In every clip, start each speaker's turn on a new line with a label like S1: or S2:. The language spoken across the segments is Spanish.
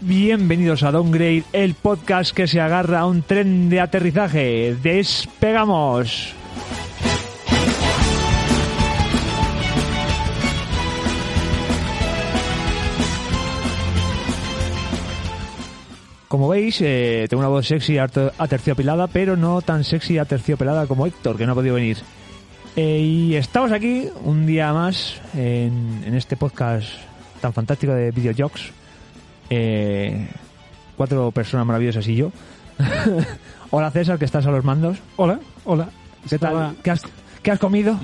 S1: bienvenidos a Downgrade, el podcast que se agarra a un tren de aterrizaje. ¡Despegamos! Como veis, eh, tengo una voz sexy arte- aterciopelada, pero no tan sexy aterciopelada como Héctor, que no ha podido venir. Eh, y estamos aquí un día más en, en este podcast tan fantástico de videojogs. Eh, cuatro personas maravillosas y yo. Hola César, que estás a los mandos.
S2: Hola, hola.
S1: ¿Qué tal? ¿Qué has, qué has comido?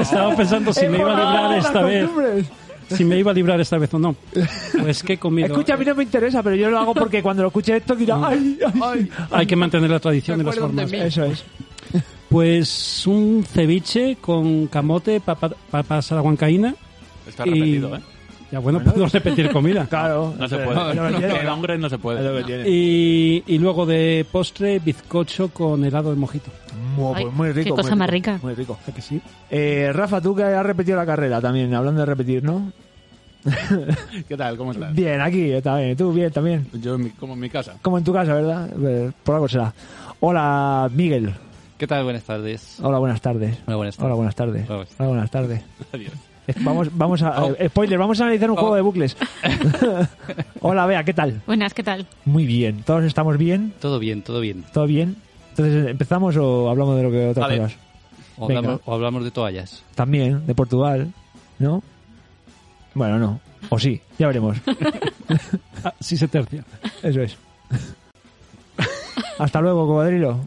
S2: Estaba pensando si me iba a librar esta vez. Si me iba a librar esta vez o no. Pues que he comido.
S1: Escucha, a mí no me interesa, pero yo lo hago porque cuando lo escuche esto dirá, ay, ay,
S3: Ay,
S2: Hay que mantener la tradición
S3: Me
S2: de las
S3: acuerdo de
S2: formas.
S3: mí.
S1: Eso es.
S2: Pues un ceviche con camote, papa, papa salahuancaína.
S4: Está
S2: y-
S4: repetido, ¿eh?
S2: Ya bueno, puedo repetir comida.
S1: Claro.
S4: No se
S1: eh,
S4: puede.
S1: lo que quiero.
S4: el hombre no se puede.
S2: Y, y luego de postre, bizcocho con helado de mojito.
S1: Muy,
S5: Ay,
S1: muy rico.
S5: qué cosa
S1: muy
S5: más
S1: rico,
S5: rica.
S1: Muy rico.
S2: ¿A que sí?
S1: Eh, Rafa, tú que has repetido la carrera también, hablando de repetir, ¿no?
S4: ¿Qué tal? ¿Cómo estás?
S1: Bien, aquí, eh, también. Tú bien, también.
S4: Yo en mi- como en mi casa.
S1: Como en tu casa, ¿verdad? Eh, Por algo será. Hola, Miguel.
S6: ¿Qué tal? Buenas tardes.
S1: Hola, buenas tardes.
S6: Muy buenas
S1: Hola,
S6: tardes.
S1: buenas tardes.
S6: Hola, buenas
S1: Hola, buenas tardes.
S4: Adiós.
S1: Eh, Vamos, vamos a...
S6: Oh.
S1: eh, spoiler, vamos a analizar un
S6: Oh.
S1: juego de bucles. Hola, Bea, ¿qué tal?
S5: Buenas, ¿qué tal?
S1: Muy bien. ¿Todos estamos bien?
S6: Todo bien, todo bien.
S1: ¿Todo bien? Entonces, eh, ¿empezamos o hablamos de lo que otras
S4: Vale.
S1: cosas?
S6: O
S1: Venga.
S6: hablamos, o hablamos de toallas.
S1: También, de Portugal, ¿no? Bueno, no. O sí, ya veremos.
S2: Ah, sí se tercia.
S1: Eso es. Hasta luego, cocodrilo.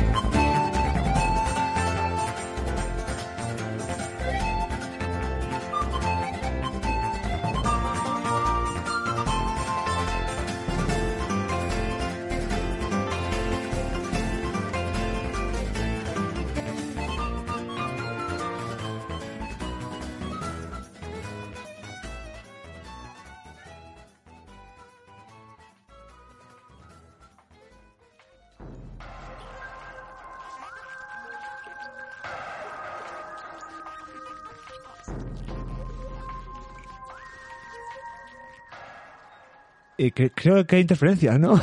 S1: Eh, que- creo que hay interferencias, ¿no?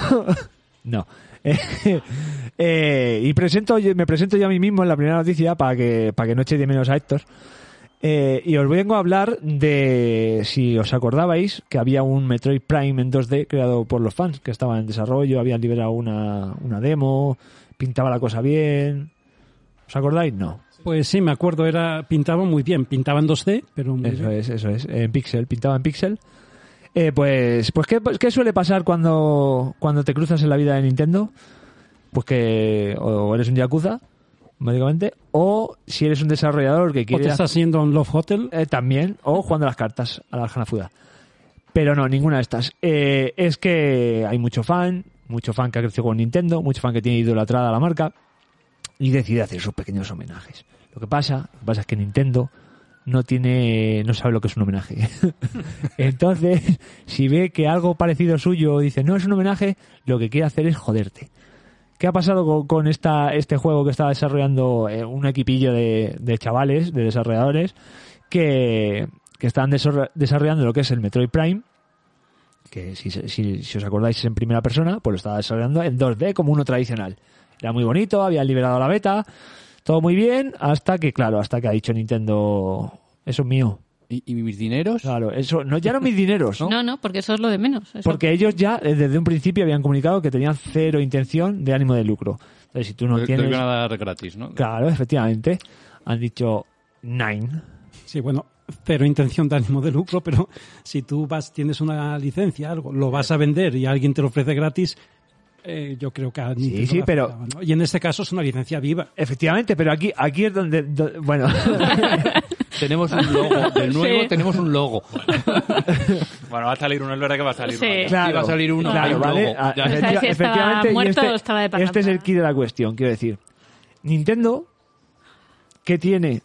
S1: no. Eh, eh, y presento, yo- me presento yo a mí mismo en la primera noticia para que, para que no eche de menos a Héctor. Eh, y os vengo a hablar de, si os acordabais, que había un Metroid Prime en 2D creado por los fans, que estaba en desarrollo, habían liberado una, una demo, pintaba la cosa bien. ¿Os acordáis? No.
S2: Pues sí, me acuerdo, era pintaba muy bien. Pintaba en 2D, pero muy
S1: Eso
S2: bien.
S1: es, eso es. En Pixel, pintaba en Pixel. Eh, pues, pues ¿qué, qué suele pasar cuando, cuando te cruzas en la vida de Nintendo? Pues que o eres un Yakuza, básicamente, o si eres un desarrollador que
S2: O te
S1: quiere...
S2: estás haciendo un Love Hotel.
S1: Eh, también, o jugando a las cartas, a la Hanafuda. Pero no, ninguna de estas. Eh, es que hay mucho fan, mucho fan que ha crecido con Nintendo, mucho fan que tiene idolatrada la marca y decide hacer sus pequeños homenajes. Lo que pasa, lo que pasa es que Nintendo no tiene, no sabe lo que es un homenaje. Entonces, si ve que algo parecido suyo dice no es un homenaje, lo que quiere hacer es joderte. ¿Qué ha pasado con, con esta, este juego que está desarrollando eh, un equipillo de, de chavales, de desarrolladores, que, que están desor- desarrollando lo que es el Metroid Prime? Que si, se- si, si os acordáis es en primera persona, pues lo estaba desarrollando en 2D como uno tradicional. Era muy bonito, habían liberado la beta, todo muy bien, hasta que, claro, hasta que ha dicho Nintendo, eso es mío.
S6: ¿Y, y mis dineros?
S1: Claro, eso, no, ya no mis dineros,
S5: ¿No? no, porque eso es lo de menos. Eso-
S1: porque ellos ya eh, desde un principio habían comunicado que tenían cero intención de ánimo de lucro. Entonces, si tú no
S6: Te- te
S1: tienes.
S6: iban a dar gratis, ¿no?
S1: Claro, efectivamente. Han dicho nine.
S2: Sí, bueno, pero intención de ánimo de lucro, pero si tú vas, tienes una licencia, algo, lo vas a vender y alguien te lo ofrece gratis, eh, yo creo que a Nintendo
S1: sí,
S2: le
S1: pero-
S2: afectaba, ¿no? Y en este caso es una licencia viva.
S1: Efectivamente, pero aquí, aquí es donde, do- bueno,
S6: Tenemos un logo. Del nuevo
S5: Sí.
S6: tenemos un logo.
S4: Bueno, va a salir uno, es verdad que va a salir
S5: Sí.
S4: uno.
S1: claro,
S6: Iba a salir uno, hay
S1: claro,
S6: un
S1: ¿vale?
S6: logo.
S1: Ah,
S6: Ya.
S5: O sea, si
S1: efectiva-
S5: estaba
S1: efectivamente, y
S5: muerto
S1: este,
S5: o estaba de parranda.
S1: este es el key de la cuestión, quiero decir. Nintendo, ¿qué tiene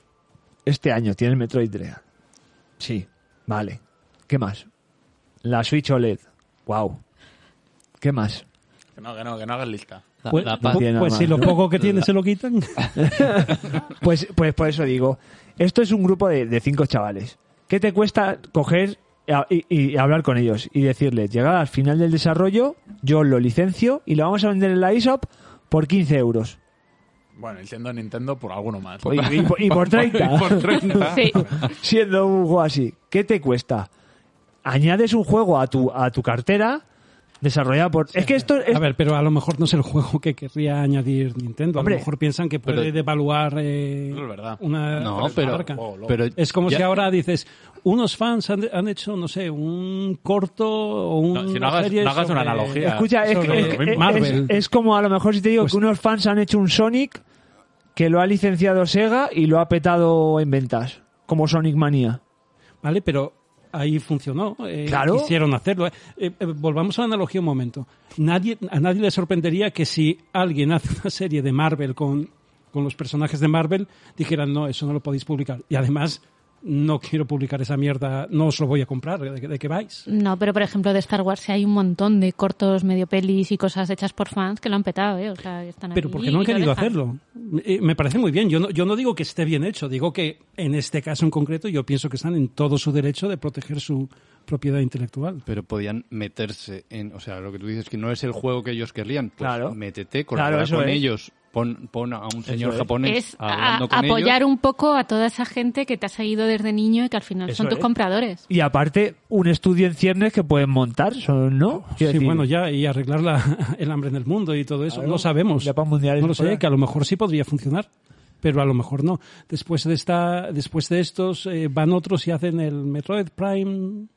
S1: este año? Tiene el Metroid Dread. Sí, vale. ¿Qué más? La Switch OLED. Wow. ¿Qué más?
S4: Que no, que no, que no hagas lista.
S6: La-
S2: Pues,
S6: la
S1: pa-
S2: pu-
S1: tiene nada
S2: pues
S1: más,
S2: si lo
S1: ¿no?
S2: poco que tiene se lo quitan.
S1: Pues, pues por eso digo, esto es un grupo de, de cinco chavales. ¿Qué te cuesta coger a- y, y hablar con ellos y decirles, llegada al final del desarrollo, yo lo licencio y lo vamos a vender en la eShop por 15 euros?
S4: Bueno, y siendo Nintendo, por alguno más.
S1: Y, y por- y por 30.
S4: Por 30.
S5: Sí.
S1: Siendo un juego así, ¿qué te cuesta? Añades un juego a tu, a tu cartera desarrollado por... es que esto es...
S2: A ver, pero a lo mejor no es el juego que querría añadir Nintendo. A
S1: Hombre.
S2: lo mejor piensan que puede
S6: Pero-
S2: devaluar eh,
S4: No es verdad. Oh,
S2: una
S6: No,
S2: una
S6: pero,
S2: marca.
S6: pero
S2: Es como
S6: ya-
S2: si ahora dices, unos fans han, han hecho, no sé, un corto o un.
S4: No, si no hagas- no hagas una analogía.
S1: Escucha, es,
S2: sobre
S1: es- es-
S2: Marvel.
S1: es- es como a lo mejor si te digo
S2: Pues-
S1: que unos fans han hecho un Sonic que lo ha licenciado Sega y lo ha petado en ventas, como Sonic Mania.
S2: Vale, pero ahí funcionó. eh,
S1: Claro.
S2: Quisieron hacerlo. eh. Eh, eh, volvamos a la analogía un momento. Nadie, a nadie le sorprendería que si alguien hace una serie de Marvel con, con los personajes de Marvel, dijeran, no, eso no lo podéis publicar. Y además, no quiero publicar esa mierda, no os lo voy a comprar. ¿De, qué- de qué vais?
S5: No, pero por ejemplo de Star Wars sí hay un montón de cortos, medio pelis y cosas hechas por fans que lo han petado, ¿eh? O sea, que están
S2: Pero
S5: ahí
S2: porque
S5: y
S2: no han
S5: lo
S2: querido
S5: dejan.
S2: hacerlo. Eh, Me parece muy bien. Yo no, yo no digo que esté bien hecho. Digo que en este caso en concreto yo pienso que están en todo su derecho de proteger su propiedad intelectual.
S6: Pero podían meterse en. O sea, lo que tú dices que no es el juego que ellos querrían. Pues
S1: Claro.
S6: Métete, colabora
S1: Claro, eso
S6: con
S1: es.
S6: ellos. Pon, pon a un señor
S1: es.
S6: japonés
S5: Es a-
S6: hablando con
S5: apoyar
S6: ellos.
S5: un poco a toda esa gente que te ha seguido desde niño y que al final
S1: Eso
S5: son tus
S1: es.
S5: compradores.
S1: Y aparte, un estudio en ciernes que pueden montar, son- ¿no?
S2: Sí,
S1: Quiero decir,
S2: bueno, ya, y arreglar la- el hambre en el mundo y todo eso.
S1: Claro.
S2: No sabemos.
S1: Ya para mundiales
S2: no lo sé,
S1: fuera.
S2: que a lo mejor sí podría funcionar, pero a lo mejor no. Después de, esta, después de estos eh, van otros y hacen el Metroid Prime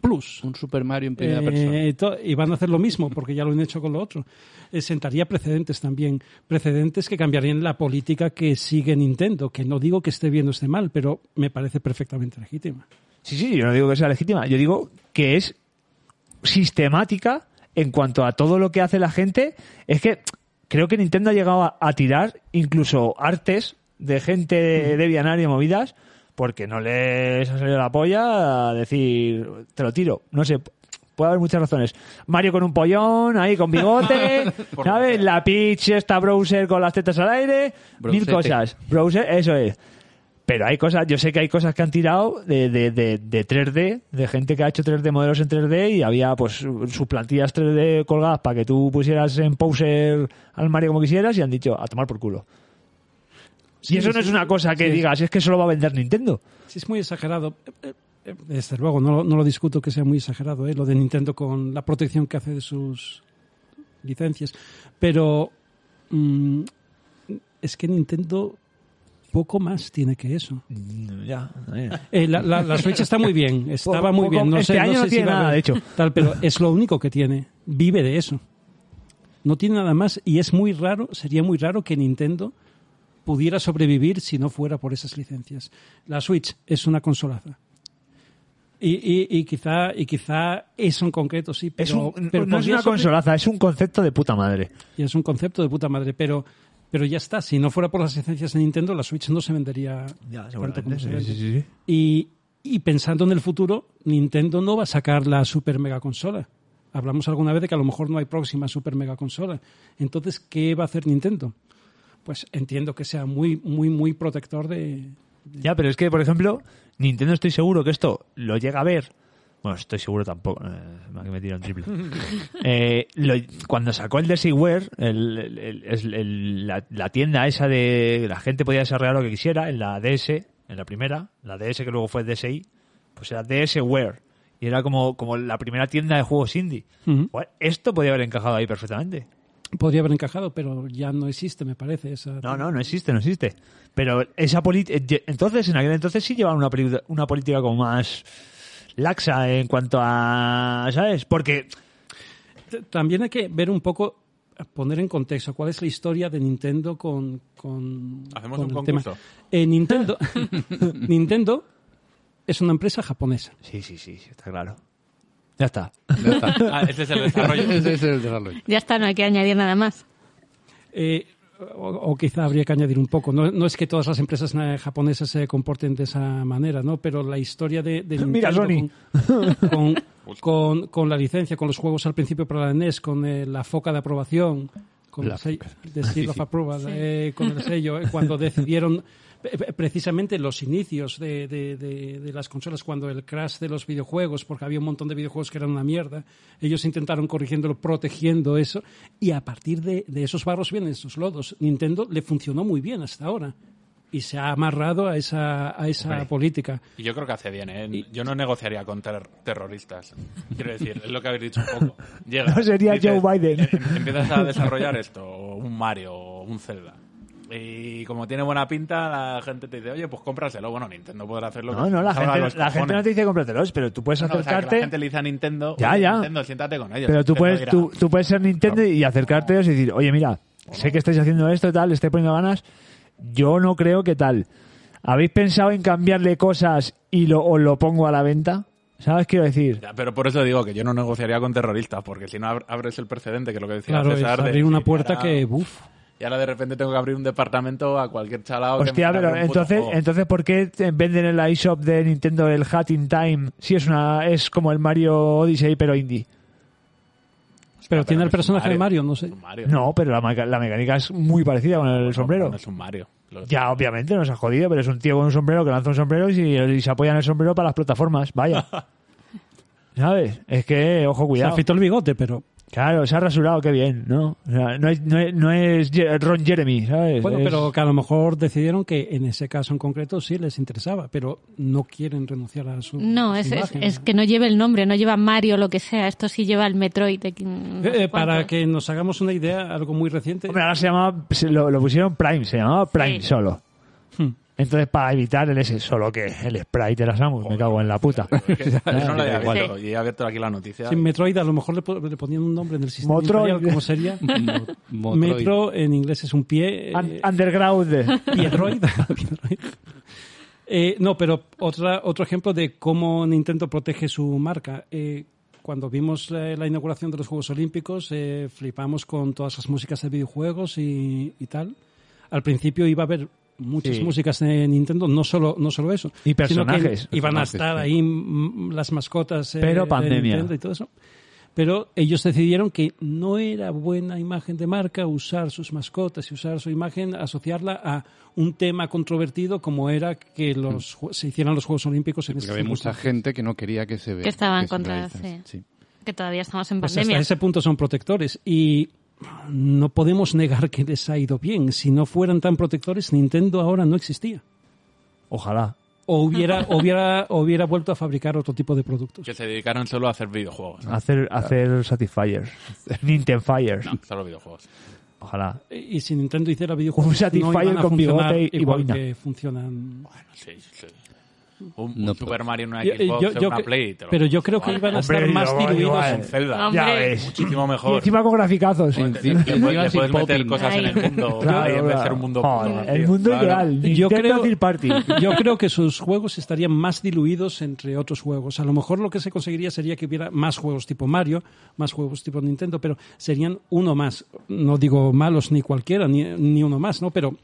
S2: Plus.
S6: Un Super Mario en primera
S2: Eh,
S6: persona.
S2: to- y van a hacer lo mismo, porque ya lo han hecho con lo otro. Eh, sentaría precedentes también, precedentes que cambiarían la política que sigue Nintendo, que no digo que esté bien o esté mal, pero me parece perfectamente legítima.
S1: Sí, sí, yo no digo que sea legítima, yo digo que es sistemática en cuanto a todo lo que hace la gente. Es que creo que Nintendo ha llegado a, a tirar incluso artes de gente de, de Bianar y de movidas porque no les ha salido la polla a decir, te lo tiro. No sé, puede haber muchas razones. Mario con un pollón, ahí con bigote, ¿sabes? La Peach, esta browser con las tetas al aire, mil
S6: Browsete.
S1: cosas. Browser, eso es. Pero hay cosas, yo sé que hay cosas que han tirado de, de, de, de 3D, de gente que ha hecho 3D modelos en 3D y había pues su- sus plantillas 3D colgadas para que tú pusieras en poser al Mario como quisieras y han dicho a tomar por culo. y eso no es una cosa que
S2: sí,
S1: digas, es que solo va a vender Nintendo.
S2: Sí, es muy exagerado. Eh, eh, eh, Desde luego, no, lo- no lo discuto que sea muy exagerado, ¿eh? lo de Nintendo con la protección que hace de sus licencias. Pero mm, es que Nintendo poco más tiene que eso.
S1: Ya,
S2: Eh, la, la- la Switch está muy bien, estaba
S1: Poco-
S2: muy bien. No
S1: este
S2: sé,
S1: año no
S2: sé si
S1: tiene
S2: va a
S1: nada,
S2: haber
S1: de hecho.
S2: Tal, pero es lo único que tiene. Vive de eso. No tiene nada más y es muy raro, sería muy raro que Nintendo pudiera sobrevivir si no fuera por esas licencias. La Switch es una consolaza. Y, y- y quizá y quizá eso en concreto sí, pero,
S1: Es un-
S2: pero
S1: no es
S2: podría
S1: una
S2: sobre-
S1: consolaza, es un concepto de puta madre.
S2: y es un concepto de puta madre, pero pero ya está, si no fuera por las licencias de Nintendo, la Switch no se vendería tanto como se vende. Y, y pensando en el futuro, Nintendo no va a sacar la super mega consola. Hablamos alguna vez de que a lo mejor no hay próxima super mega consola. Entonces, ¿qué va a hacer Nintendo? Pues entiendo que sea muy, muy, muy protector de.
S1: Ya, pero es que, por ejemplo, Nintendo estoy seguro que esto lo llega a ver. Bueno, estoy seguro tampoco. eh, aquí me tiro un triple. Eh, lo- cuando sacó el Desigual, el, el- el- es- el- la, la tienda esa de la gente podía desarrollar lo que quisiera, en la DS, en la primera, la DS que luego fue DSI, pues era DSWare. Y era como, como la primera tienda de juegos indie.
S2: Ujú.
S1: Joder, Esto podía haber encajado ahí perfectamente.
S2: podría haber encajado, pero ya no existe, me parece. Esa...
S1: No, no, no existe, no existe. Pero esa política. Entonces, en aquel entonces sí llevaban una, poli- una política como más laxa en cuanto a. ¿Sabes? Porque.
S2: T- También hay que ver un poco, poner en contexto cuál es la historia de Nintendo con. con
S4: Hacemos
S2: con
S4: un
S2: el tema.
S4: concurso.
S2: Eh, Nintendo, Nintendo es una empresa japonesa.
S1: Sí, sí, sí, sí, está claro. Ya está.
S6: Ya está.
S4: Ah, ese es el desarrollo.
S6: Ese es el desarrollo.
S5: Ya está, no hay que añadir nada más.
S2: Eh, o, o quizá habría que añadir un poco. No, no es que todas las empresas eh, japonesas se comporten de esa manera, ¿no? Pero la historia de, de
S1: Mira,
S2: Nintendo Con, con, con- con la licencia, con los juegos al principio para la NES, con eh, la foca de aprobación, con
S6: La
S2: el sello,
S6: foca.
S2: de Seal of Approval, eh, con el sello, eh, cuando decidieron eh, precisamente los inicios de, de- de- de las consolas, cuando el crash de los videojuegos, porque había un montón de videojuegos que eran una mierda, ellos intentaron corrigiéndolo, protegiendo eso, y a partir de, de esos barros vienen esos lodos. Nintendo le funcionó muy bien hasta ahora. Y se ha amarrado a esa, a esa
S4: Hombre.
S2: política.
S4: Y yo creo que hace bien, ¿eh? Yo no negociaría con ter- terroristas. Quiero decir, es lo que habéis dicho un poco. Llega,
S1: No sería Joe Biden.
S4: em- empiezas a desarrollar esto, o un Mario, o un Zelda. Y como tiene buena pinta, la gente te dice, oye, pues cómpraselo. Bueno, Nintendo podrá hacerlo.
S1: No, no, la, gente, la gente no te dice cómpratelos, pero tú puedes
S4: acercarte.
S1: acercarte.
S4: la gente le dice a Nintendo,
S1: Ya,
S4: "Oye,
S1: ya.
S4: Nintendo, siéntate con ellos.
S1: Pero tú
S4: Nintendo
S1: puedes,
S4: dirá,
S1: tú, tú puedes ser Nintendo y acercarte a ellos y decir, oye, mira, sé que estáis haciendo esto y tal, le estáis poniendo ganas, yo no creo que tal. ¿Habéis pensado en cambiarle cosas y lo, os lo pongo a la venta? ¿Sabes? Quiero decir,
S4: Ya, pero por eso digo que yo no negociaría con terroristas, porque si no ab- abres el precedente, que es lo que decía
S2: Claro, es
S4: César, de
S2: abrir una
S4: decir,
S2: puerta
S4: "Ahora-
S2: que, buf,
S4: Y ahora de repente tengo que abrir un departamento a cualquier chalao. que
S1: hostia,
S4: me abra
S1: pero
S4: un puto
S1: entonces,
S4: juego.
S1: entonces ¿por qué te venden en la eShop de Nintendo el Hat in Time si es, una, es como el Mario Odyssey pero indie?
S2: Pero
S4: Ah,
S2: tiene el
S4: es un
S2: personaje de Mario, no sé.
S4: Es un Mario.
S1: No, pero la, meca- la mecánica es muy parecida con el
S4: No,
S1: sombrero.
S4: No es un Mario. Lo-
S1: Ya, obviamente, nos ha jodido, pero es un tío con un sombrero que lanza un sombrero y, y se apoya en el sombrero para las plataformas. Vaya. ¿Sabes? Es que, ojo,
S2: se
S1: cuidado.
S2: afeitó el bigote, pero
S1: Claro, se ha rasurado, qué bien, ¿no? O sea, no, es, no, es, no es Ye- Ron Jeremy, ¿sabes?
S2: Bueno,
S1: Es-
S2: pero que a lo mejor decidieron que en ese caso en concreto sí les interesaba, pero no quieren renunciar a su.
S5: No,
S2: a su
S5: es, es,
S2: imagen. Eh,
S5: es que no lleve el nombre, no lleva Mario lo que sea. Esto sí lleva el Metroid. de que- no
S2: Eh,
S5: sé
S2: eh, para
S5: cuánto.
S2: que nos hagamos una idea, algo muy reciente.
S1: Hombre, ahora se llamaba, se lo, lo pusieron Prime, se llamaba Prime
S5: Sí.
S1: solo.
S2: Hmm.
S1: Entonces, para evitar el ese, solo que el sprite era Samus, me cago en la puta.
S4: Es que yo no lo había
S5: igual.
S4: visto. Y he abierto aquí la noticia.
S2: Sin Metroid, a lo mejor le, po- le ponían un nombre en el sistema.
S1: Motroid.
S2: imperial, ¿Cómo sería?
S6: Mo- Motroid.
S2: Metro en inglés es un pie. eh,
S1: Un- underground.
S2: Piedroid. Piedroid. Eh, no, pero otra, otro ejemplo de cómo Nintendo protege su marca. Eh, cuando vimos eh, la inauguración de los Juegos Olímpicos, eh, flipamos con todas las músicas de videojuegos y, y tal. Al principio iba a haber muchas
S1: Sí.
S2: músicas de Nintendo, no solo, no solo eso.
S1: Y
S2: sino que
S1: personajes.
S2: Iban a
S6: Personajes,
S2: estar
S6: sí.
S2: ahí mm, las mascotas eh,
S1: Pero
S2: de
S1: pandemia.
S2: Nintendo y todo eso. Pero ellos decidieron que no era buena imagen de marca usar sus mascotas y usar su imagen, asociarla a un tema controvertido como era que
S1: Mm.
S2: los ju- se hicieran los Juegos Olímpicos en
S6: Porque
S2: este
S6: había mucha gente que no quería que se vea.
S5: Que estaban
S6: se
S5: contra,
S6: realizaran.
S5: sí. Que todavía estamos en
S2: Pues
S5: pandemia.
S2: hasta ese punto son protectores y no podemos negar que les ha ido bien. Si no fueran tan protectores, Nintendo ahora no existía.
S1: Ojalá.
S2: O hubiera, o hubiera, o hubiera vuelto a fabricar otro tipo de productos.
S4: Que se dedicaron solo a hacer videojuegos.
S1: Hacer, hacer Satisfyers. Nintendo Fires.
S4: Solo videojuegos.
S1: Ojalá.
S2: Y si Nintendo hiciera videojuegos,
S1: Un
S2: no iban
S1: Satisfyer
S2: a
S1: con
S2: funcionar
S1: bigote y
S2: igual
S1: boina.
S2: que funcionan.
S4: Sí, sí. Un, un
S6: No,
S4: Super Mario en una
S2: Yo-
S4: Xbox,
S2: yo-
S4: en
S2: yo
S4: una
S2: que-
S4: Play. te lo
S2: pero
S4: compro.
S2: yo creo que
S4: Vale.
S2: iban a
S1: Hombre,
S2: estar más
S1: igual,
S2: diluidos.
S1: igual.
S4: Con Zelda.
S5: Hombre.
S1: Ya ves.
S4: Muchísimo
S1: Y
S4: mejor.
S1: encima con graficazos.
S4: Te- te- te puedes-
S6: Encima
S4: puedes
S6: sin
S4: meter
S6: popping.
S4: cosas en el mundo.
S1: Claro,
S4: en vez de
S1: claro.
S4: ser un mundo
S1: Joder,
S4: pornográfico.
S1: el mundo
S4: Claro.
S1: ideal. Nintendo
S2: Yo creo-
S1: Third Party.
S2: Yo creo que sus juegos estarían más diluidos entre otros juegos. A lo mejor lo que se conseguiría sería que hubiera más juegos tipo Mario, más juegos tipo Nintendo, pero serían uno más. No digo malos ni cualquiera, ni, ni uno más, ¿no? Pero,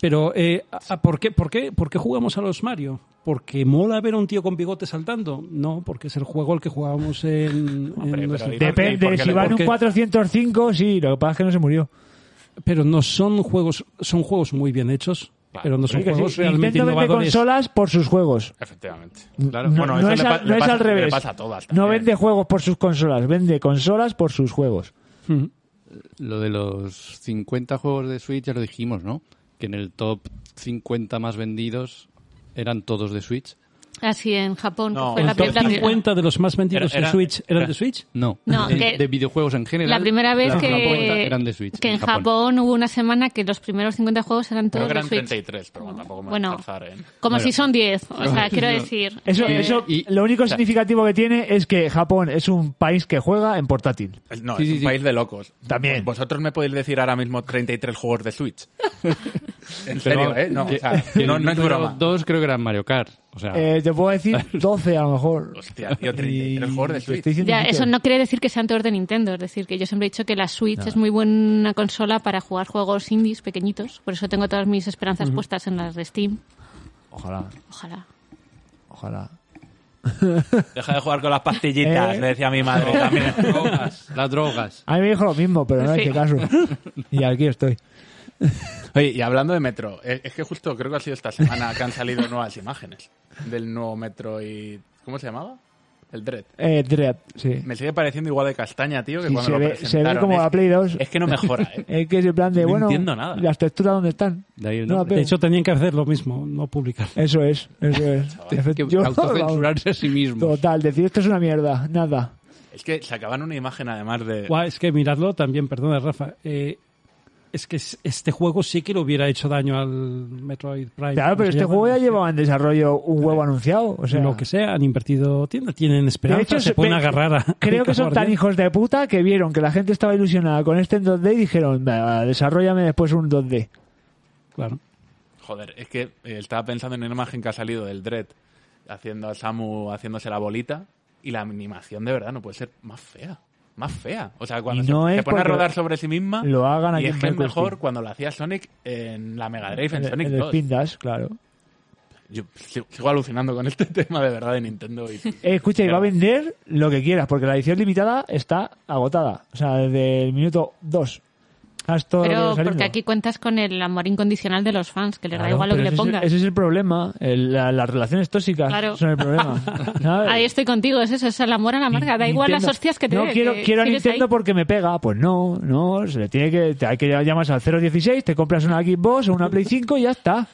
S2: pero eh, a- a- ¿por, qué, por, qué, ¿por qué jugamos a los Mario? ¿Porque mola ver a un tío con bigote saltando? No, porque es el juego al que jugábamos en, en
S4: pero
S2: nuestra-
S4: ahí-
S1: Depende,
S4: Porque-
S1: si van un
S2: porque-
S1: 405, sí, lo que pasa es que no se murió.
S2: Pero no son juegos, son juegos muy bien hechos,
S4: Claro.
S2: pero no
S1: Sí,
S2: son
S1: que sí.
S2: juegos realmente
S1: Nintendo vende
S2: innovadores.
S1: consolas por sus juegos.
S4: Efectivamente.
S6: Claro.
S1: No,
S4: Bueno,
S1: no
S4: eso
S1: es,
S4: le
S1: al,
S4: pa- le
S1: no es
S4: pasa-
S1: al revés.
S4: le pasa a todas
S1: no
S4: también.
S1: vende juegos por sus consolas, vende consolas por sus juegos.
S2: Ujú.
S6: Lo de los 50 juegos de Switch ya lo dijimos, ¿no? Que en el top 50 más vendidos eran todos de Switch.
S5: Así en Japón,
S4: No,
S5: que fue
S4: el
S5: la,
S2: El top
S5: pri- la pri-
S2: 50 de los más vendidos
S4: Era- era-
S2: en Switch eran
S4: era-
S2: de Switch.
S6: No,
S5: No,
S6: de,
S5: que-
S6: de videojuegos en general.
S5: la primera vez
S6: las cuenta
S5: que,
S6: eran de Switch,
S5: que en Japón. hubo una semana que los primeros 50 juegos eran
S4: Creo
S5: todos
S4: que
S5: de
S4: eran
S5: Switch.
S4: 33, pero bueno, tampoco me ¿eh?
S5: Bueno.
S4: voy a lanzar en...
S5: Como
S6: Bueno.
S5: si son 10, o sea, quiero decir.
S1: Eso,
S5: eh,
S1: eso
S6: y-
S1: lo único
S6: o sea-
S1: significativo que tiene es que Japón es un país que juega en portátil.
S4: No,
S6: Sí,
S4: es
S6: sí,
S4: un
S6: sí.
S4: país de locos.
S1: También.
S4: Vosotros me podéis decir ahora mismo 33 juegos de Switch. en serio, ¿eh? No, o
S6: Que-
S4: sea,
S6: que
S4: no,
S6: el
S4: no es
S6: número
S4: broma.
S6: Dos creo que eran Mario Kart. O sea,
S1: Eh, te puedo decir 12 a lo mejor.
S4: Hostia, tío, 33
S1: Y
S4: juegos de
S1: te
S4: Switch.
S1: estoy diciendo
S5: Ya,
S1: mucho.
S5: eso no quiere decir que sean todos de Nintendo. Es decir, que yo siempre he dicho que la Switch es muy buena consola para jugar juegos indies pequeñitos. Por eso tengo todas mis esperanzas puestas en las de Steam.
S1: Ojalá,
S5: Ojalá.
S1: ojalá.
S4: Deja de jugar con las pastillitas,
S1: Eh.
S4: le decía mi madre también.
S6: las drogas.
S1: A mí me dijo lo mismo, pero no
S5: Sí.
S1: hice caso. Y aquí estoy.
S4: Oye, y hablando de Metro, eh, es que justo creo que ha sido esta semana que han salido nuevas imágenes del nuevo Metro y... ¿Cómo se llamaba? El Dread.
S1: Eh, Dread, sí.
S4: Me sigue pareciendo igual de castaña, tío, que
S1: Sí,
S4: cuando
S1: se,
S4: lo
S1: ve, se
S4: presentaron.
S1: ve como
S4: es,
S1: la Play 2.
S4: es que no mejora, ¿eh?
S1: Es que es en plan de,
S4: No
S1: bueno,
S4: entiendo nada.
S1: las texturas dónde están.
S6: De ahí el
S1: No la
S6: nombre.
S1: pego.
S2: De hecho, tenían que hacer lo mismo, no publicar.
S1: Eso es, eso es. Efect-
S6: Que
S1: yo-
S6: autocensurarse a sí mismo.
S1: Total, decir esto es una mierda, nada.
S4: Es que sacaban una imagen además de...
S2: Guau, es que miradlo también, perdona Rafa. eh, es que es- este juego sí que le hubiera hecho daño al Metroid Prime.
S1: Claro,
S2: ¿cómo
S1: pero
S2: se
S1: este
S2: llama?
S1: juego ya llevaba en desarrollo un huevo anunciado. O sea,
S2: lo que sea, han invertido, tienen, tienen esperanza,
S1: De hecho,
S2: se
S1: se-
S2: pueden
S1: ve-
S2: agarrar a.
S1: Creo que son
S2: Guardian.
S1: tan hijos de puta que vieron que la gente estaba ilusionada con este en 2D y dijeron, "Bah, desarrollame después un 2D.
S2: Claro.
S4: Joder, es que eh, estaba pensando en una imagen que ha salido del Dread haciendo a Samu haciéndose la bolita y la animación de verdad no puede ser más fea. Más fea. O sea, cuando
S1: Y
S4: se,
S1: no
S4: se
S1: es
S4: pone a
S1: porque
S4: rodar sobre sí misma
S1: Lo hagan
S4: y
S1: aquí
S4: es
S1: en
S4: que es
S1: Mercury
S4: mejor
S1: Steam.
S4: cuando lo hacía Sonic en la Mega Drive, en
S1: En
S4: Sonic
S1: el
S4: 2.
S1: Spin Dash, claro.
S4: Yo sigo, sigo alucinando con este tema de verdad de Nintendo. Y,
S1: Eh, escucha, y va a
S4: Claro.
S1: vender lo que quieras, porque la edición limitada está agotada. O sea, desde el minuto Ah, 2. Hasta
S5: Pero porque aquí cuentas con el amor incondicional de los fans, que les da igual lo que le pongas.
S1: Ese es el problema. El- la- las relaciones tóxicas
S5: Claro.
S1: son el problema. ¿sabes?
S5: Ahí estoy contigo, es eso, es el amor a la marca. Da igual las
S1: Nintendo-
S5: hostias que te
S1: No
S5: dé,
S1: quiero,
S5: que
S1: quiero a
S5: sigues ahí.
S1: Nintendo porque me pega. Pues no, no. Se le tiene que. te- hay que llamas al 016, te compras una Xbox o una Play 5 y ya está.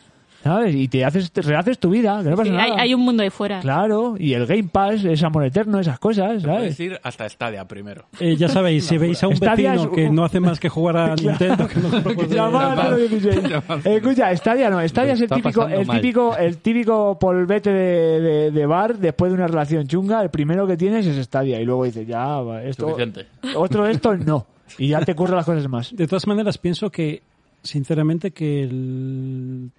S1: ¿Sabes? Y te haces, te rehaces tu vida, que no pasa
S5: Sí, hay,
S1: nada.
S5: hay un mundo de fuera.
S1: Claro, y el Game Pass es amor eterno, esas cosas,
S4: puedes
S1: ¿sabes?
S4: ir hasta Stadia primero.
S2: Eh, ya sabéis, si veis a un
S1: Stadia
S2: vecino
S1: es-
S2: que no hace más que jugar a Nintendo, que no compra juegos de-
S1: Llamar al 016. Escucha, Stadia no, Stadia es el
S6: está
S1: típico,
S6: pasando
S1: el
S6: mal.
S1: típico, el típico polvete de, de- de bar después de una relación chunga, el primero que tienes es Stadia y luego dices, ya, va, esto,
S4: Suficiente.
S1: otro de estos no, y ya te curran las cosas más.
S2: De todas maneras, pienso que, sinceramente, que el,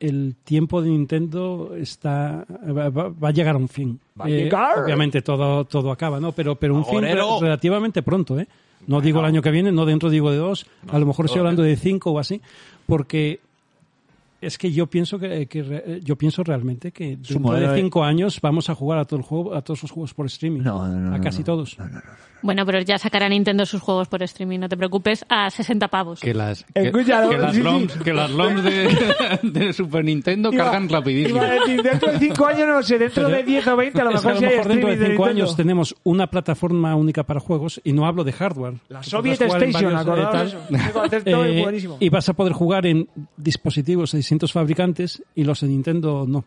S2: el tiempo de Nintendo está va, va- va a llegar a un fin. Eh,
S1: Va a llegar.
S2: Obviamente todo, todo acaba, ¿no? Pero, pero un fin
S4: Agorero.
S2: re- relativamente pronto, ¿eh? No digo el año que viene, no dentro digo de dos, a lo mejor estoy
S1: eh.
S2: hablando de cinco o así, porque es que yo pienso que, que re- yo pienso realmente que dentro
S1: modelo
S2: de
S1: de-
S2: cinco años vamos a jugar a todo el juego, a todos los juegos por streaming,
S1: No, no, no,
S2: a casi
S1: no.
S2: todos.
S5: Bueno, pero ya sacará Nintendo sus juegos por streaming, no te preocupes, a 60 pavos.
S6: Que las, que,
S1: Escucha,
S6: que las
S1: sí, sí.
S6: ROMs, que las ROMs de, de Super Nintendo
S1: Iba-
S6: cargan rapidísimo.
S1: iba a decir, dentro de 5 años, no lo sé, dentro de 10 o 20, a lo
S2: Es que
S1: mejor
S2: a lo
S1: sí hay
S2: mejor dentro
S1: streaming
S2: de
S1: de
S2: cinco
S1: Nintendo.
S2: años tenemos una plataforma única para juegos y no hablo de hardware.
S1: La
S2: Podrás
S1: Soviet
S2: jugar en
S1: Station,
S2: varios, eh,
S1: acordaos
S2: tal.
S1: de eso. Ese concepto es
S2: Eh,
S1: buenísimo.
S2: y vas a poder jugar en dispositivos de distintos fabricantes y los de Nintendo no.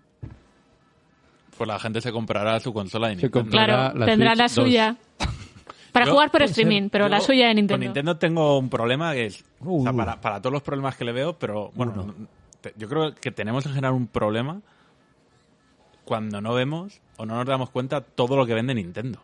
S4: Pues la gente se comprará su consola de
S6: Se
S4: Nintendo.
S6: compra-
S5: claro,
S6: la
S5: tendrá
S6: Switch
S5: la
S6: 2.
S5: suya. Para
S4: Yo-
S5: jugar por streaming, pero la
S4: Yo
S5: suya de
S4: Con
S5: Nintendo.
S4: Nintendo tengo un problema que es. o sea,
S1: Uh.
S4: para, para todos los problemas que le veo, pero bueno, no- te- yo creo que tenemos en general un problema cuando no vemos o no nos damos cuenta todo lo que vende Nintendo.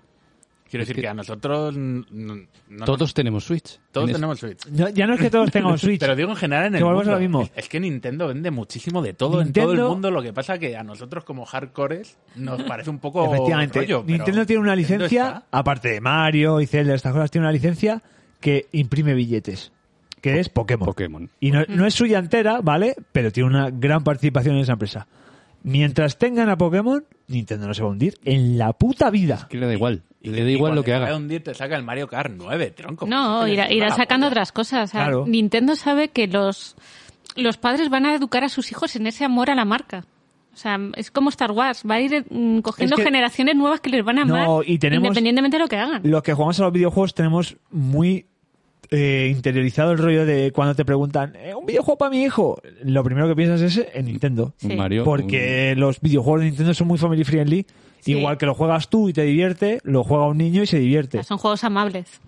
S4: Quiero
S6: Es
S4: decir que,
S6: que-
S4: a nosotros. n- n- no-
S6: Todos tenemos Switch.
S4: todos
S6: En es-
S4: tenemos Switch.
S1: No, ya no es que todos tengan Switch.
S4: Pero digo en general en
S1: Que
S4: el
S1: volvemos
S4: mundo.
S1: a lo mismo.
S4: Es, es que Nintendo vende muchísimo de todo en todo
S1: Nintendo-
S4: el mundo. Lo que pasa que a nosotros como hardcores nos parece un poco
S1: Efectivamente,
S4: rollo, pero
S1: Nintendo tiene una
S4: Nintendo
S1: licencia,
S4: está-
S1: aparte de Mario y Zelda, estas cosas, tiene una licencia que imprime billetes, que es Pokémon.
S6: Pokémon.
S1: Y no, no es suya entera, ¿vale? Pero tiene una gran participación en esa empresa. Mientras tengan a Pokémon, Nintendo no se va a hundir en la puta vida.
S6: Que le da igual. Le da igual lo que haga.
S4: un día te saca el Mario Kart 9, tronco. Pues
S5: No,
S4: Coño,
S5: irá,
S4: es
S5: irá
S4: mala
S5: sacando
S4: polla.
S5: otras cosas. O sea,
S1: Claro.
S5: Nintendo sabe que los, los padres van a educar a sus hijos en ese amor a la marca. O sea, es como Star Wars, va a ir mm, cogiendo
S1: Es que-
S5: generaciones nuevas que les van a amar
S1: No, y tenemos-
S5: independientemente de lo que hagan.
S1: Los que jugamos a los videojuegos tenemos muy eh, interiorizado el rollo de cuando te preguntan, "Eh, ¿un videojuego para mi hijo? Lo primero que piensas es en Nintendo.
S5: Sí.
S6: Un Mario. un-
S1: Porque los videojuegos de Nintendo son muy family friendly.
S5: Sí.
S1: Igual que lo juegas tú y te divierte, lo juega un niño y se divierte.
S5: Son juegos amables.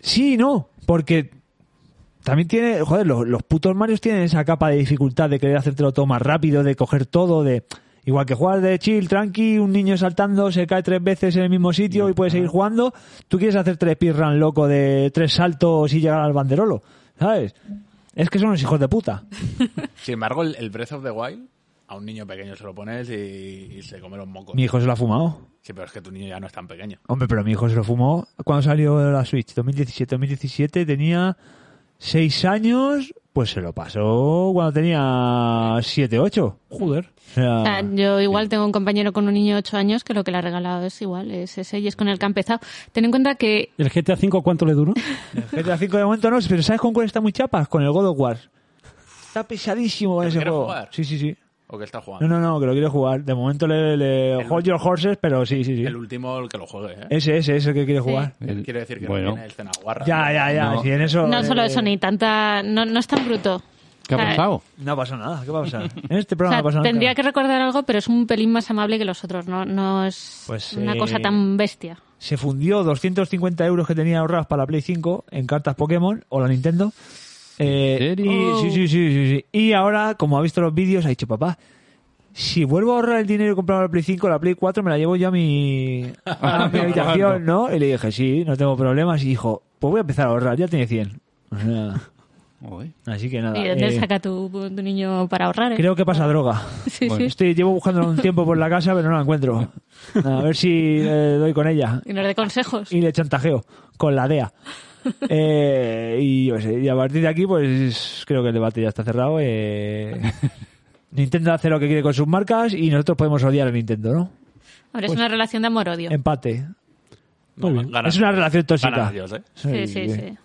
S1: Sí, y no, porque también tiene, joder, los, los putos Marios tienen esa capa de dificultad de querer hacértelo todo más rápido, de coger todo, de igual que jugar de chill, tranqui, un niño saltando se cae tres veces en el mismo sitio y puede seguir jugando, tú quieres hacer tres speedrun loco de tres saltos y llegar al banderolo, ¿sabes? Es que son los hijos de puta.
S4: Sin embargo, el, el Breath of the Wild, a un niño pequeño se lo pones y, y se come los mocos.
S1: Mi hijo se lo ha fumado.
S4: Sí, pero es que tu niño ya no es tan pequeño.
S1: Hombre, pero mi hijo se lo fumó cuando salió la Switch, 2017-2017, tenía 6 años, pues se lo pasó cuando tenía 7, 8. Joder. O sea,
S5: O sea, yo igual tengo un compañero con un niño de 8 años que lo que le ha regalado es igual, es ese y es con el que ha empezado. Ten en cuenta que
S2: ¿El GTA V cuánto le duró?
S1: el GTA V de momento no, pero ¿sabes con cuál está muy chapas? Con el God of War. Está pesadísimo con
S4: ¿Que
S1: ese
S4: quiere
S1: juego.
S4: jugar?
S1: Sí, sí, sí.
S4: O que está jugando.
S1: No, no, no, que lo quiero jugar. De momento le, le-
S4: El-
S1: hold your horses, pero sí, sí, sí.
S4: El último, el que lo juegue. ¿eh?
S1: Ese, ese, ese que quiere jugar.
S6: el-
S4: Quiere decir que
S6: bueno,
S4: no tiene escena guarra.
S1: Ya, ya, ya.
S6: No.
S1: si en eso,
S5: no solo
S1: eh,
S5: eso ni tanta, no, no es tan bruto.
S6: ¿Qué ha
S5: O sea,
S6: pasado?
S1: No pasa nada, ¿qué va a pasar? En este
S5: O
S1: programa
S5: sea,
S1: no pasa nada.
S5: tendría que recordar algo, pero es un pelín más amable que los otros. No, no es
S1: Pues,
S5: una
S1: eh,
S5: cosa tan bestia.
S1: se fundió 250 euros que tenía ahorrados para la Play 5 en cartas Pokémon o la Nintendo. Eh,
S6: ¿En serio?
S1: y, sí, sí, sí, sí, sí. Y ahora, como ha visto los vídeos, ha dicho, papá, si vuelvo a ahorrar el dinero y comprar la Play 5, la Play 4 me la llevo yo a mi, a mi habitación, ¿no? Y le dije, sí, no tengo problemas. Y dijo, pues voy a empezar a ahorrar, ya tiene 100. O sea,
S6: Joder.
S1: así que nada.
S5: ¿Y dónde
S1: eh,
S5: saca tu, tu niño para ahorrar? eh?
S1: creo que pasa droga.
S5: Sí,
S6: Bueno.
S5: sí.
S1: Estoy, llevo buscando un tiempo por la casa, pero no la encuentro. A ver si eh, doy con ella
S5: Y nos dé consejos.
S1: y le chantajeo con la DEA. Eh, y, yo qué sé, y a partir de aquí, pues creo que el debate ya está cerrado. eh. Nintendo hace lo que quiere con sus marcas y nosotros podemos odiar a Nintendo, ¿no?
S5: Hombre,
S1: pues
S5: es una relación de amor-odio.
S1: em, Empate.
S4: No,
S2: Muy bien.
S4: ganan-
S1: es una relación tóxica.
S4: ganan ellos, ¿eh?
S5: Sí, sí, sí.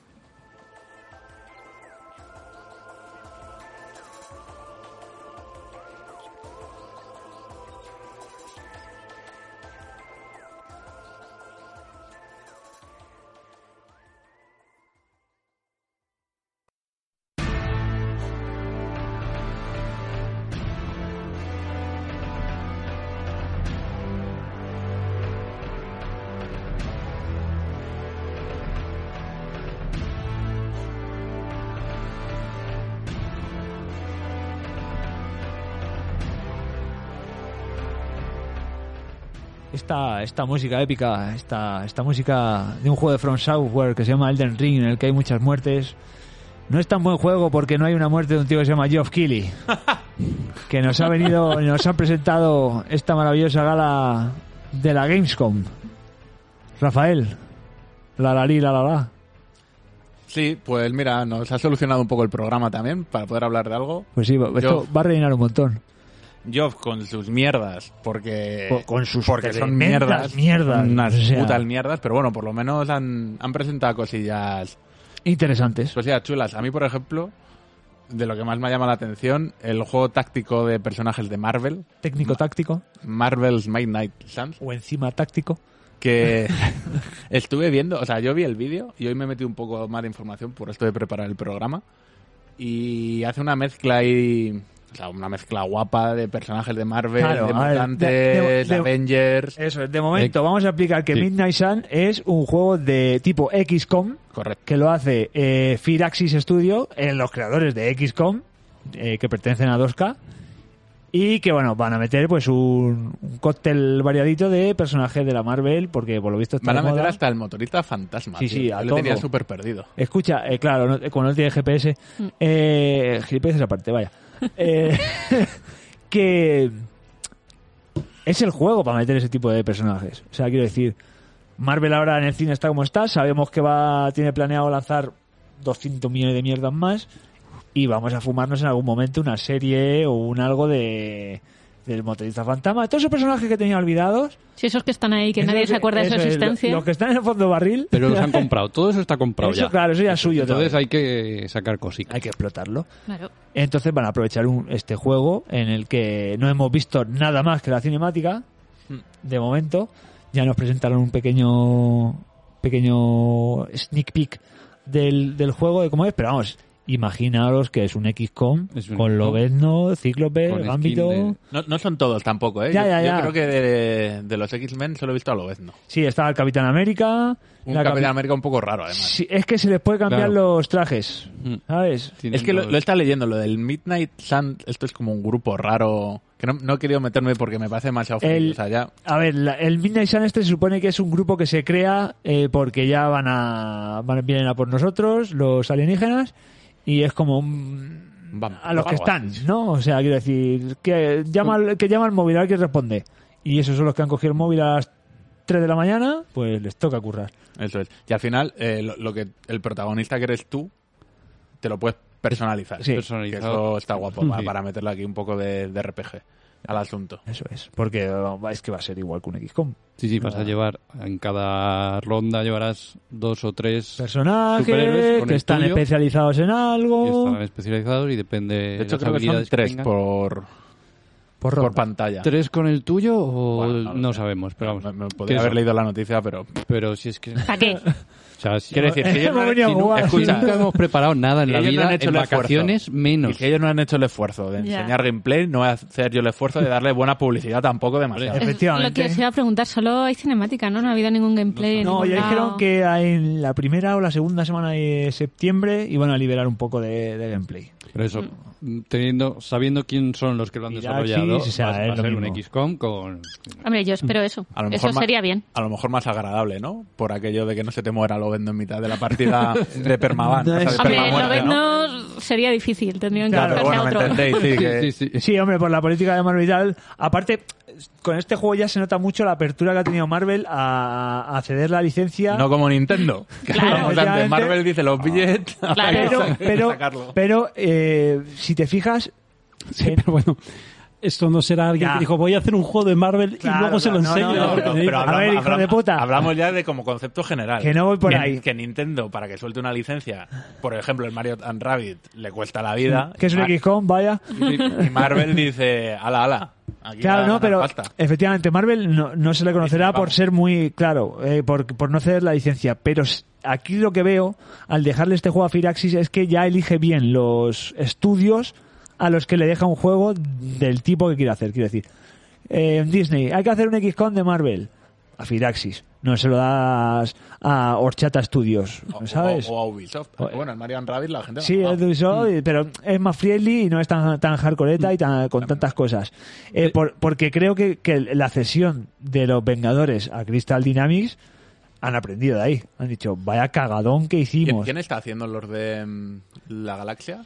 S1: Esta, esta música épica, esta, esta música de un juego de From Software que se llama Elden Ring, en el que hay muchas muertes. No es tan buen juego porque no hay una muerte de un tío que se llama Geoff Keighley. Que nos ha venido, nos ha presentado esta maravillosa gala de la Gamescom. Rafael, la la li, la la la.
S4: Sí, pues mira, nos ha solucionado un poco el programa también para poder hablar de algo.
S1: Pues sí, esto
S4: Geoff.
S1: va a rellenar un montón.
S4: Job con sus mierdas, porque.
S1: Con- con sus
S4: Eh, Porque son
S1: tremendas
S4: mierdas.
S1: mierdas,
S4: Unas
S1: o sea.
S4: putas mierdas, pero bueno, por lo menos han, han presentado cosillas
S1: Interesantes.
S4: cosillas chulas. A mí, por ejemplo, de lo que más me ha llamado la atención, el juego táctico de personajes de Marvel,
S1: Técnico-táctico,
S4: Marvel's Midnight Suns,
S1: o encima táctico.
S4: que estuve viendo, o sea, yo vi el vídeo y hoy me metí un poco más de información por esto de preparar el programa y hace una mezcla ahí, o sea, una mezcla guapa de personajes de Marvel,
S1: Claro,
S4: de
S1: a ver,
S4: mutantes,
S1: de- de- de-
S4: Avengers,
S1: Eso es, de momento vamos a explicar que Midnight Sun es un juego de tipo XCOM
S4: correcto.
S1: que lo hace eh, Firaxis Studio, eh, los creadores de XCOM, eh, que pertenecen a 2K, y que bueno, van a meter pues un, un cóctel variadito de personajes de la Marvel, porque por lo visto está
S4: Van a
S1: de
S4: meter
S1: moda.
S4: hasta el motorista fantasma.
S1: Sí,
S4: tío.
S1: sí, a
S4: Yo le tenía
S1: todo.
S4: súper perdido.
S1: Escucha, eh, claro, no, eh, como no tiene GPS,
S5: Mm.
S1: eh, GPS aparte, vaya. Eh, que es el juego para meter ese tipo de personajes. O sea, quiero decir, Marvel ahora en el cine está como está, sabemos que va tiene planeado lanzar 200 millones de mierdas más y vamos a fumarnos en algún momento una serie o un algo de del motorista fantasma, todos esos personajes que tenía olvidados,
S5: Si esos que están ahí, que nadie se acuerda de su
S1: Eso es, lo-
S5: existencia.
S1: los que están en el fondo barril,
S6: Pero los han comprado. Todo eso está comprado
S1: eso
S6: ya.
S1: claro, eso ya es suyo.
S6: Entonces
S1: todavía.
S6: hay que sacar cositas.
S1: hay que explotarlo.
S5: Claro.
S1: Entonces van a aprovechar un- este juego en el que no hemos visto nada más que la cinemática. De momento, ya nos presentaron un pequeño pequeño sneak peek del, del juego de cómo es, pero vamos, imaginaros que es un XCOM
S6: Es un
S1: con
S6: XCOM.
S1: Lobezno, Cíclope,
S6: Con skin
S1: Gambito.
S6: de-
S4: No, no son todos tampoco, ¿eh?
S1: Ya,
S4: Yo-
S1: ya,
S4: yo,
S1: ya.
S4: creo que de, de los X-Men solo he visto a Lobezno.
S1: Sí, estaba el Capitán América.
S4: Un
S1: la capi-
S4: Capitán América un poco raro, además.
S1: Sí, es que se les puede cambiar
S6: Claro.
S1: los trajes,
S6: Mm.
S1: ¿sabes?
S6: Tienen
S4: Es que lo,
S6: los-
S4: lo está leyendo, lo del Midnight Sun, esto es como un grupo raro, que no, no he querido meterme porque me parece demasiado frío.
S1: El-
S4: O sea, ya,
S1: A ver, la- el Midnight Sun este se supone que es un grupo que se crea eh, porque ya van a, van- vienen a por nosotros, los alienígenas, y es como un-
S4: Vamos,
S1: a los que
S4: algo
S1: están,
S4: así.
S1: ¿no? O sea, quiero decir, que llama, al- que llama al móvil a ver quién responde. Y esos son los que han cogido el móvil a las 3 de la mañana, pues les toca currar.
S4: Eso es. Y al final, eh, lo, lo que el protagonista que eres tú, te lo puedes personalizar.
S1: Sí.
S4: Que
S6: Personalizado.
S4: eso está guapo, pa-
S6: Sí.
S4: para meterle aquí un poco de, de RPG al asunto.
S1: Eso es, porque eh, es que va a ser igual que un XCOM.
S6: Sí, sí, vas a llevar en cada ronda llevarás dos o tres Superhéroes
S1: Personajes
S6: con
S1: que
S6: el
S1: están
S6: tuyo.
S1: especializados en
S6: que
S1: algo.
S6: estarán especializados y depende
S4: De hecho, creo
S6: Eh, las
S4: que son
S6: habilidades que
S4: tres
S6: tengan.
S4: por,
S1: Por
S4: por
S1: ronda.
S4: pantalla.
S6: tres con el tuyo o
S4: Bueno,
S6: no,
S4: no lo sé.
S6: sabemos, pero vamos.
S4: Me, me
S6: que
S4: podría
S6: eso,
S4: haber leído la noticia, pero
S6: Pero si es que o
S5: ¿Para qué?
S6: sea, si,
S4: Quiero decir, si ellos, no,
S1: Hemos venido a
S4: si nu-
S1: jugar.
S4: escucha,
S6: nunca hemos preparado nada en la
S4: ellos no
S6: vida,
S4: han hecho
S6: en
S4: el esfuerzo.
S6: vacaciones
S4: y
S6: menos.
S4: si ellos no han hecho el esfuerzo de
S5: Ya.
S4: enseñar gameplay, no voy a hacer yo el esfuerzo de darle buena publicidad tampoco demasiado.
S1: Hombre, Efectivamente.
S5: Lo que os iba a preguntar, solo hay cinemática, ¿no? No ha habido ningún gameplay. en
S1: No,
S5: ningún
S1: ya dijeron
S5: lado.
S1: que en la primera o la segunda semana de septiembre iban a liberar un poco de, de gameplay.
S6: Pero eso,
S4: "Mm".
S6: teniendo, sabiendo quién son los que lo han
S1: Mira,
S6: desarrollado,
S1: sí, o sea,
S6: va,
S1: es
S6: a- va a
S1: lo
S6: ser un
S1: mismo.
S6: XCOM con...
S5: Hombre, yo espero eso.
S4: A lo mejor
S5: Eso
S4: ma-
S5: sería bien.
S4: A lo mejor más agradable, ¿no? Por aquello de que no se te muera lo vendo en mitad de la partida de Permaban. o sea, de
S1: Hombre,
S5: Hombre,
S4: permamuerte,
S5: lo ves,
S4: ¿no?
S5: no sería difícil. Tendrían que
S1: Claro,
S4: Pero
S5: buscarse
S4: bueno,
S5: a
S4: me
S5: otro.
S4: entendéis, sí, eh. que-
S6: Sí, sí, sí.
S1: Sí, hombre, por la política de Marvel y tal. Aparte, con este juego ya se nota mucho la apertura que ha tenido Marvel a, a ceder la licencia.
S4: No como Nintendo. Que
S5: Claro.
S4: hablábamos antes.
S1: Efectivamente.
S4: Marvel dice los billetes. hay que
S1: pero,
S4: sa-
S1: pero,
S4: sacarlo.
S1: pero eh, si te fijas,
S2: Sí,
S1: en-
S2: pero bueno, esto no será alguien
S1: Ya.
S2: que dijo, voy a hacer un juego de Marvel y
S1: Claro,
S2: luego se lo
S1: claro, no,
S2: enseño.
S1: no,
S2: porque
S1: pero-
S2: me
S1: pero
S2: dice,
S1: a ver, hijo de puta.
S4: Hablamos ya de como concepto general.
S1: Que no voy por
S4: Que-
S1: ahí.
S4: Que Nintendo, para que suelte una licencia, por ejemplo, el Mario and Rabbit, le cuesta la vida.
S1: que es un
S4: Ah,
S1: XCOM, vaya.
S4: Y y Marvel dice, ala, ala. Aquí
S1: Claro,
S4: la-
S1: no,
S4: la
S1: pero
S4: pasta".
S1: efectivamente Marvel no, no se le conocerá por
S4: vamos.
S1: ser muy claro, eh, por, por no ceder la licencia, pero s- aquí lo que veo al dejarle este juego a Firaxis es que ya elige bien los estudios a los que le deja un juego del tipo que quiere hacer, quiero decir. Eh, Disney, hay que hacer un XCOM de Marvel. A Firaxis, no se lo das a Horchata Studios,
S4: O,
S1: eh, ¿sabes? Pues-
S4: o- o a Ubisoft. Bueno, el Mario and Rabbit la gente...
S1: Sí,
S4: ah,
S1: es de Ubisoft, pero es más friendly y no es tan, tan hardcoreta y
S4: Mm.
S1: tan, con tantas cosas. Eh, por- porque creo que, que la cesión de los Vengadores a Crystal Dynamics han aprendido de ahí. Han dicho, vaya cagadón que
S4: ¿quién,
S1: hicimos.
S4: quién está haciendo los de mm, la galaxia?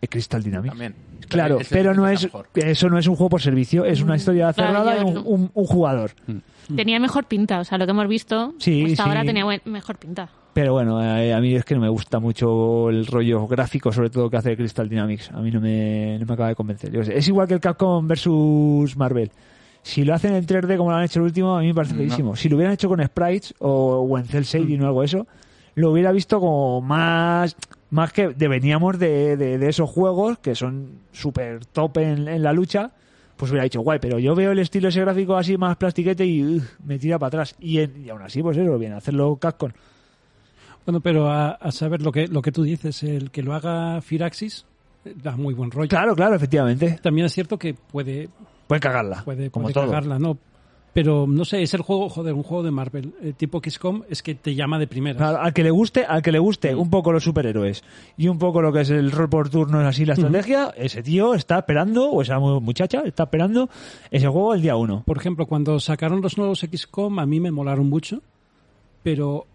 S1: Eh, Crystal Dynamics.
S4: También.
S1: Claro,
S4: Ese-
S1: pero no
S4: ese
S1: es
S4: está mejor.
S1: eso no es un juego por servicio, es una historia
S5: Mm. claro,
S1: cerrada y
S5: yo
S1: un,
S5: no.
S1: un- un jugador.
S4: Mm.
S5: Tenía mejor pinta, o sea, lo que hemos visto
S1: Mm. Sí,
S5: hasta
S1: sí.
S5: ahora tenía buen- mejor pinta.
S1: Pero bueno, eh, a mí es que no me gusta mucho el rollo gráfico, sobre todo que hace Crystal Dynamics. A mí no me, no me acaba de convencer. Yo qué sé, es igual que el Capcom versus Marvel. Si lo hacen en 3D como lo han hecho el último, a mí me parece feísimo. Si lo hubieran hecho con sprites o, o en cel shading o algo de eso, lo hubiera visto como más más que deveníamos de, de- de esos juegos que son súper top en, en la lucha, pues hubiera dicho guay, pero yo veo el estilo ese gráfico así más plastiquete y ugh, me tira para atrás. Y, en- y aún así, pues eso, bien, hacerlo Capcom.
S2: Bueno, pero a, a saber lo que, lo que tú dices, el que lo haga Firaxis eh, da muy buen rollo.
S1: Claro, claro, efectivamente.
S2: También es cierto que puede,
S1: Puede cagarla.
S2: puede,
S1: como
S2: puede
S1: todo.
S2: cagarla, ¿no? Pero no sé, es el juego, joder, un juego de Marvel, eh, tipo XCOM, es que te llama de primera.
S1: Claro, al que le guste, al que le guste un poco los superhéroes y un poco lo que es el rol por turnos así la estrategia, ese tío está esperando, o esa mu- muchacha está esperando ese juego el día uno.
S2: Por ejemplo, cuando sacaron los nuevos XCOM, a mí me molaron mucho, pero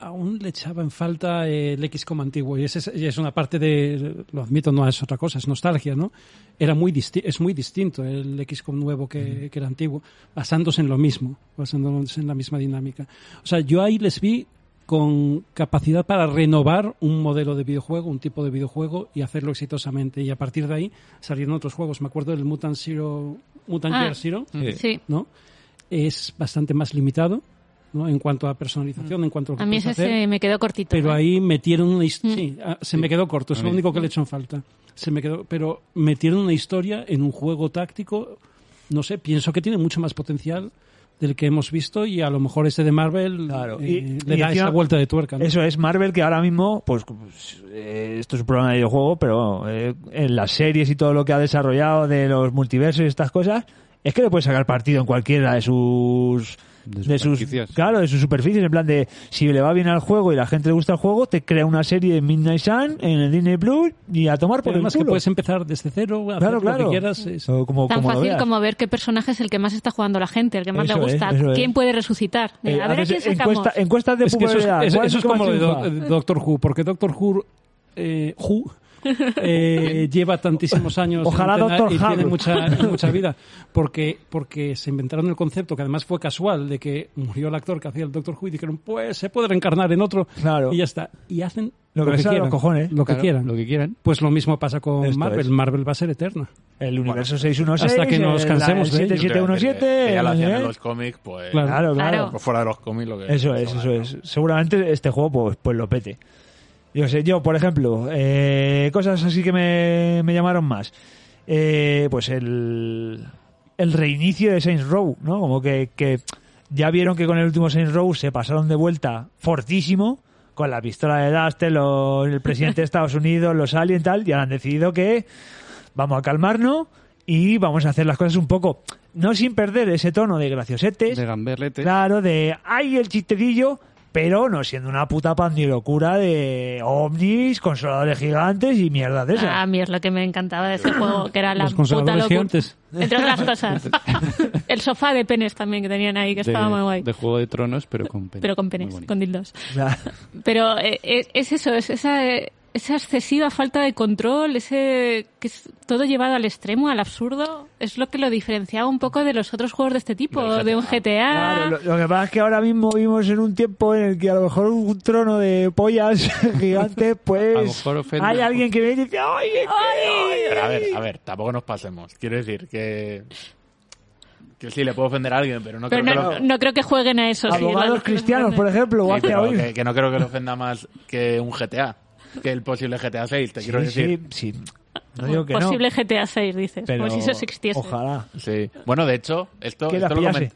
S2: aún le echaba en falta eh, el XCOM antiguo. Y, ese es, y es una parte de, lo admito, no es otra cosa, es nostalgia, ¿no? Era muy disti- es muy distinto el XCOM nuevo que, que el antiguo, basándose en lo mismo, basándose en la misma dinámica. O sea, yo ahí les vi con capacidad para renovar un modelo de videojuego, un tipo de videojuego y hacerlo exitosamente. Y a partir de ahí salieron otros juegos. Me acuerdo del Mutant Zero, Mutant
S5: Ah.
S2: Year Zero,
S5: Sí.
S2: ¿no? Es bastante más limitado, ¿no? En cuanto a personalización, en cuanto a lo que
S5: A mí
S2: puedes
S5: ese
S2: hacer,
S5: se me Mm. quedó cortito.
S2: Pero
S5: ¿eh?
S2: ahí metieron una historia. se me quedó corto, es lo único que le he hecho en falta. Se me quedó, pero metieron una historia en un juego táctico, no sé, pienso que tiene mucho más potencial del que hemos visto y a lo mejor ese de Marvel
S1: Claro,
S2: eh,
S1: y-
S2: le
S1: y
S2: da
S1: encima-
S2: esa vuelta de tuerca. ¿no?
S1: Eso es Marvel que ahora mismo, pues, pues, eh, esto es un programa de videojuego, pero eh, en las series y todo lo que ha desarrollado de los multiversos y estas cosas, es que le puede sacar partido en cualquiera de sus
S6: De sus superficies.
S1: claro, de sus superficies, en plan de si le va bien al juego y la gente le gusta el juego, te crea una serie de Midnight Sun en el Disney Plus y a tomar por
S2: Pero además
S1: el
S2: que
S1: culo.
S2: puedes em- empezar desde cero, hacer
S1: claro,
S2: lo
S1: claro.
S2: que quieras. es-
S1: O como,
S5: Tan
S1: como lo
S5: fácil
S1: veas.
S5: como ver qué personaje es el que más está jugando la gente, el que más
S1: Eso
S5: le
S1: es,
S5: gusta,
S1: eso es.
S5: quién puede resucitar.
S1: Eh,
S5: a ver a
S1: haces
S5: quién sacamos.
S1: encuesta- encuestas de
S2: Es que eso es,
S1: popularidad.
S2: es-
S1: ¿Cuál
S2: eso es
S1: que más
S2: como lo de
S1: triunfa?
S2: Doc- de Doctor Who, porque Doctor Who, eh, Who, eh, lleva tantísimos años en
S1: Ojalá
S2: antena
S1: Doctor
S2: y tiene
S1: Who.
S2: mucha, mucha vida, porque, porque se inventaron el concepto, que además fue casual, de que murió el actor que hacía el Doctor Who y dijeron, pues se puede reencarnar en otro,
S1: Claro.
S2: y ya está. Y hacen
S1: Lo
S2: lo,
S1: que les
S2: que
S1: salga
S2: quieran.
S1: los cojones. ¿eh?
S2: Lo que
S6: Claro,
S2: quieran.
S6: Lo que quieran.
S2: Pues lo mismo pasa con
S1: Esto
S2: Marvel.
S1: es.
S2: Marvel va a ser eterna.
S1: El universo 616.
S2: hasta que nos
S1: el-
S2: cansemos
S1: el
S2: de ello.
S4: Yo te iba a decir
S1: 7717.
S4: que- que ya lo hacían
S1: ¿eh?
S4: en los cómics, pues.
S2: Claro.
S1: Claro, claro.
S5: Claro.
S4: pues fuera de los cómics, lo que.
S1: Eso es, eso es. Seguramente este juego pues, pues lo pete. Yo sé, yo, por ejemplo, eh, cosas así que me, me llamaron más. Eh, pues el, el reinicio de Saints Row, ¿no? Como que, que ya vieron que con el último Saints Row se pasaron de vuelta fortísimo con la pistola de Duster, los- el presidente de Estados Unidos, los aliens y tal, y ahora han decidido que vamos a calmarnos y vamos a hacer las cosas un poco, no sin perder ese tono de graciosetes,
S6: De gamberlete.
S1: Claro, de ay el chistecillo, pero no siendo una puta pandilocura de ovnis, consoladores gigantes y mierda de esas.
S5: A mí es lo que me encantaba de ese juego, que era la
S2: Los
S5: puta
S2: consoladores
S5: locura.
S2: gigantes.
S5: Entre otras cosas. El sofá de penes también que tenían ahí, que
S6: de,
S5: estaba muy guay.
S6: de Juego de Tronos, pero con penes.
S5: Pero con
S6: Muy
S5: penes,
S6: bonito.
S5: con dildos.
S1: O sea,
S5: Pero eh, eh, es eso, es esa, eh, esa excesiva falta de control, ese que es todo llevado al extremo, al absurdo, es lo que lo diferenciaba un poco de los otros juegos de este tipo,
S4: Del
S5: de un
S4: GTA.
S5: GTA.
S1: claro, lo, lo que pasa es que ahora mismo vivimos en un tiempo en el que a lo mejor un trono de pollas gigantes,
S6: A lo
S1: pues
S6: mejor ofende
S1: hay
S6: un
S1: alguien que viene y dice, ¡ay! es que-
S4: Pero a ver, a ver, tampoco nos pasemos. Quiero decir que. Que sí, le puedo ofender a alguien, pero no
S5: Pero
S4: creo
S5: no,
S4: que lo.
S5: no creo que jueguen a eso. sí, la-
S1: Abogados
S5: la-
S1: cristianos, por ejemplo, o
S4: Sí,
S1: hacia
S4: pero
S1: hoy.
S4: que, que no creo que lo ofenda más que un GTA. Que el posible GTA 6, te quiero
S1: Sí,
S4: decir.
S1: sí, sí. No digo que no,
S5: Pues Posible GTA 6, dices.
S1: pero
S5: como si eso existiese.
S1: ojalá.
S4: Sí. Bueno, de hecho, esto,
S1: Que la
S4: esto lo,
S1: pillase.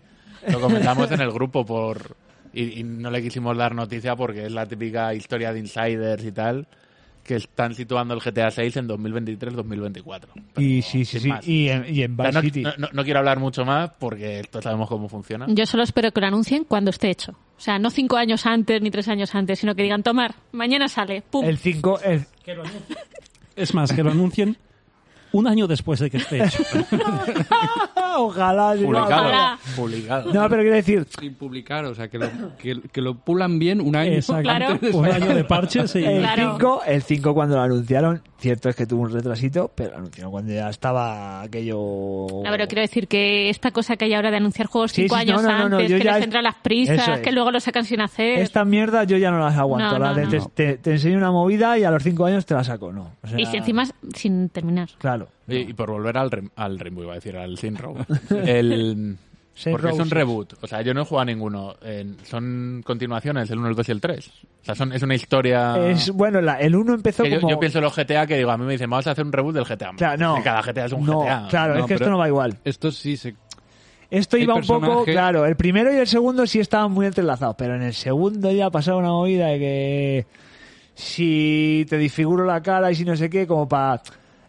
S4: lo comentamos en el grupo por y, y no le quisimos dar noticia porque es la típica historia de insiders y tal que están situando el GTA 6 en 2023-2024.
S1: Y sí, sí,
S4: sin
S1: sí.
S4: más.
S1: Y en, y en
S4: O sea,
S1: Vice
S4: no,
S1: City.
S4: no- no- no quiero hablar mucho más porque todos sabemos cómo funciona.
S5: Yo solo espero que lo anuncien cuando esté hecho. O sea, no cinco años antes ni tres años antes, sino que digan, tomar, mañana sale, pum.
S1: El 5, el,
S2: Es más, que lo anuncien un año después de que esté hecho.
S1: Ojalá.
S4: Publicado.
S5: Ojalá.
S4: Publicado.
S1: No, pero quiero decir,
S6: Sin publicar, o sea, que lo, que, que lo pulan bien un año.
S2: Exacto.
S5: Claro.
S2: Un año de parches y...
S1: el
S5: Claro.
S1: 5, el 5 cuando lo anunciaron, cierto es que tuvo un retrasito, pero lo anunciaron cuando ya estaba aquello...
S5: No, Ah, pero quiero decir que esta cosa que hay ahora de anunciar juegos
S1: Oh. Sí,
S5: cinco
S1: sí, no,
S5: años
S1: no, no, no,
S5: antes,
S1: yo
S5: que
S1: ya
S5: les
S1: es-
S5: entran las prisas,
S1: eso es.
S5: que luego lo sacan sin hacer.
S1: Esta mierda yo ya no las aguanto.
S5: No,
S1: la
S5: no,
S1: de
S5: no.
S1: Te, te- te enseño una movida y a los 5 años te la saco, ¿no? O sea,
S5: Y si encima sin terminar.
S1: Claro.
S4: Y, y por volver al, rem- al Rainbow, iba a decir, al Sin Row. El...
S1: Saints
S4: Porque es
S1: Row,
S4: un
S1: sí.
S4: reboot. O sea, yo no he jugado a ninguno. En- son continuaciones, el 1, el 2 y el 3. O sea, son, es una historia...
S1: Es, bueno, la- el 1 empezó
S4: Ah. Que yo,
S1: como...
S4: yo pienso en los GTA que digo, a mí me dicen, vamos a hacer un reboot del GTA.
S1: Claro, no.
S4: Que Cada GTA es un
S1: no,
S4: GTA.
S1: Claro,
S6: No,
S1: es que esto
S6: pero-
S1: no va igual.
S6: Esto sí se...
S1: Esto
S6: El
S1: iba un poco,
S6: personaje-
S1: claro, el primero y el segundo sí estaban muy entrelazados, pero en el segundo ya pasaba una movida de que si te disfiguro la cara y si no sé qué, como para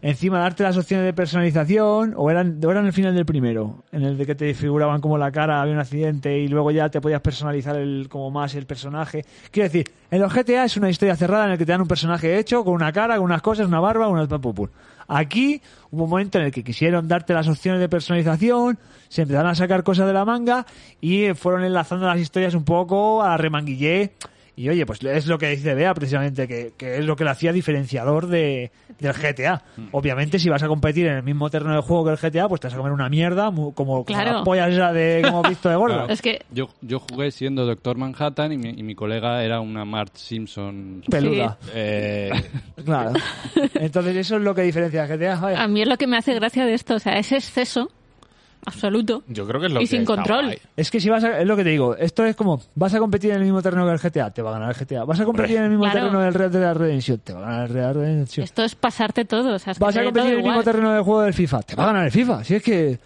S1: encima darte las opciones de personalización, o eran, o eran el final del primero, en el de que te disfiguraban como la cara, había un accidente y luego ya te podías personalizar el, como más el personaje. Quiero decir, en los GTA es una historia cerrada en el que te dan un personaje hecho, con una cara, con unas cosas, una barba, unas papupur. Aquí hubo un momento en el que quisieron darte las opciones de personalización, se empezaron a sacar cosas de la manga y eh, fueron enlazando las historias un poco a remanguillé. Y oye, pues es lo que dice Bea precisamente, que, que es lo que le hacía diferenciador de, del GTA. Obviamente, si vas a competir en el mismo terreno de juego que el GTA, pues te vas a comer una mierda, mu- como, como
S5: Claro.
S1: la polla esa de como visto de gorda.
S6: Claro.
S5: Es que
S6: Yo, yo jugué siendo Doctor Manhattan y mi, y mi colega era una Mart Simpson.
S1: Peluda.
S4: Eh,
S1: Claro. Entonces, eso es lo que diferencia el GTA. vaya.
S5: a mí es lo que me hace gracia de esto, o sea, ese exceso absoluto.
S4: yo creo que es lo
S5: Y
S4: que
S5: sin
S4: está
S5: control.
S4: guay.
S1: Es que si vas a, es lo que te digo, esto es como, vas a competir en el mismo terreno que el GTA, te va a ganar el GTA. Vas a competir en el mismo
S5: Claro.
S1: terreno del Red Dead Redemption, te va a ganar el Red Dead Redemption.
S5: Esto es pasarte todo, o sea, es que
S1: Vas
S5: te
S1: a
S5: dé todo
S1: competir en el
S5: igual.
S1: mismo terreno del juego del FIFA, te va a ganar el FIFA. Si es que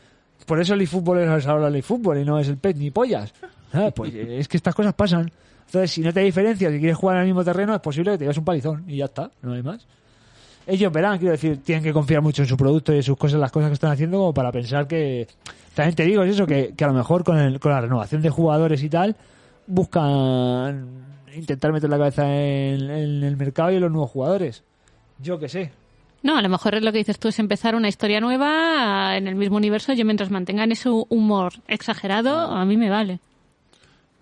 S1: Por eso el eFootball es ahora el eFootball y no es el PES ni pollas. Ah, Pues eh, es que estas cosas pasan. Entonces, si no te diferencias y quieres jugar en el mismo terreno, es posible que te lleves un palizón y ya está, no hay más. Ellos verán, quiero decir, tienen que confiar mucho en su producto y en sus cosas, las cosas que están haciendo, como para pensar que. También te digo, es eso, que, que a lo mejor con, el- con la renovación de jugadores y tal, buscan intentar meter la cabeza en, en el mercado y en los nuevos jugadores. Yo qué sé.
S5: No, a lo mejor es lo que dices tú, es empezar una historia nueva en el mismo universo. Yo mientras mantengan ese humor exagerado,
S1: Ah.
S5: a mí me vale.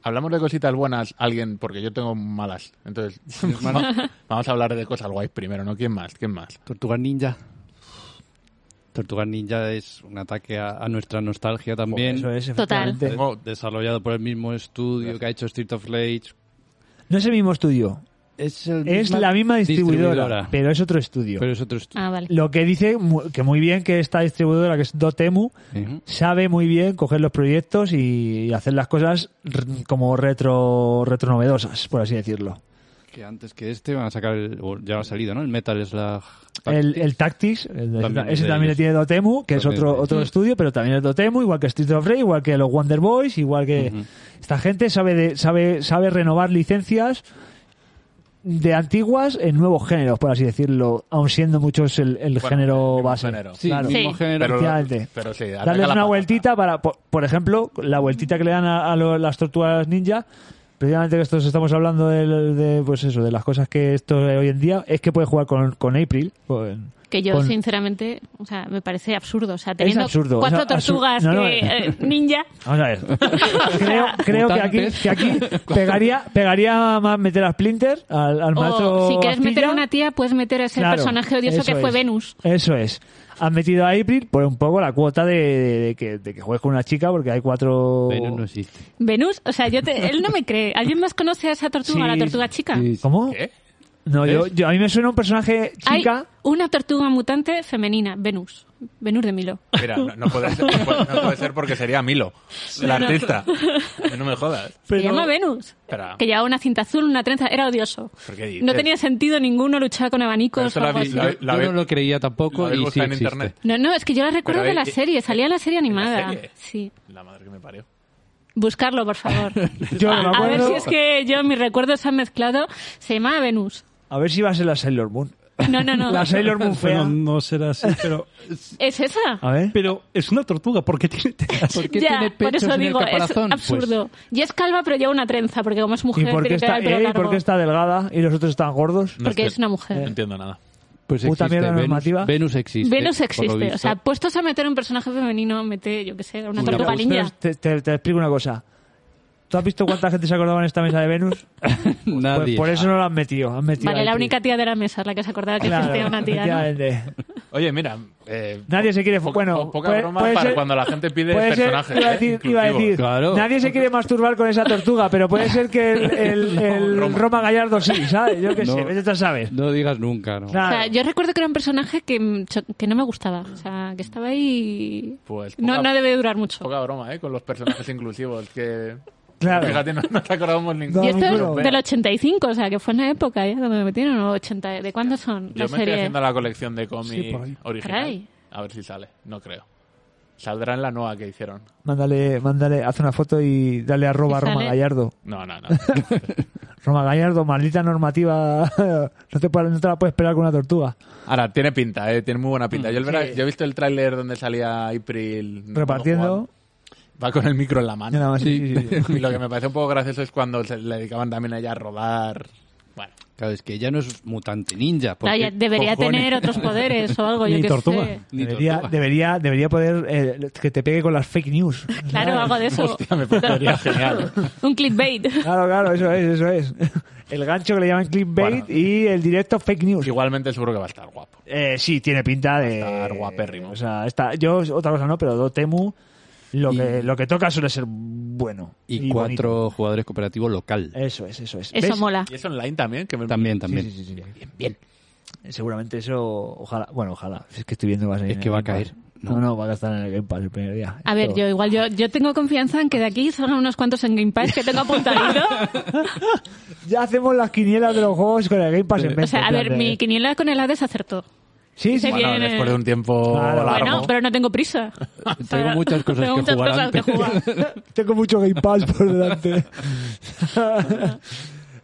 S4: Hablamos de cositas buenas, alguien, porque yo tengo malas. Entonces, va- vamos a hablar de cosas guays primero, ¿no? ¿Quién más? ¿Quién más?
S6: Tortuga Ninja. Tortuga Ninja es un ataque a, a nuestra nostalgia también.
S1: Eso es,
S5: Total.
S1: efectivamente.
S4: Tengo-
S6: Desarrollado por el mismo estudio que ha hecho Street of Rage.
S1: No es el mismo estudio,
S6: Es, el
S1: es la misma distribuidora, pero es otro estudio.
S6: pero es otro estudio.
S5: Ah, vale.
S1: Lo que dice mu- que muy bien que esta distribuidora, que es Dotemu,
S6: Ujú.
S1: sabe muy bien coger los proyectos y hacer las cosas r- como retro retronovedosas, por así decirlo.
S6: Que antes que este van a sacar el, o ya ha salido, ¿no? El Metal Slug.
S1: El, el Tactics, el de-
S6: También es
S1: ese
S6: de
S1: también le
S6: ellos.
S1: tiene Dotemu, que es
S6: También es
S1: otro
S6: de
S1: otro
S6: ellos.
S1: estudio, pero también es Dotemu, igual que Street of Rage, igual que los Wonder Boys, igual que esta gente sabe de, sabe sabe renovar licencias de antiguas en nuevos géneros, por así decirlo, aun siendo muchos el, el
S4: Bueno, el
S1: género
S4: mismo
S1: base.
S4: género.
S6: Sí,
S1: Claro.
S6: mismo
S5: Sí.
S6: género.
S4: Pero,
S1: Efectivamente.
S4: pero sí, ataca
S1: darles
S4: la
S1: una
S4: patata.
S1: vueltita para, por, por ejemplo, la vueltita que le dan a, a lo- las tortugas ninja, precisamente que estos estamos hablando del- de, pues eso, de las cosas que esto de hoy en día, es que puede jugar con, con April. con-
S5: Que yo,
S1: con-
S5: sinceramente, o sea, me parece absurdo. O sea, teniendo
S1: absurdo,
S5: cuatro
S1: es absurdo.
S5: tortugas
S1: No, no,
S5: que,
S1: eh.
S5: eh, ninja,
S1: Vamos a ver. Creo, creo que aquí,
S6: Mutantes.
S1: que aquí pegaría, pegaría más meter a Splinter, al, al maestro.
S5: o si quieres meter
S1: Astilla.
S5: a una tía, puedes meter a ese
S1: Claro,
S5: personaje odioso
S1: eso
S5: que fue
S1: es.
S5: Venus.
S1: Eso es. Han metido a April por un poco la cuota de, de- de que, de que juegues con una chica, porque hay cuatro.
S6: Venus no existe.
S5: Venus, o sea, yo te- él no me cree. ¿Alguien más conoce a esa tortuga, a
S1: Sí,
S5: la tortuga chica?
S1: ¿Cómo?
S4: ¿Qué?
S1: No, yo, yo- a mí me suena un personaje
S5: Hay
S1: chica.
S5: una tortuga mutante femenina, Venus. Venus de Milo.
S4: Mira, no, no puede ser, no puede- no puede ser porque sería Milo, el
S5: No, no.
S4: artista. Eh, No me jodas.
S5: Se llama Venus.
S4: Espera.
S5: Que llevaba una cinta azul, una trenza, era odioso.
S4: ¿Pero qué dices?
S5: No tenía sentido ninguno, luchaba con
S4: Pero
S5: abanicos
S4: eso
S5: o
S4: lo
S5: algo
S4: habéis-
S5: así.
S4: La-
S6: yo
S4: la
S6: yo
S4: ve-
S6: no lo creía
S4: Lo
S6: tampoco
S4: habéis
S6: y sí
S4: buscado en
S6: existe.
S4: internet.
S5: No, no, es que yo la recuerdo
S4: Pero
S5: de la
S4: hay-
S5: serie, salía en la serie animada.
S4: serie?
S5: Sí.
S4: La madre que me parió.
S5: Buscarlo, por favor.
S1: Yo
S5: a,
S1: no me
S5: a ver
S1: acuerdo.
S5: si es que yo mis recuerdos se han mezclado. Se llamaba Venus.
S1: A ver si va a ser la Sailor Moon.
S5: No, no, no.
S1: La Sailor Moon fea.
S2: Bueno, no será así, pero,
S5: ¿Es esa?
S1: A ver.
S2: pero es una tortuga porque tiene tetas.
S6: ¿Por qué
S5: ya,
S6: tiene
S5: por
S6: pechos
S5: eso
S6: en
S5: digo,
S6: el
S5: es
S6: caparazón? Pues,
S5: absurdo. Y es calva, pero lleva una trenza, porque como es
S1: ¿Y
S5: mujer,
S1: por
S5: tiene
S1: qué,
S5: que
S1: está,
S5: dar el pelo
S1: eh,
S5: largo.
S1: por qué está delgada y los otros están gordos?
S4: No
S5: Porque
S4: sé.
S5: es una mujer.
S4: No entiendo nada.
S6: pues
S1: Puta
S6: existe.
S1: mierda
S6: Venus,
S1: normativa.
S6: Venus existe.
S5: Venus
S6: por lo
S5: existe.
S6: visto.
S5: O sea, puestos a meter un personaje femenino, mete, yo qué sé, una
S6: Una
S5: tortuga
S6: tortuga.
S5: ninja.
S1: pues, Te, te- te explico una cosa. ¿Tú has visto cuánta gente se acordaba en esta mesa de Venus? Pues
S6: Nadie.
S1: por eso no la han metido. Han metido
S5: Vale,
S1: a
S5: la
S1: April.
S5: única tía de la mesa, la que se acordaba que
S1: Claro,
S5: existía una tía. ¿no?
S1: efectivamente.
S4: Oye, mira. eh,
S1: Nadie se quiere.
S4: po-
S1: bueno,
S4: po- poca
S1: puede-
S4: broma
S1: puede
S4: para
S1: ser-
S4: cuando la gente pide
S1: puede ser-
S4: personajes.
S1: iba a
S4: eh,
S1: decir, iba a decir,
S4: inclusivos.
S6: Claro.
S1: nadie se quiere masturbar con esa tortuga, pero puede ser que el, el- el
S4: Roma.
S1: Roma. Gallardo sí, ¿sabes? Yo qué
S6: No.
S1: sé, vete tú a saber.
S6: No digas nunca, ¿no?
S5: O
S1: Claro.
S5: sea, yo recuerdo que era un personaje que, mm, cho- que no me gustaba. O sea, que estaba ahí.
S4: Pues
S5: no,
S4: poca-
S5: no debe durar mucho.
S4: Poca broma, ¿eh? Con los personajes inclusivos que...
S1: Claro.
S4: Fíjate, no, no te acordábamos ninguno.
S1: No,
S5: Y esto
S1: Bueno,
S5: es del 85, o sea, que fue una época ya cuando me metieron. ¿o 80, ¿De cuándo son?
S4: Yo
S5: las
S4: me estoy
S5: series?
S4: haciendo la colección de cómics
S2: Sí, por ahí.
S4: original.
S5: Caray.
S4: A ver si sale. No creo. Saldrá en la nueva que hicieron.
S1: Mándale, mándale, haz una foto y dale arroba a
S5: Y sale.
S1: Roma Gallardo.
S4: No, no, no.
S1: Roma Gallardo, maldita normativa. No te, puedes- no te la puedes esperar con una tortuga.
S4: Ahora, tiene pinta, ¿eh? Tiene muy buena pinta.
S5: Mm.
S4: Yo, el vera- yo he visto el tráiler donde salía April...
S1: Repartiendo.
S4: Va con el micro en la
S1: Y nada
S4: mano.
S1: más, sí, sí, sí.
S4: Y lo que me parece un poco gracioso es cuando se le dedicaban también a ella a rodar. Bueno,
S6: Claro, es que ella no es mutante ninja. porque
S5: Vaya, Ah, debería
S6: cojones.
S5: tener otros poderes o algo, yo
S2: Ni
S5: qué
S2: tortuga.
S5: sé.
S6: Ni
S1: Debería,
S6: tortuga.
S1: debería, debería poder eh, que te pegue con las fake news.
S5: Claro, algo de eso.
S4: hostia, me parecería genial.
S5: Un clickbait.
S1: Claro, claro, eso es, eso es. El gancho que le llaman clickbait
S4: Bueno.
S1: y el directo fake news.
S4: Igualmente seguro que va a estar guapo.
S1: Eh, sí, tiene pinta de.
S4: estar guapérrimo.
S1: O sea, está, yo otra cosa no, pero Dotemu lo,
S6: Y-
S1: que, lo que toca suele ser bueno.
S6: Y cuatro jugadores cooperativos local.
S1: bonito. Eso es, eso es.
S5: Eso
S1: ¿Ves?
S5: mola.
S4: Y es online también, que me...
S6: También, también.
S1: Sí, sí, sí, sí. Bien, bien. Eh, Seguramente eso, ojalá, bueno, ojalá. Es que estoy viendo más
S6: Es que va a caer.
S1: No. no, va a estar en el Game Pass el primer día.
S5: A ver,
S1: Esto-
S5: yo igual, yo, yo tengo confianza en que de aquí son unos cuantos en Game Pass que tengo apuntadito.
S1: Ya hacemos las quinielas de los juegos con el Game Pass en
S5: O
S1: mente,
S5: sea, a
S1: en
S5: ver,
S1: plan de-
S5: mi quiniela con el Hades acertó.
S1: Sí, sí.
S5: Se
S4: Bueno,
S5: viene-
S4: después de un tiempo
S1: Claro.
S4: largo.
S5: Bueno, pero no tengo prisa.
S6: Tengo muchas cosas
S5: Tengo
S6: que
S5: muchas
S6: jugar
S5: cosas que
S6: antes.
S5: jugar.
S1: Tengo mucho Game Pass por delante.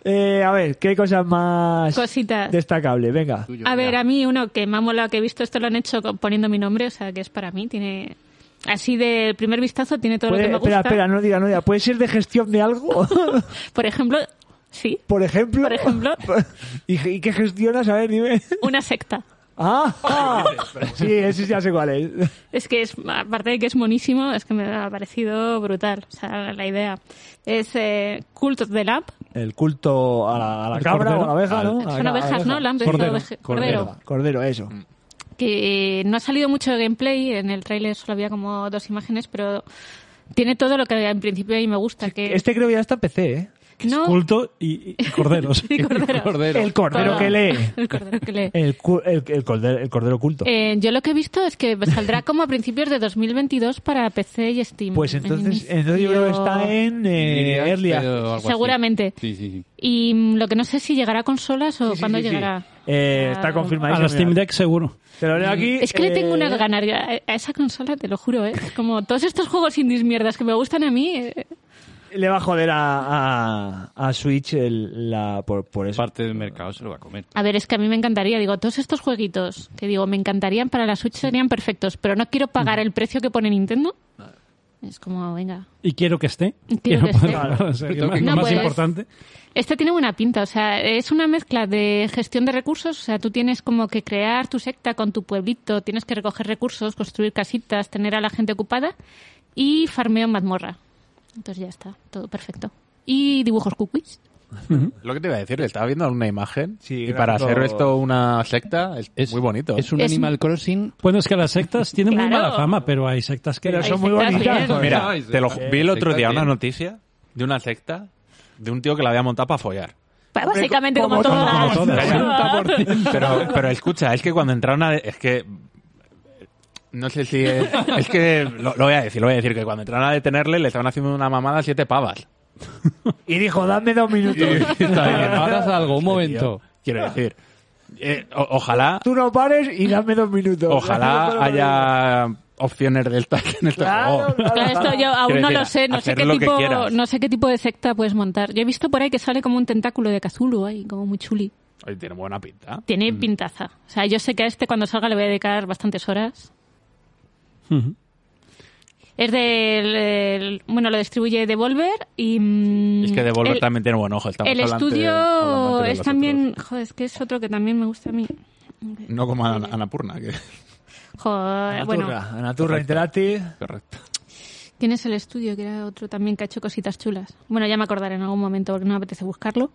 S1: Eh, a ver, ¿qué cosas más
S5: Cositas.
S1: destacables? Venga.
S6: Tuyo,
S5: A ver,
S6: mira.
S5: a mí uno que me ha molado que he visto, esto lo han hecho con- poniendo mi nombre, o sea, que es para mí, tiene... Así del primer vistazo tiene todo
S1: Puede-
S5: lo que me gusta.
S1: espera, espera, no diga, no diga. ¿Puede ser de gestión de algo?
S5: Por ejemplo, sí,
S1: Por ejemplo.
S5: Por ejemplo.
S1: ¿Y, y qué gestionas? A ver, dime.
S5: una secta.
S1: Ah, ah. sí, ese ya sé cuál es.
S5: Es que es, aparte de que es monísimo, es que me ha parecido brutal, o sea, la idea. Es eh, Cult of the Lamb,
S1: El culto a la, a la
S2: El
S1: cabra
S2: cordero.
S1: o a la abeja, ¿no? A
S5: son
S1: la
S5: ovejas,
S1: abeja.
S5: ¿no? Lamb es
S2: Cordero,
S5: oveja-
S1: Cordero.
S5: cordero. Mm.
S1: Cordero, eso.
S5: que no ha salido mucho de gameplay, en el tráiler solo había como dos imágenes, pero tiene todo lo que en principio a mí me gusta, que
S1: Este creo que ya está en PC, ¿eh?
S5: no
S2: Culto y, y corderos.
S5: y corderos.
S6: Cordero.
S1: El cordero
S5: Todo.
S1: que lee.
S5: El cordero que lee.
S1: El, cu- el, el cordero, el cordero culto.
S5: Eh, yo lo que he visto es que saldrá como a principios de 2022 para PC y Steam.
S1: Pues
S5: En
S1: entonces,
S5: inicio-
S1: entonces yo creo que está en eh,
S6: Diría,
S1: Early
S6: pero
S1: Access.
S6: algo así.
S5: Seguramente.
S6: Sí, sí, sí.
S5: Y mm, lo que no sé es si llegará a consolas o
S1: Sí, sí,
S5: cuándo
S1: sí, sí.
S5: llegará.
S1: Eh, está
S5: Ah.
S1: confirmado.
S2: A las Steam Deck seguro.
S1: Te lo leo aquí.
S5: Es que le tengo
S1: eh,
S5: unas ganas ya a a esa consola, te lo juro, ¿eh? Es Como todos estos juegos indies mierdas que me gustan a mí. eh,
S1: Le va a joder a, a, a Switch el- la, por, por eso.
S6: Parte del mercado se lo va a comer.
S5: A ver, es que a mí me encantaría, digo, todos estos jueguitos que digo, me encantarían para la Switch serían perfectos, pero no quiero pagar el precio que pone Nintendo. Es como, venga.
S2: Y quiero que esté.
S5: Y quiero que esté.
S2: poder- o sea, que más-
S5: No,
S2: más
S5: pues-
S2: importante.
S5: Este tiene buena pinta, o sea, es una mezcla de gestión de recursos, o sea, tú tienes como que crear tu secta con tu pueblito, tienes que recoger recursos, construir casitas, tener a la gente ocupada y farmeo en mazmorra. Entonces ya está, todo perfecto. Y dibujos cookies.
S4: Lo que te iba a decir, le estaba viendo una imagen.
S1: Sí,
S4: y para
S1: gráfico-
S4: hacer esto una secta es, muy bonito.
S6: Es un
S5: Es-
S6: Animal Crossing.
S2: Bueno, es que las sectas tienen muy
S5: Claro.
S2: mala fama, pero hay sectas que...
S1: Pero
S5: Ahí
S1: son muy
S5: está
S1: bonitas.
S5: bien.
S4: Pues Mira,
S6: Ay,
S4: te lo
S6: sí.
S4: vi el otro
S6: Secta
S4: día una
S6: bien.
S4: noticia de una secta de un tío que la había montado para follar.
S5: Pa- pues, Básicamente como, todas.
S2: como todas.
S1: ¿eh?
S4: Pero, pero escucha, es que cuando entraron a... Es que... No sé si... Es, es que... Lo, lo voy a decir, lo voy a decir. Que cuando entraron a detenerle le estaban haciendo una mamada a siete pavas.
S1: Y dijo, dame dos minutos.
S4: Está bien,
S6: Ahora haz algo, un
S4: Tío,
S6: momento.
S4: Quiero decir... eh, o- ojalá...
S1: Tú no pares y dame dos minutos.
S4: Ojalá haya opciones de estas en este
S1: Claro,
S4: juego.
S1: claro,
S5: Claro, esto yo aún
S4: Quiero
S5: no lo
S4: decir,
S5: sé, no sé,
S4: hacer
S5: qué
S4: lo que
S5: tipo,
S4: quieras.
S5: no sé qué tipo de secta puedes montar. Yo he visto por ahí que sale como un tentáculo de Cthulhu ahí, como muy chuli.
S4: Oye, tiene buena pinta.
S5: Tiene pintaza. O sea, yo sé que a este cuando salga le voy a dedicar bastantes horas.
S2: Ujú.
S5: Es del... el- bueno, lo distribuye Devolver y... mm,
S4: Es que Devolver
S5: el,
S4: también tiene buen ojo. estamos
S5: El
S4: hablando
S5: estudio
S4: hablando de
S5: es
S4: los
S5: también...
S4: otros.
S5: Joder, es que es otro que también me gusta a mí.
S4: No como Ana- Anapurna, que... Ah,
S5: Joder, bueno,
S1: Anaturra, Anaturra Interactive.
S4: Correcto.
S5: ¿quién es el estudio? Que era otro también que ha hecho cositas chulas. Bueno, ya me acordaré en algún momento porque no me apetece buscarlo.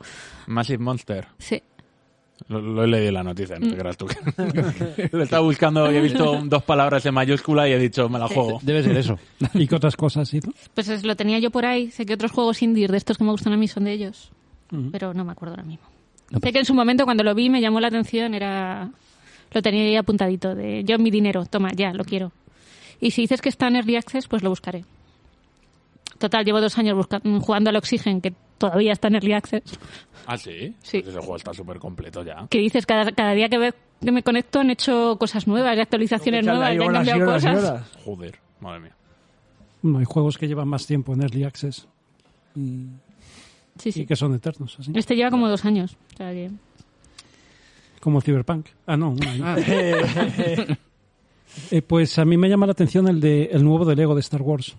S4: Massive Monster.
S5: Sí.
S4: Lo, lo he leído en la noticia,
S5: Mm.
S4: no te creas tú. que- lo estaba buscando y he visto dos palabras en mayúscula y he dicho, me la juego.
S6: Debe ser eso.
S2: Y que otras cosas, ¿sí? ¿no?
S5: Pues es- lo tenía yo por ahí. Sé que otros juegos indie de estos que me gustan a mí son de ellos. Pero no me acuerdo ahora mismo. sé que en su momento cuando lo vi me llamó la atención, era lo tenía ahí apuntadito de yo mi dinero, toma, ya, lo quiero. Y si dices que está en Early Access, pues lo buscaré. Total, llevo dos años busca- jugando al Oxygen, que todavía está en Early Access.
S4: ¿Ah, sí?
S5: Sí.
S4: Pues ese juego está súper completo ya.
S5: Que dices, cada, cada día que, ve- que me conecto han hecho cosas nuevas, y actualizaciones
S1: Echarle
S5: nuevas,
S1: ahí
S5: y han
S1: horas y
S5: cambiado
S1: horas y
S5: cosas.
S1: horas.
S4: Joder, madre mía.
S2: No, hay juegos que llevan más tiempo en Early Access
S5: Sí,
S2: y
S5: sí.
S2: que son eternos, así.
S5: Este lleva como dos años. o sea que-
S2: Como Cyberpunk. Ah, no, un año. Eh, pues a mí me llama la atención el, de, el nuevo de Lego de Star Wars,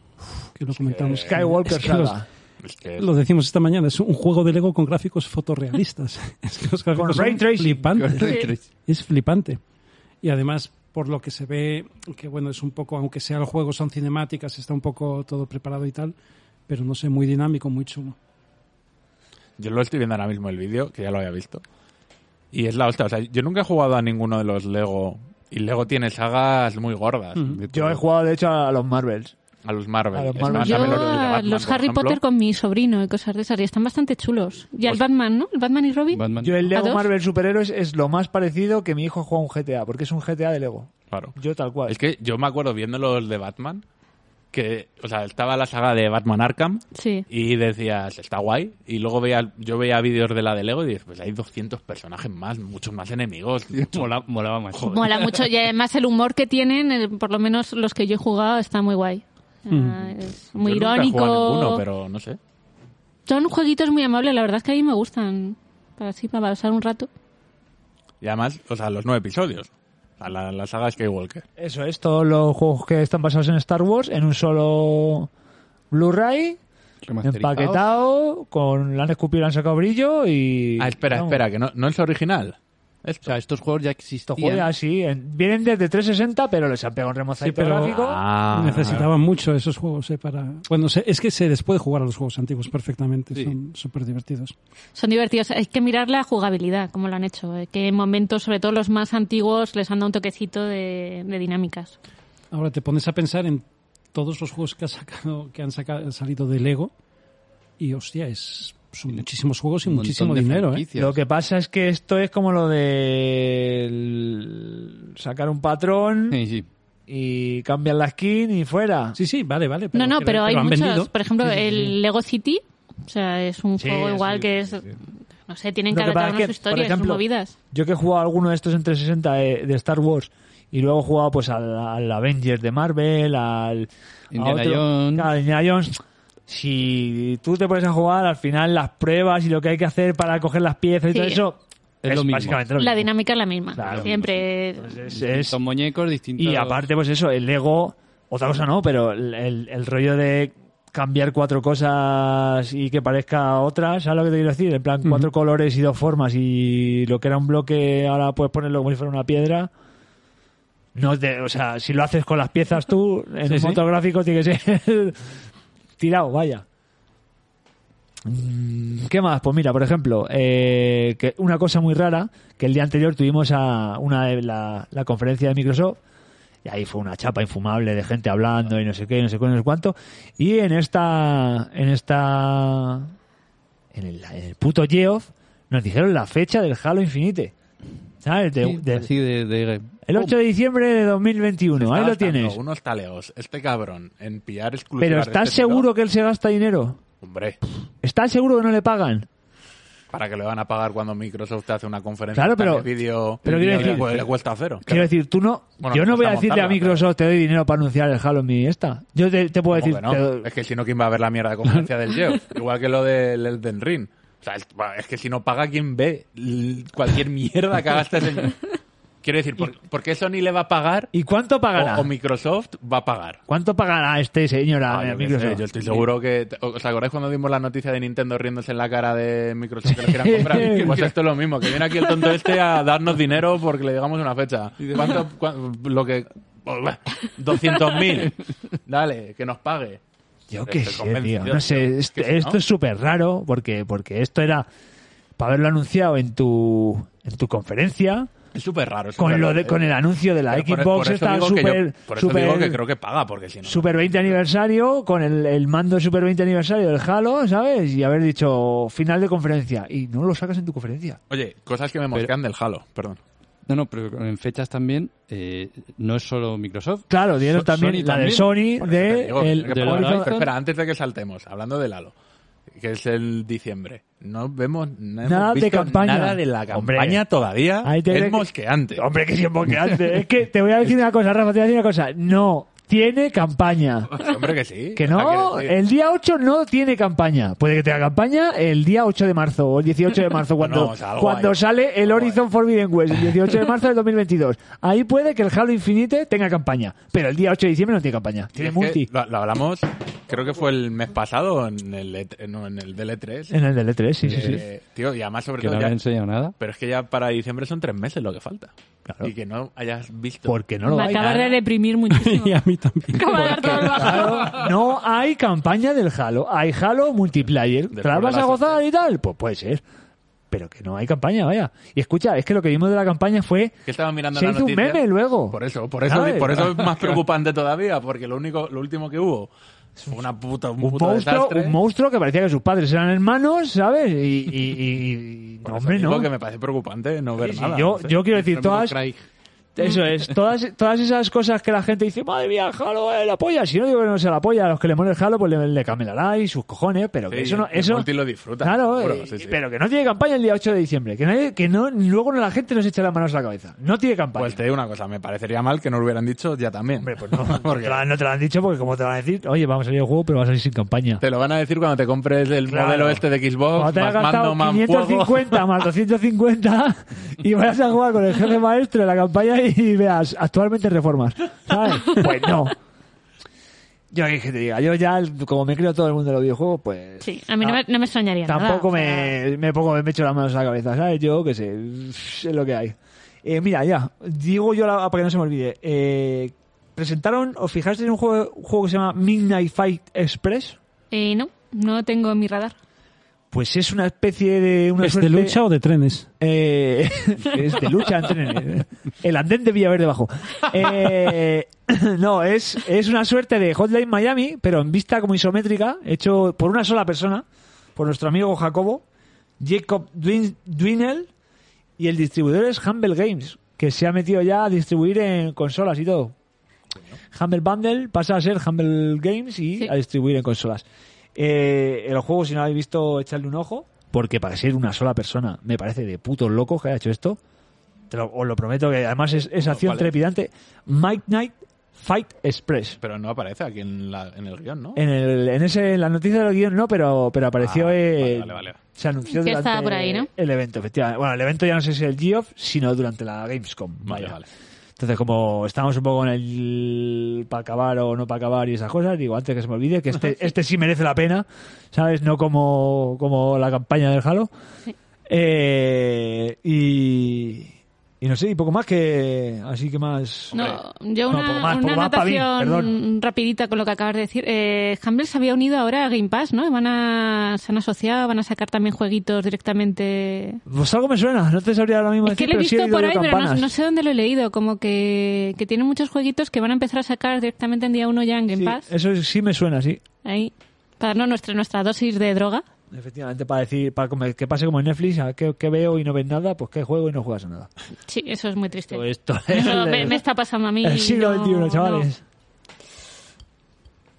S2: que lo comentamos.
S1: Eh, Skywalker
S2: Es que los-
S1: Saga.
S4: Es que...
S2: Lo decimos esta mañana, es un juego de Lego con gráficos fotorrealistas. Es que los gráficos
S1: ray
S2: son
S1: tracing.
S2: flipantes.
S5: Sí.
S2: Es flipante. Y además, por lo que se ve, que bueno, es un poco, aunque sea el juego, son cinemáticas, está un poco todo preparado y tal, pero no sé, muy dinámico, muy chulo.
S4: Yo lo estoy viendo ahora mismo el vídeo, que ya lo había visto. Y es la hostia. O sea, yo nunca he jugado a ninguno de los Lego. Y Lego tiene sagas muy gordas. de
S1: Yo
S4: todo.
S1: he jugado, de hecho, a los Marvels.
S4: a los Marvel.
S1: a los
S4: Es
S1: Marvel.
S4: más,
S5: Yo
S4: también los, de
S5: a los,
S4: Batman, por
S5: Harry
S4: ejemplo.
S5: Potter con mi sobrino y cosas de esas, y están bastante chulos. Y al
S4: Pues-
S5: Batman, ¿no? El Batman y Robin.
S6: Batman.
S1: Yo el
S5: ¿A
S1: Lego
S5: dos?
S1: Marvel Superhéroes es lo más parecido que mi hijo juega a un GTA, porque es un GTA de Lego.
S4: Claro.
S1: Yo tal cual.
S4: Es que yo me acuerdo viendo los de Batman que, o sea, estaba la saga de Batman Arkham
S5: Sí.
S4: y decías, está guay. Y luego veía, yo veía vídeos de la de Lego y dices, pues hay 200 personajes más, muchos más enemigos. mucho-
S6: Mola- molaba más.
S4: Joder.
S5: Mola mucho y además el humor que tienen, eh, por lo menos los que yo he jugado, está muy guay. Ah, es muy
S4: Mm. Yo nunca he
S5: irónico.
S4: jugado a ninguno, pero no sé.
S5: Son jueguitos muy amables, la verdad es que a mí me gustan. Para así, para pasar un rato.
S4: Y además, o sea, los nueve episodios. O sea, la, la saga Skywalker.
S1: Eso es, todos los juegos que están basados en Star Wars en un solo Blu-ray,
S6: Remasterizado.
S1: empaquetado, con la han escupido, le han sacado brillo y...
S4: Ah, espera,
S1: Vamos,
S4: espera, que no, no es original.
S6: O sea, estos juegos ya existían.
S1: Estos juegos así, en- vienen desde 360, pero les han pegado un remozadito
S2: Sí, pero-
S1: gráfico.
S4: Ah,
S2: Necesitaban mucho esos juegos eh, para... Bueno, se- es que se les puede jugar a los juegos antiguos perfectamente, son súper divertidos.
S5: Son divertidos. Hay que mirar la jugabilidad, como lo han hecho. eh, Que en momentos, sobre todo los más antiguos, les han dado un toquecito de, de dinámicas.
S2: Ahora te pones a pensar en todos los juegos que, ha sacado, que han saca- salido de Lego y, hostia, es, son muchísimos juegos y
S6: Un montón
S2: muchísimo
S6: de
S2: dinero, ¿eh?
S6: franquicias.
S1: Lo que pasa es que esto es como lo de el- sacar un patrón
S6: Sí, sí.
S1: y cambiar la skin y fuera.
S2: Sí, sí, vale, vale.
S5: No, no,
S2: que-
S5: pero hay
S2: han
S5: muchos.
S2: vendido.
S5: Por ejemplo,
S2: Sí, sí, sí.
S5: el Lego City, o sea, es un
S1: Sí,
S5: juego
S1: sí,
S5: igual
S1: sí,
S5: que es.
S1: sí,
S5: No sé, tienen
S1: Lo que
S5: cada
S1: pasa es
S5: uno
S1: que,
S5: su
S1: por
S5: historia, sus
S1: ejemplo,
S5: movidas.
S1: Yo que he jugado a alguno de estos en 360 de, de Star Wars y luego he jugado pues al, al Avengers de Marvel, al a
S6: Indiana
S1: otro-
S6: Jones.
S1: Claro, Indiana Jones. Si tú te pones a jugar, al final las pruebas y lo que hay que hacer para coger las piezas y
S5: Sí.
S1: todo eso
S6: Es lo mismo.
S1: básicamente lo
S5: La
S1: mismo.
S5: dinámica es la misma.
S1: Claro. Pues,
S5: Siempre.
S1: Es- es-
S6: Son muñecos distintos.
S1: y aparte pues eso, el Lego, otra cosa no, pero el, el- el rollo de cambiar cuatro cosas y que parezca otra, ¿sabes lo que te quiero decir? En plan, cuatro colores y dos formas y lo que era un bloque ahora puedes ponerlo como si fuera una piedra. No te- o sea, si lo haces con las piezas tú, en
S2: Sí,
S1: un
S2: sí.
S1: fotográfico tiene que ser tirado, vaya. Mm, ¿Qué más? Pues mira, por ejemplo, eh, que una cosa muy rara, que el día anterior tuvimos a una de la, la conferencia de Microsoft, y ahí fue una chapa infumable de gente hablando y no sé qué, y no sé qué, y no sé cuánto, y en esta, en esta, en el, en el puto Geoff, nos dijeron la fecha del Halo Infinite. ¿Sabes? De-
S6: Sí,
S1: de-
S6: así de, de-
S1: el 8 de diciembre de 2021, ahí
S4: Estaba
S1: lo tienes.
S4: gastando Unos taleos. Este cabrón en pillar exclusivas.
S1: Pero
S4: de
S1: ¿estás
S4: este tipo-
S1: seguro que él se gasta dinero?
S4: Hombre,
S1: ¿Estás seguro que no le pagan?
S4: para que le van a pagar cuando Microsoft te hace una conferencia.
S1: Claro, pero-
S4: El vídeo
S1: pero
S4: el
S1: quiero
S4: vídeo
S1: decir-
S4: le- le cuesta cero.
S1: Quiero decir, tú no.
S4: Bueno,
S1: yo no voy a
S4: estamos
S1: decirle a
S4: tarde,
S1: Microsoft, te doy dinero para anunciar el Halo en mi esta. Yo te, te puedo
S4: ¿Cómo
S1: decir.
S4: que
S1: te
S4: no?
S1: doy-
S4: Es que si no, ¿quién va a ver la mierda de conferencia del Geoff? Igual que lo del Elden Ring. O sea, es, es que si no paga, ¿quién ve l- cualquier mierda que haga este señor? Quiero decir, ¿por, por qué Sony le va a pagar
S1: ¿Y cuánto pagará?
S4: o, o Microsoft va a pagar?
S1: ¿Cuánto pagará este señor a
S4: Ah,
S1: a
S4: yo, qué
S1: Microsoft?
S4: sé, yo estoy seguro que... ¿Os acordáis cuando dimos la noticia de Nintendo riéndose en la cara de Microsoft que lo quieran comprar? Pues esto es lo mismo, que viene aquí el tonto este a darnos dinero porque le digamos una fecha. ¿Cuánto? cuán- lo que... oh, 200.000. Dale, que nos pague.
S1: Yo qué
S4: Estoy
S1: sé,
S4: convencido,
S1: tío. No sé,
S4: tío.
S1: este-
S4: Que sí,
S1: esto
S4: ¿no?
S1: es súper raro porque, porque esto era para haberlo anunciado en tu, en tu conferencia.
S4: Es súper raro. es
S1: Con,
S4: súper
S1: lo
S4: raro.
S1: de, con el anuncio de la
S4: eh, Pero
S1: Xbox
S4: por- e- por eso
S1: está
S4: digo que yo-
S1: súper...
S4: Por eso digo
S1: súper-
S4: que creo que paga, porque si no...
S1: Super 20 aniversario, con el, el mando Super 20 aniversario del Halo, ¿sabes? Y haber dicho final de conferencia. Y no lo sacas en tu conferencia.
S4: Oye, cosas que me mosquean del Halo, perdón.
S6: No, no, pero en fechas también eh, no es solo Microsoft.
S1: Claro, dieron
S6: So-
S1: también
S6: Sony
S1: la de Sony,
S4: Por eso te
S1: de
S4: digo,
S1: Eh, el
S4: que
S6: de
S4: paga.
S6: la
S4: Pero
S6: Horizon.
S4: Espera, antes de que saltemos, hablando del Halo, que es el diciembre, no vemos no hemos
S1: Nada de
S4: visto
S1: campaña.
S4: Nada de la
S1: Hombre.
S4: campaña todavía.
S1: Ahí te
S4: es
S1: ve-
S4: mosqueante.
S1: Hombre, que sí es boqueante. es que te voy a decir una cosa, Rafa, te voy a decir una cosa. No, tiene campaña.
S4: Hombre, Ah, que sí.
S1: Que
S4: O sea,
S1: no,
S4: quiero decir-
S1: el día 8 no tiene campaña. Puede que tenga campaña el día 8 de marzo o el 18 de marzo, cuando,
S4: o sea, algo
S1: cuando
S4: hay.
S1: sale el
S4: Algo
S1: Horizon Forbidden West, el 18 de marzo del 2022. Ahí puede que el Halo Infinite tenga campaña, pero el día 8 de diciembre no tiene campaña. Tiene
S4: es que
S1: multi.
S4: Lo, lo hablamos, creo que fue el mes pasado en el, E3 no, en el DL3.
S1: En el del E3, sí, sí, sí.
S4: Eh, Tío, y además sobre
S6: Que no
S4: todo
S6: le
S4: ya-
S6: han enseñado nada.
S4: Pero es que ya para diciembre son tres meses lo que falta.
S1: Claro.
S4: Y que no hayas visto.
S1: Porque no lo
S5: me
S1: hay.
S5: acabas de deprimir muchísimo.
S2: y a mí también.
S5: Acabo de dar todo el bajón.
S1: Claro, no hay campaña del Halo. Hay Halo multiplayer. ¿Te
S4: Después
S1: la
S4: de
S1: vas a
S4: las
S1: gozar y tal? Pues puede ser. Pero que no hay campaña, vaya. Y escucha, es que lo que vimos de la campaña fue...
S4: Que estaba mirando
S1: Se
S4: la
S1: hizo un
S4: noticia.
S1: meme luego.
S4: Por eso, por eso,
S1: ¿Sabes?
S4: por eso es más preocupante todavía, porque lo único, lo último que hubo fue una puta, un,
S1: un
S4: puto
S1: monstruo,
S4: desastre.
S1: un monstruo que parecía que sus padres eran hermanos, ¿sabes? Y, y- y- y-
S4: Por eso
S1: hombre,
S4: digo
S1: no.
S4: que me parece preocupante no ver
S1: Sí, sí,
S4: nada.
S1: yo,
S4: no sé.
S1: yo quiero decir, todas, Eso es. Todas, todas esas cosas que la gente dice, madre mía, Halo es la polla. Si no digo que no sea la polla, a los que le mola el Halo, pues le, le camelará y sus cojones, pero que
S4: Sí,
S1: eso no...
S4: el
S1: Eso,
S4: multi lo disfruta,
S1: Claro,
S4: seguro,
S1: eh,
S4: sí, sí.
S1: pero que no tiene campaña el día 8 de diciembre. Que, nadie- que no, luego la gente nos echa las manos a la cabeza. No tiene campaña.
S4: Pues te digo una cosa, me parecería mal que no lo hubieran dicho ya también.
S1: Hombre, pues no, no
S4: Porque
S1: te la- no te lo han dicho porque como te van a decir, oye, vamos a salir el juego, pero vas a salir sin campaña.
S4: te lo van a decir cuando te compres el
S1: Claro.
S4: modelo este de
S1: Cuando
S4: Xbox,
S1: te
S4: más
S1: hayas
S4: mando,
S1: gastado
S4: más juego.
S1: 550 más 250 y vayas a jugar con el jefe maestro de la campaña y veas actualmente reformas. ¿sabes? Pues no. Yo qué que te diga, yo ya el- como me creo todo el mundo de los videojuegos, pues
S5: Sí, a mí no, me, no me extrañaría nada,
S1: tampoco
S5: o sea,
S1: me, me pongo, me echo las manos a la cabeza, ¿sabes? Yo qué sé, es lo que hay. Eh, mira, ya, digo yo la- para que no se me olvide. eh, presentaron, o fijaste en un juego, un juego que se llama Midnight Fight Express,
S5: eh, no, no tengo en mi radar.
S1: pues es una especie de... Una
S2: ¿Es de
S1: suerte-
S2: lucha o de trenes?
S1: Eh, es de lucha en trenes. El andén de Villaverde Bajo. Eh, no, es, es una suerte de Hotline Miami, pero en vista como isométrica, hecho por una sola persona, por nuestro amigo Jacobo, Jacob Dwin- Dwinell, y el distribuidor es Humble Games, que se ha metido ya a distribuir en consolas y todo. Humble Bundle pasa a ser Humble Games y
S5: Sí.
S1: a distribuir en consolas. Eh, el juego, si no lo habéis visto, echadle un ojo, porque para ser una sola persona me parece de puto loco que haya hecho esto. Te lo- os lo prometo que además es, es acción
S4: ¿cuál es?
S1: trepidante. Mike Knight Fight Express.
S4: Pero no aparece aquí en, la- en el guión, ¿no?
S1: En, el, en, ese, en la noticia del guión no, pero, pero apareció.
S4: Ah,
S1: eh,
S4: vale, vale, vale.
S1: Se anunció
S5: Que
S1: durante
S5: estaba por ahí, ¿no?
S1: el evento, efectivamente. Bueno, el evento ya no sé si el Geoff, sino durante la Gamescom.
S4: Vale,
S1: vaya.
S4: vale.
S1: Entonces, como estamos un poco en el para acabar o no para acabar y esas cosas, digo, antes que se me olvide, que este, este sí merece la pena, ¿sabes? No como, como la campaña del Halo. Eh, y, y no sé, y poco más que... Así que más...
S5: No, yo
S1: No,
S5: una,
S1: poco más,
S5: una
S1: poco más, Pavín, perdón.
S5: anotación rapidita con lo que acabas de decir. Eh, Humble se había unido ahora a Game Pass, ¿no? Van a, se han asociado, van a sacar también jueguitos directamente.
S1: Pues algo me suena, no te sabría ahora mismo
S5: Es que
S1: decir,
S5: lo he
S1: pero sí he
S5: visto
S1: oído
S5: por ahí, pero no,
S1: campanas.
S5: no sé dónde lo he leído. Como que, que tienen muchos jueguitos que van a empezar a sacar directamente en día uno ya en
S1: Sí,
S5: Game
S1: eh.
S5: Pass.
S1: Eso sí me suena, sí.
S5: Ahí. Para darnos nuestra, nuestra dosis de droga.
S1: Efectivamente, para decir, para como- que pase como en Netflix, a que, que veo y no ves nada, pues que juego y no juegas a nada.
S5: Sí, eso es muy triste.
S1: Todo Pues esto es
S5: Eso
S1: el-
S5: me, me está pasando a mí.
S1: El siglo
S5: no-
S1: XXI,
S5: no.
S1: chavales.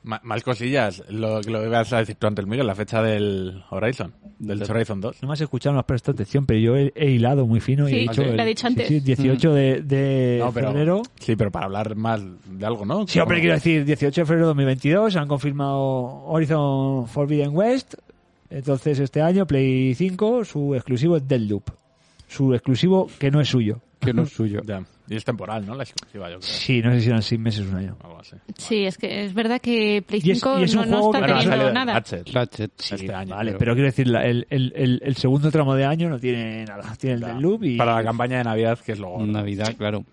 S4: Ma- más cosillas, lo que lo ibas a decir tú antes, Miguel, la fecha del Horizon, del Horizon 2.
S1: No me has escuchado, no has prestado atención, pero yo he, he hilado muy fino y he
S5: Sí,
S1: dicho.
S5: lo
S1: el-
S5: he dicho
S1: sí,
S5: antes.
S1: sí, 18 de, de
S4: No, pero-
S1: febrero.
S4: Sí, pero para hablar más de algo, ¿no?
S1: Sí, hombre,
S4: Como-
S1: quiero decir, 18 de febrero de 2022 han confirmado Horizon Forbidden West. Entonces, este año, Play 5, su exclusivo es Deadloop. Su exclusivo que no es suyo.
S6: que no es suyo.
S4: Ya. Y es temporal, ¿no? La exclusiva, yo creo.
S1: Sí, no sé si eran 6 meses o un año.
S4: Algo así.
S5: Sí, es que es verdad que Play
S1: Y es-
S5: 5
S1: y es un
S5: no, no
S1: juego
S5: está
S1: que-
S4: Bueno, ha
S5: teniendo
S4: salido el
S5: nada.
S4: Ratchet
S6: Ratchet.
S4: este año.
S1: Vale, pero, quiero decir, la- el, el- el- el segundo tramo de año no tiene nada. Tiene el
S4: Ya.
S1: Deadloop y.
S4: Para la campaña de Navidad, que es luego.
S6: Navidad, claro.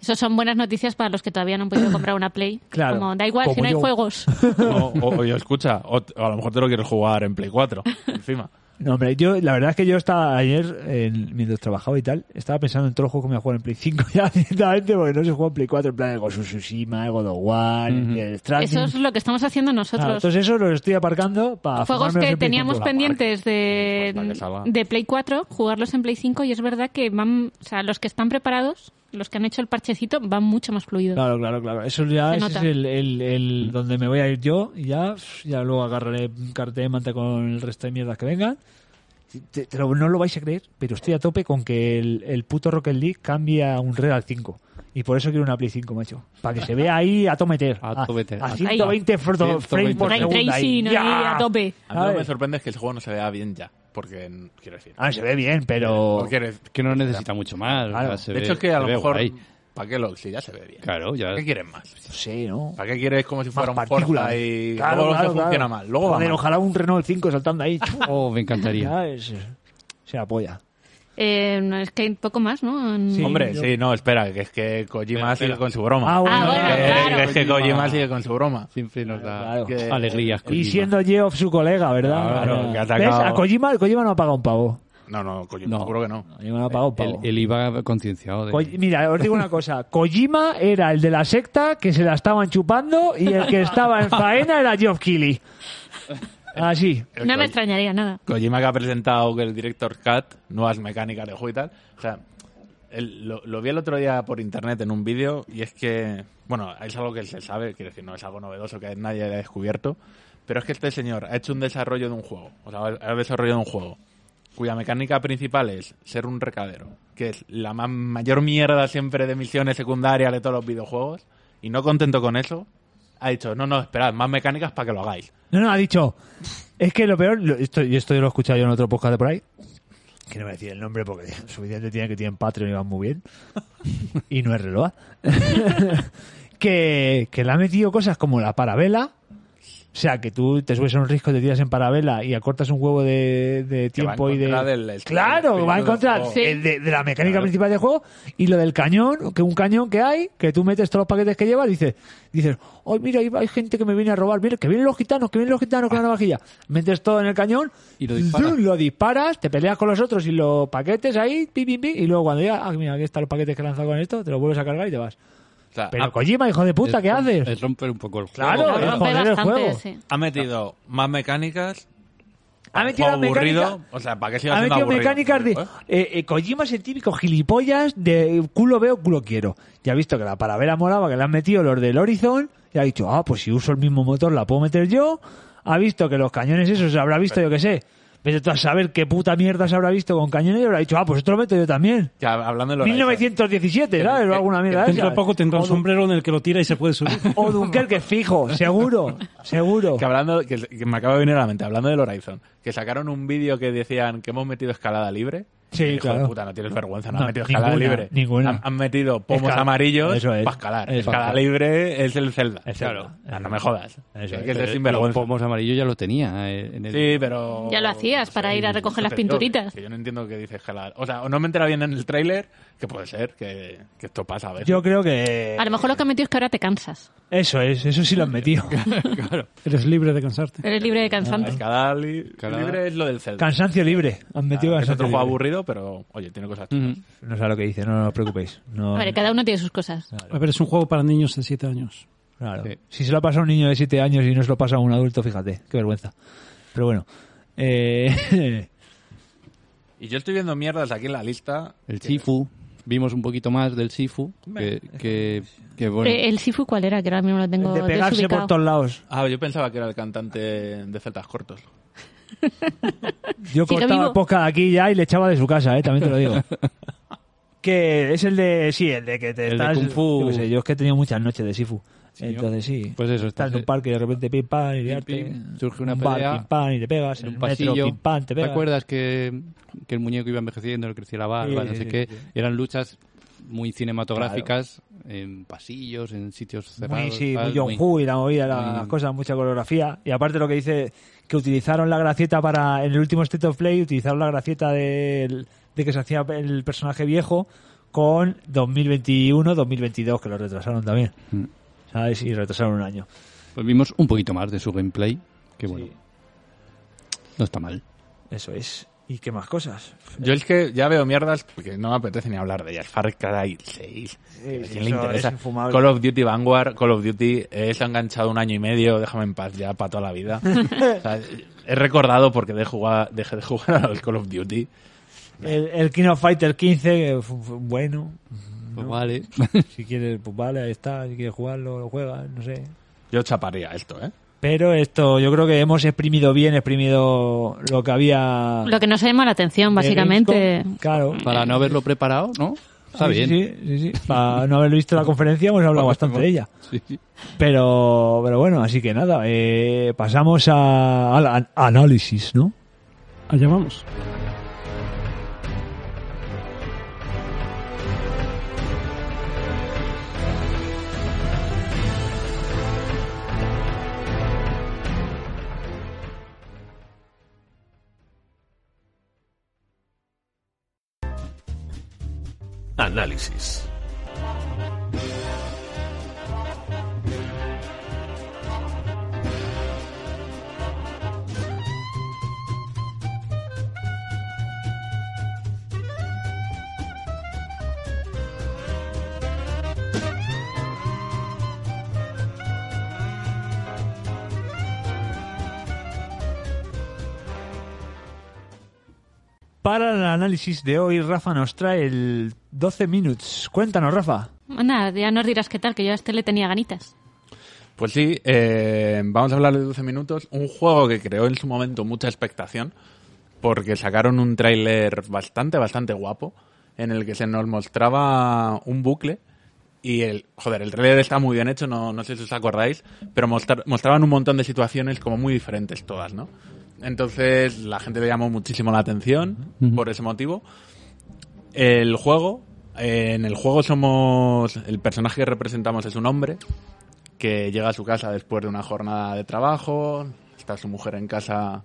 S5: Eso son buenas noticias para los que todavía no han podido comprar una Play.
S1: Claro.
S5: Como, da igual si
S1: Como
S5: no hay
S1: yo.
S5: juegos.
S4: O, o- oye, escucha, o, t- o a lo mejor te lo quieres jugar en Play 4, encima.
S1: No, hombre, yo, la verdad es que yo estaba ayer, eh, mientras trabajaba y tal, estaba pensando en todos los juegos que me voy a jugar en Play 5 ya directamente, porque no se juega en Play 4, en plan el Ghost of Tsushima, el God of War, el Stranding.
S5: Eso es lo que estamos haciendo
S1: Claro,
S5: nosotros.
S1: entonces eso los estoy aparcando para
S5: Juegos
S1: fumármelos
S5: que
S1: en Play
S5: teníamos
S1: 5.
S5: pendientes de,
S4: Pues para que salga.
S5: de Play 4, jugarlos en Play 5 y es verdad que van, o sea, los que están preparados, los que han hecho el parchecito, van mucho más fluidos.
S1: Claro, claro, claro. Eso ya
S5: Se
S1: ese
S5: nota.
S1: es el, el- el donde me voy a ir yo y ya, ya luego agarraré un cartel de manta con el resto de mierdas que vengan. Te- te lo- no lo vais a creer, pero estoy a tope con que el, el puto Rocket League cambie a un Red al 5. Y por eso quiero una Play 5, macho. Para que se vea ahí a tometer.
S6: A tometer.
S1: A, 120 froto-
S6: 120.
S1: frames por
S5: Ray
S1: segundo. ahí.
S5: tracing ahí
S1: ¡Ya!
S5: a tope.
S4: A mí lo que me
S1: ¿Sabes?
S4: sorprende es que el juego no se vea bien ya. Porque, n- quiero decir.
S1: Ah, se ve bien, pero...
S4: porque quiero decir-
S6: Que no necesita mucho más.
S1: Claro.
S6: o sea, Ah, se
S4: de
S6: ve-
S4: hecho, es que a
S6: se
S4: lo
S6: ve
S4: mejor.
S6: guay.
S4: ¿Para qué lo si ya se ve bien?
S6: Claro, ya.
S4: ¿Para qué quieren más?
S1: No sé, ¿no?
S4: ¿Para qué quieres como si
S1: Más
S4: fuera un
S1: partículas.
S4: Forza y
S1: Claro,
S4: luego
S1: claro,
S4: se funciona
S1: claro.
S4: mal? Luego va
S1: Joder,
S4: mal.
S1: ojalá un Renault 5 saltando ahí.
S6: Oh, me encantaría.
S1: Ya, es- se apoya.
S5: Eh, no, es que hay poco más, ¿no?
S1: Sí.
S4: Hombre,
S1: yo-
S4: sí, no, espera, que es que Kojima
S6: Espera,
S4: sigue con su broma.
S1: Ah, bueno,
S5: Ah, bueno,
S4: Eh,
S5: claro.
S4: Es que Kojima sigue con su broma.
S6: Siempre nos da
S1: Claro.
S4: Que-
S6: alegrías.
S1: Y
S6: Kojima.
S1: siendo Geoff su colega, ¿verdad?
S4: Claro, que ha
S1: ¿Ves?
S4: atacado.
S1: A Kojima, el Kojima no ha pagado un pavo.
S4: No, no, Kojima,
S6: No.
S4: seguro que no.
S1: Kojima no ha pagado un pavo.
S6: Él, él iba concienciado de...
S1: Ko- Mira, os digo una cosa. Kojima era el de la secta que se la estaban chupando y el que estaba en faena era Geoff Keighley. Así.
S5: No me extrañaría nada.
S4: Kojima que ha presentado que el Director Cut, nuevas mecánicas de juego y tal. O sea, eh, el- lo, lo vi el otro día por internet en un vídeo y es que, bueno, es algo que se sabe, quiero decir, no es algo novedoso que nadie haya descubierto, pero es que este señor ha hecho un desarrollo de un juego, o sea, ha desarrollado un juego cuya mecánica principal es ser un recadero, que es la ma- mayor mierda siempre de misiones secundarias de todos los videojuegos, y no contento con eso, ha dicho, no, no, esperad, más mecánicas para que lo hagáis.
S1: No, no, ha dicho. Es que lo peor, lo- esto, y esto yo lo he escuchado yo en otro podcast de por ahí. Que no voy a decir el nombre porque suficiente tiene que tienen Patreon y van muy bien. y no es reloj. que, que le ha metido cosas como la parabela. O sea, que tú te subes a un risco, te tiras en parabela y acortas un huevo de, de
S4: Que va en
S1: tiempo y de.
S4: contra del- del
S1: claro,
S4: espíritu
S1: va a
S4: del
S1: encontrar
S4: juego.
S1: el de, de la mecánica
S4: Claro.
S1: principal del juego y lo del cañón, que un cañón que hay, que tú metes todos los paquetes que llevas, dices, dices, hoy mira, ahí va- hay gente que me viene a robar, mira, que vienen los gitanos, que vienen los gitanos con la navajilla. Metes todo en el cañón,
S6: Y lo disparas.
S1: ¡zum! lo disparas, te peleas con los otros y los paquetes ahí, pi, pi, pi, y luego cuando ya, ah, mira, aquí están los paquetes que he lanzado con esto, te los vuelves a cargar y te vas.
S4: O sea,
S1: Pero
S4: ha-
S1: Kojima, hijo de puta,
S6: Ah. Es
S1: ¿qué
S6: rom-
S1: haces?
S6: Es romper un poco el juego.
S1: Claro,
S5: Lo
S1: es
S5: rompe
S1: joder el
S5: bastante,
S1: juego.
S5: sí.
S4: ha metido más mecánicas,
S1: Ha
S4: un
S1: metido
S4: juego
S1: la mecánica-
S4: aburrido, o sea, ¿para qué siga
S1: Ha
S4: siendo
S1: metido
S4: aburrido?
S1: mecánicas de.
S4: ¿Eh?
S1: eh, eh, Kojima es el típico gilipollas de eh, culo veo, culo quiero. Ya ha visto que la parabela moraba que le han metido los del Horizon. Y ha dicho, ah, pues si uso el mismo motor la puedo meter yo. Ha visto que los cañones esos habrá visto, yo que sé. Vete tú a saber qué puta mierda se habrá visto con cañones y habrá dicho, ah, pues esto lo meto yo también.
S4: Ya, hablando de lo
S1: 1917, ¿sabes? O alguna mierda de
S2: Eh, Dentro de
S1: esas.
S2: poco tendrá un sombrero en el que lo tira y se puede subir.
S1: O Dunkerque fijo, seguro, seguro.
S4: Que hablando, que, que me acaba de venir a la mente, hablando del Horizon, que sacaron un vídeo que decían que hemos metido escalada libre.
S1: Sí,
S4: Y, hijo
S1: claro.
S4: de puta, no tienes vergüenza, no,
S1: No,
S4: han metido escalada
S1: ninguna,
S4: libre.
S1: ninguna.
S4: Han, han metido pomos
S1: Escala-
S4: amarillos
S1: Eso es.
S4: para escalar.
S1: Eso es.
S4: escalada libre es el Zelda.
S1: El Zelda.
S4: claro.
S1: Eso
S4: Ah, no
S1: es.
S4: me jodas.
S1: Eso
S4: es
S1: es.
S4: que es
S6: Pero Los
S4: sinvergüenza.
S6: pomos amarillos ya lo tenía. eh, en el-
S4: Sí, pero...
S5: Ya lo hacías para ir a recoger las
S4: te digo,
S5: pinturitas.
S4: que yo no entiendo qué dice escalada. O sea, o no me entera bien en el tráiler, que puede ser, que, que esto pasa a veces.
S1: Yo creo que.
S5: A lo mejor lo que han metido es que ahora te cansas.
S1: Eso es, eso sí lo han metido.
S2: Eres libre de cansarte.
S5: Eres libre de cansante.
S4: Escalada li-
S6: Escalada-
S4: libre es lo del Zelda.
S1: Cansancio libre. Han metido
S4: Ah, es
S1: cansancio
S4: otro juego
S1: libre.
S4: aburrido, pero oye, tiene cosas chulas.
S6: Ujú.
S1: No sabe lo que dice, no, no os preocupéis. No,
S5: A ver, cada uno tiene sus cosas.
S2: A ver, es un juego para niños de 7 años.
S1: claro.
S6: Sí.
S1: Si se lo pasa a un niño de 7 años y no se lo pasa a un adulto, fíjate, qué vergüenza. Pero bueno. Eh,
S4: Y yo estoy viendo mierdas aquí en la lista.
S6: El Sifu. Vimos un poquito más del Sifu. Que, que, que, bueno.
S5: Eh, ¿El Sifu cuál era? Que ahora mismo lo tengo
S1: de pegarse por
S5: desubicado.
S1: todos lados.
S4: Ah, yo pensaba que era el cantante de Celtas Cortos.
S1: Yo
S5: Sigue
S1: cortaba
S5: vivo.
S1: el podcast aquí ya y le echaba de su casa, eh, también te lo digo. que es el de. Sí, el de que te
S6: El de
S1: estás.
S6: Kung Fu.
S1: Yo, qué sé, yo es que he tenido muchas noches de Sifu.
S6: Sí,
S1: Entonces sí.
S6: Pues eso,
S1: estás
S6: estás-
S1: en un parque y de repente pim pam y liarte.
S6: pim, surge una
S1: un bar,
S6: pelea,
S1: pim pam y te pegas.
S6: en un
S1: el metro,
S6: pasillo.
S1: pim, pam, te
S6: ¿Te
S1: pegas.
S6: acuerdas que, que el muñeco iba envejeciendo, le crecía la barba,
S1: Sí,
S6: no sé
S1: sí,
S6: qué?
S1: sí.
S6: Eran luchas muy cinematográficas, en pasillos, en sitios cerrados.
S1: Muy, sí,
S6: tal,
S1: muy John
S6: muy-
S1: Woo y la movida, la-
S6: muy-
S1: las cosas, mucha coreografía. Y aparte lo que dice, que utilizaron la gracieta para, en el último State of Play, utilizaron la gracieta del- de que se hacía el personaje viejo con 2021-2022, que lo retrasaron también.
S6: Mm.
S1: ¿Sabes? Y retrasaron un año.
S6: Pues vimos un poquito más de su gameplay, que bueno, no está mal.
S1: Eso es. ¿Y qué más cosas?
S4: Yo es que ya veo mierdas porque no me apetece ni hablar de ellas. Far Cry 6. ¿A
S1: sí,
S4: quién le
S1: eso
S4: interesa?
S1: es infumable.
S4: Call of Duty Vanguard, Call of Duty, eh, se ha enganchado un año y medio, déjame en paz ya para toda la vida. O sea, he recordado porque dejé, jugar- dejé de jugar a los Call of Duty.
S1: El, el King of Fighter 15, que fue- fue bueno.
S6: Pues vale.
S1: Si quieres, pues vale, ahí está. Si quieres jugarlo, lo juegas, no sé.
S4: Yo chaparía esto, ¿eh?
S1: Pero esto, yo creo que hemos exprimido bien, exprimido lo que había.
S5: Lo que nos llama la atención,
S1: de
S5: básicamente.
S1: Gamescom. Claro.
S6: Para no haberlo preparado, ¿no? Mm. Está
S1: Mm. Sí,
S6: bien.
S1: Sí, sí, sí, sí. Para no haber visto la conferencia hemos hablado bastante de ella.
S6: Sí, sí.
S1: Pero, pero bueno, así que nada, eh, pasamos a- al an- análisis, ¿no?
S2: Allá vamos.
S7: Análisis.
S1: Para el análisis de hoy, Rafa nos trae el 12 Minutes. Cuéntanos, Rafa.
S5: Anda, ya nos dirás qué tal, que yo a este le tenía ganitas.
S4: Pues sí, eh, vamos a hablar de 12 minutos. Un juego que creó en su momento mucha expectación, porque sacaron un tráiler bastante, bastante guapo, en el que se nos mostraba un bucle. Y el, joder, el tráiler está muy bien hecho, no, no sé si os acordáis, pero mostra- mostraban un montón de situaciones como muy diferentes todas, ¿no? Entonces la gente le llamó muchísimo la atención por ese motivo. El juego, eh, en el juego somos, el personaje que representamos es un hombre, que llega a su casa después de una jornada de trabajo, está su mujer en casa.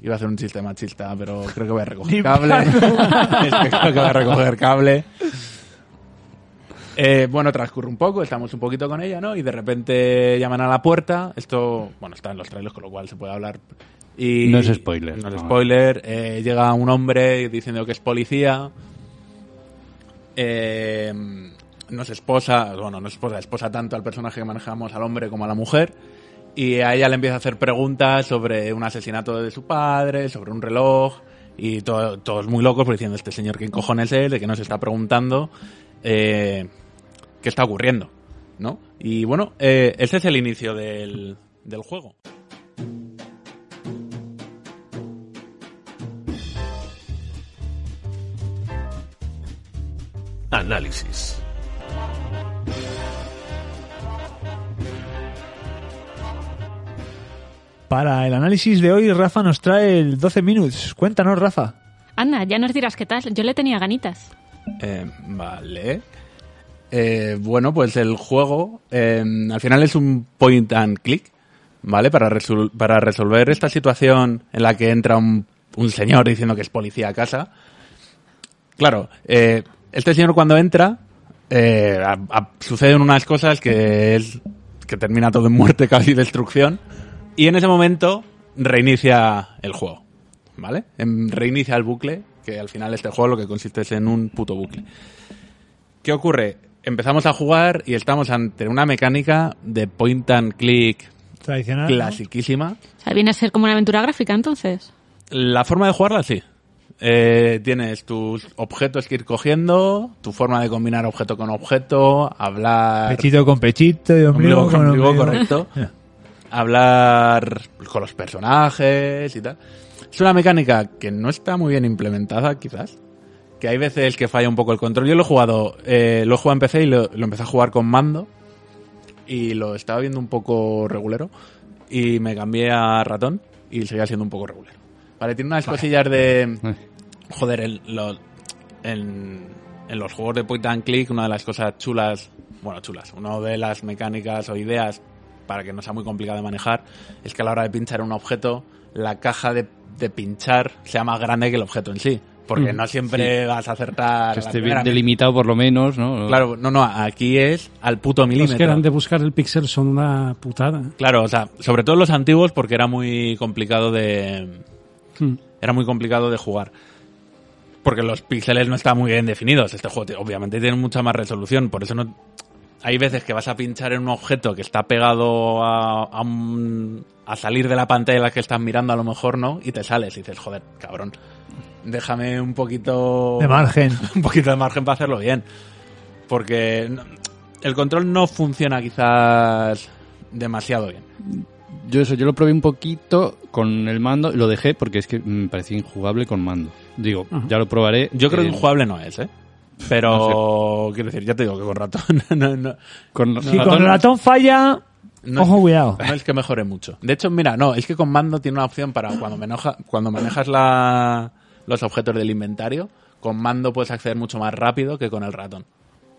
S4: Iba a hacer un chiste machista, pero creo que voy a recoger cable. Es que creo que voy a recoger cable. Eh, bueno, transcurre un poco, estamos un poquito con ella, ¿no? Y de repente llaman a la puerta. Esto, bueno, está en los trailers, con lo cual se puede hablar. Y
S6: No es spoiler.
S4: No es
S6: No.
S4: spoiler. Eh, llega un hombre diciendo que es policía. Eh, no es esposa, bueno, no es esposa, esposa tanto al personaje que manejamos, al hombre como a la mujer. Y a ella le empieza a hacer preguntas sobre un asesinato de su padre, sobre un reloj, y todo, todos muy locos, por diciendo, este señor, ¿qué cojones es? ¿De qué nos está preguntando? Eh, ¿Qué está ocurriendo? ¿No? Y bueno, eh, ese es el inicio del, del juego.
S7: Análisis.
S1: Para el análisis de hoy, Rafa nos trae el 12 Minutes. Cuéntanos, Rafa.
S5: Anda, ya nos dirás qué tal, yo le tenía ganitas.
S4: Eh, vale. Eh, bueno, pues el juego eh, al final es un point and click, ¿vale? Para, resol- para resolver esta situación en la que entra un, un señor diciendo que es policía a casa. Claro, eh, este señor cuando entra eh, a- a- suceden unas cosas que, es, que termina todo en muerte, casi destrucción. Y en ese momento reinicia el juego, ¿vale? Em, Reinicia el bucle, que al final este juego lo que consiste es en un puto bucle. ¿Qué ocurre? Empezamos a jugar y estamos ante una mecánica de point and click
S1: Tradicional. ¿no?
S4: clasiquísima.
S5: O sea, viene a ser como una aventura gráfica entonces.
S4: La forma de jugarla, sí. Eh, tienes tus objetos que ir cogiendo, tu forma de combinar objeto con objeto, hablar...
S1: Pechito con pechito y ombligo,
S4: ombligo con ombligo, correcto.
S1: Ya.
S4: hablar con los personajes y tal. Es una mecánica que no está muy bien implementada, quizás. Que hay veces que falla un poco el control. Yo lo he jugado, eh, lo he jugado en PC y lo, lo empecé a jugar con mando. Y lo estaba viendo un poco regulero. Y me cambié a ratón y seguía siendo un poco regulero. Vale, tiene unas cosillas de. Joder, el- lo- en, en los juegos de point and click, una de las cosas chulas, bueno, chulas, una de las mecánicas o ideas para que no sea muy complicado de manejar, es que a la hora de pinchar un objeto, la caja de, de pinchar sea más grande que el objeto en sí. Porque no siempre vas a acertar.
S6: Que
S4: a la
S6: esté
S4: primera.
S6: bien delimitado por lo menos, ¿no?
S4: Claro, no, no, aquí es al puto
S2: Los
S4: milímetro.
S2: que eran de buscar el pixel son una putada.
S4: Claro, o sea, sobre todo los antiguos porque era muy complicado de,
S2: Hmm.
S4: era muy complicado de jugar. Porque los píxeles no están muy bien definidos. Este juego te- obviamente tiene mucha más resolución. Por eso no. Hay veces que vas a pinchar en un objeto que está pegado a, a un- a salir de la pantalla en la que estás mirando, a lo mejor no, y te sales y dices, joder, cabrón, déjame un poquito.
S1: De margen.
S4: un poquito de margen para hacerlo bien. Porque no- el control no funciona quizás demasiado bien.
S6: Yo eso, yo lo probé un poquito con el mando y lo dejé porque es que me parecía injugable con mando. Digo, ya lo probaré.
S4: Yo creo
S6: eh,
S4: que injugable no es, ¿eh? Pero, quiero decir, ya te digo que con ratón. No, no,
S6: Con,
S1: Si
S6: ratón-
S1: con el ratón falla,
S4: no
S1: ojo,
S4: es,
S1: cuidado.
S4: no es que mejore mucho. De hecho, mira, no, es que con mando tiene una opción para cuando, menoja- cuando manejas la, los objetos del inventario, con mando puedes acceder mucho más rápido que con el ratón.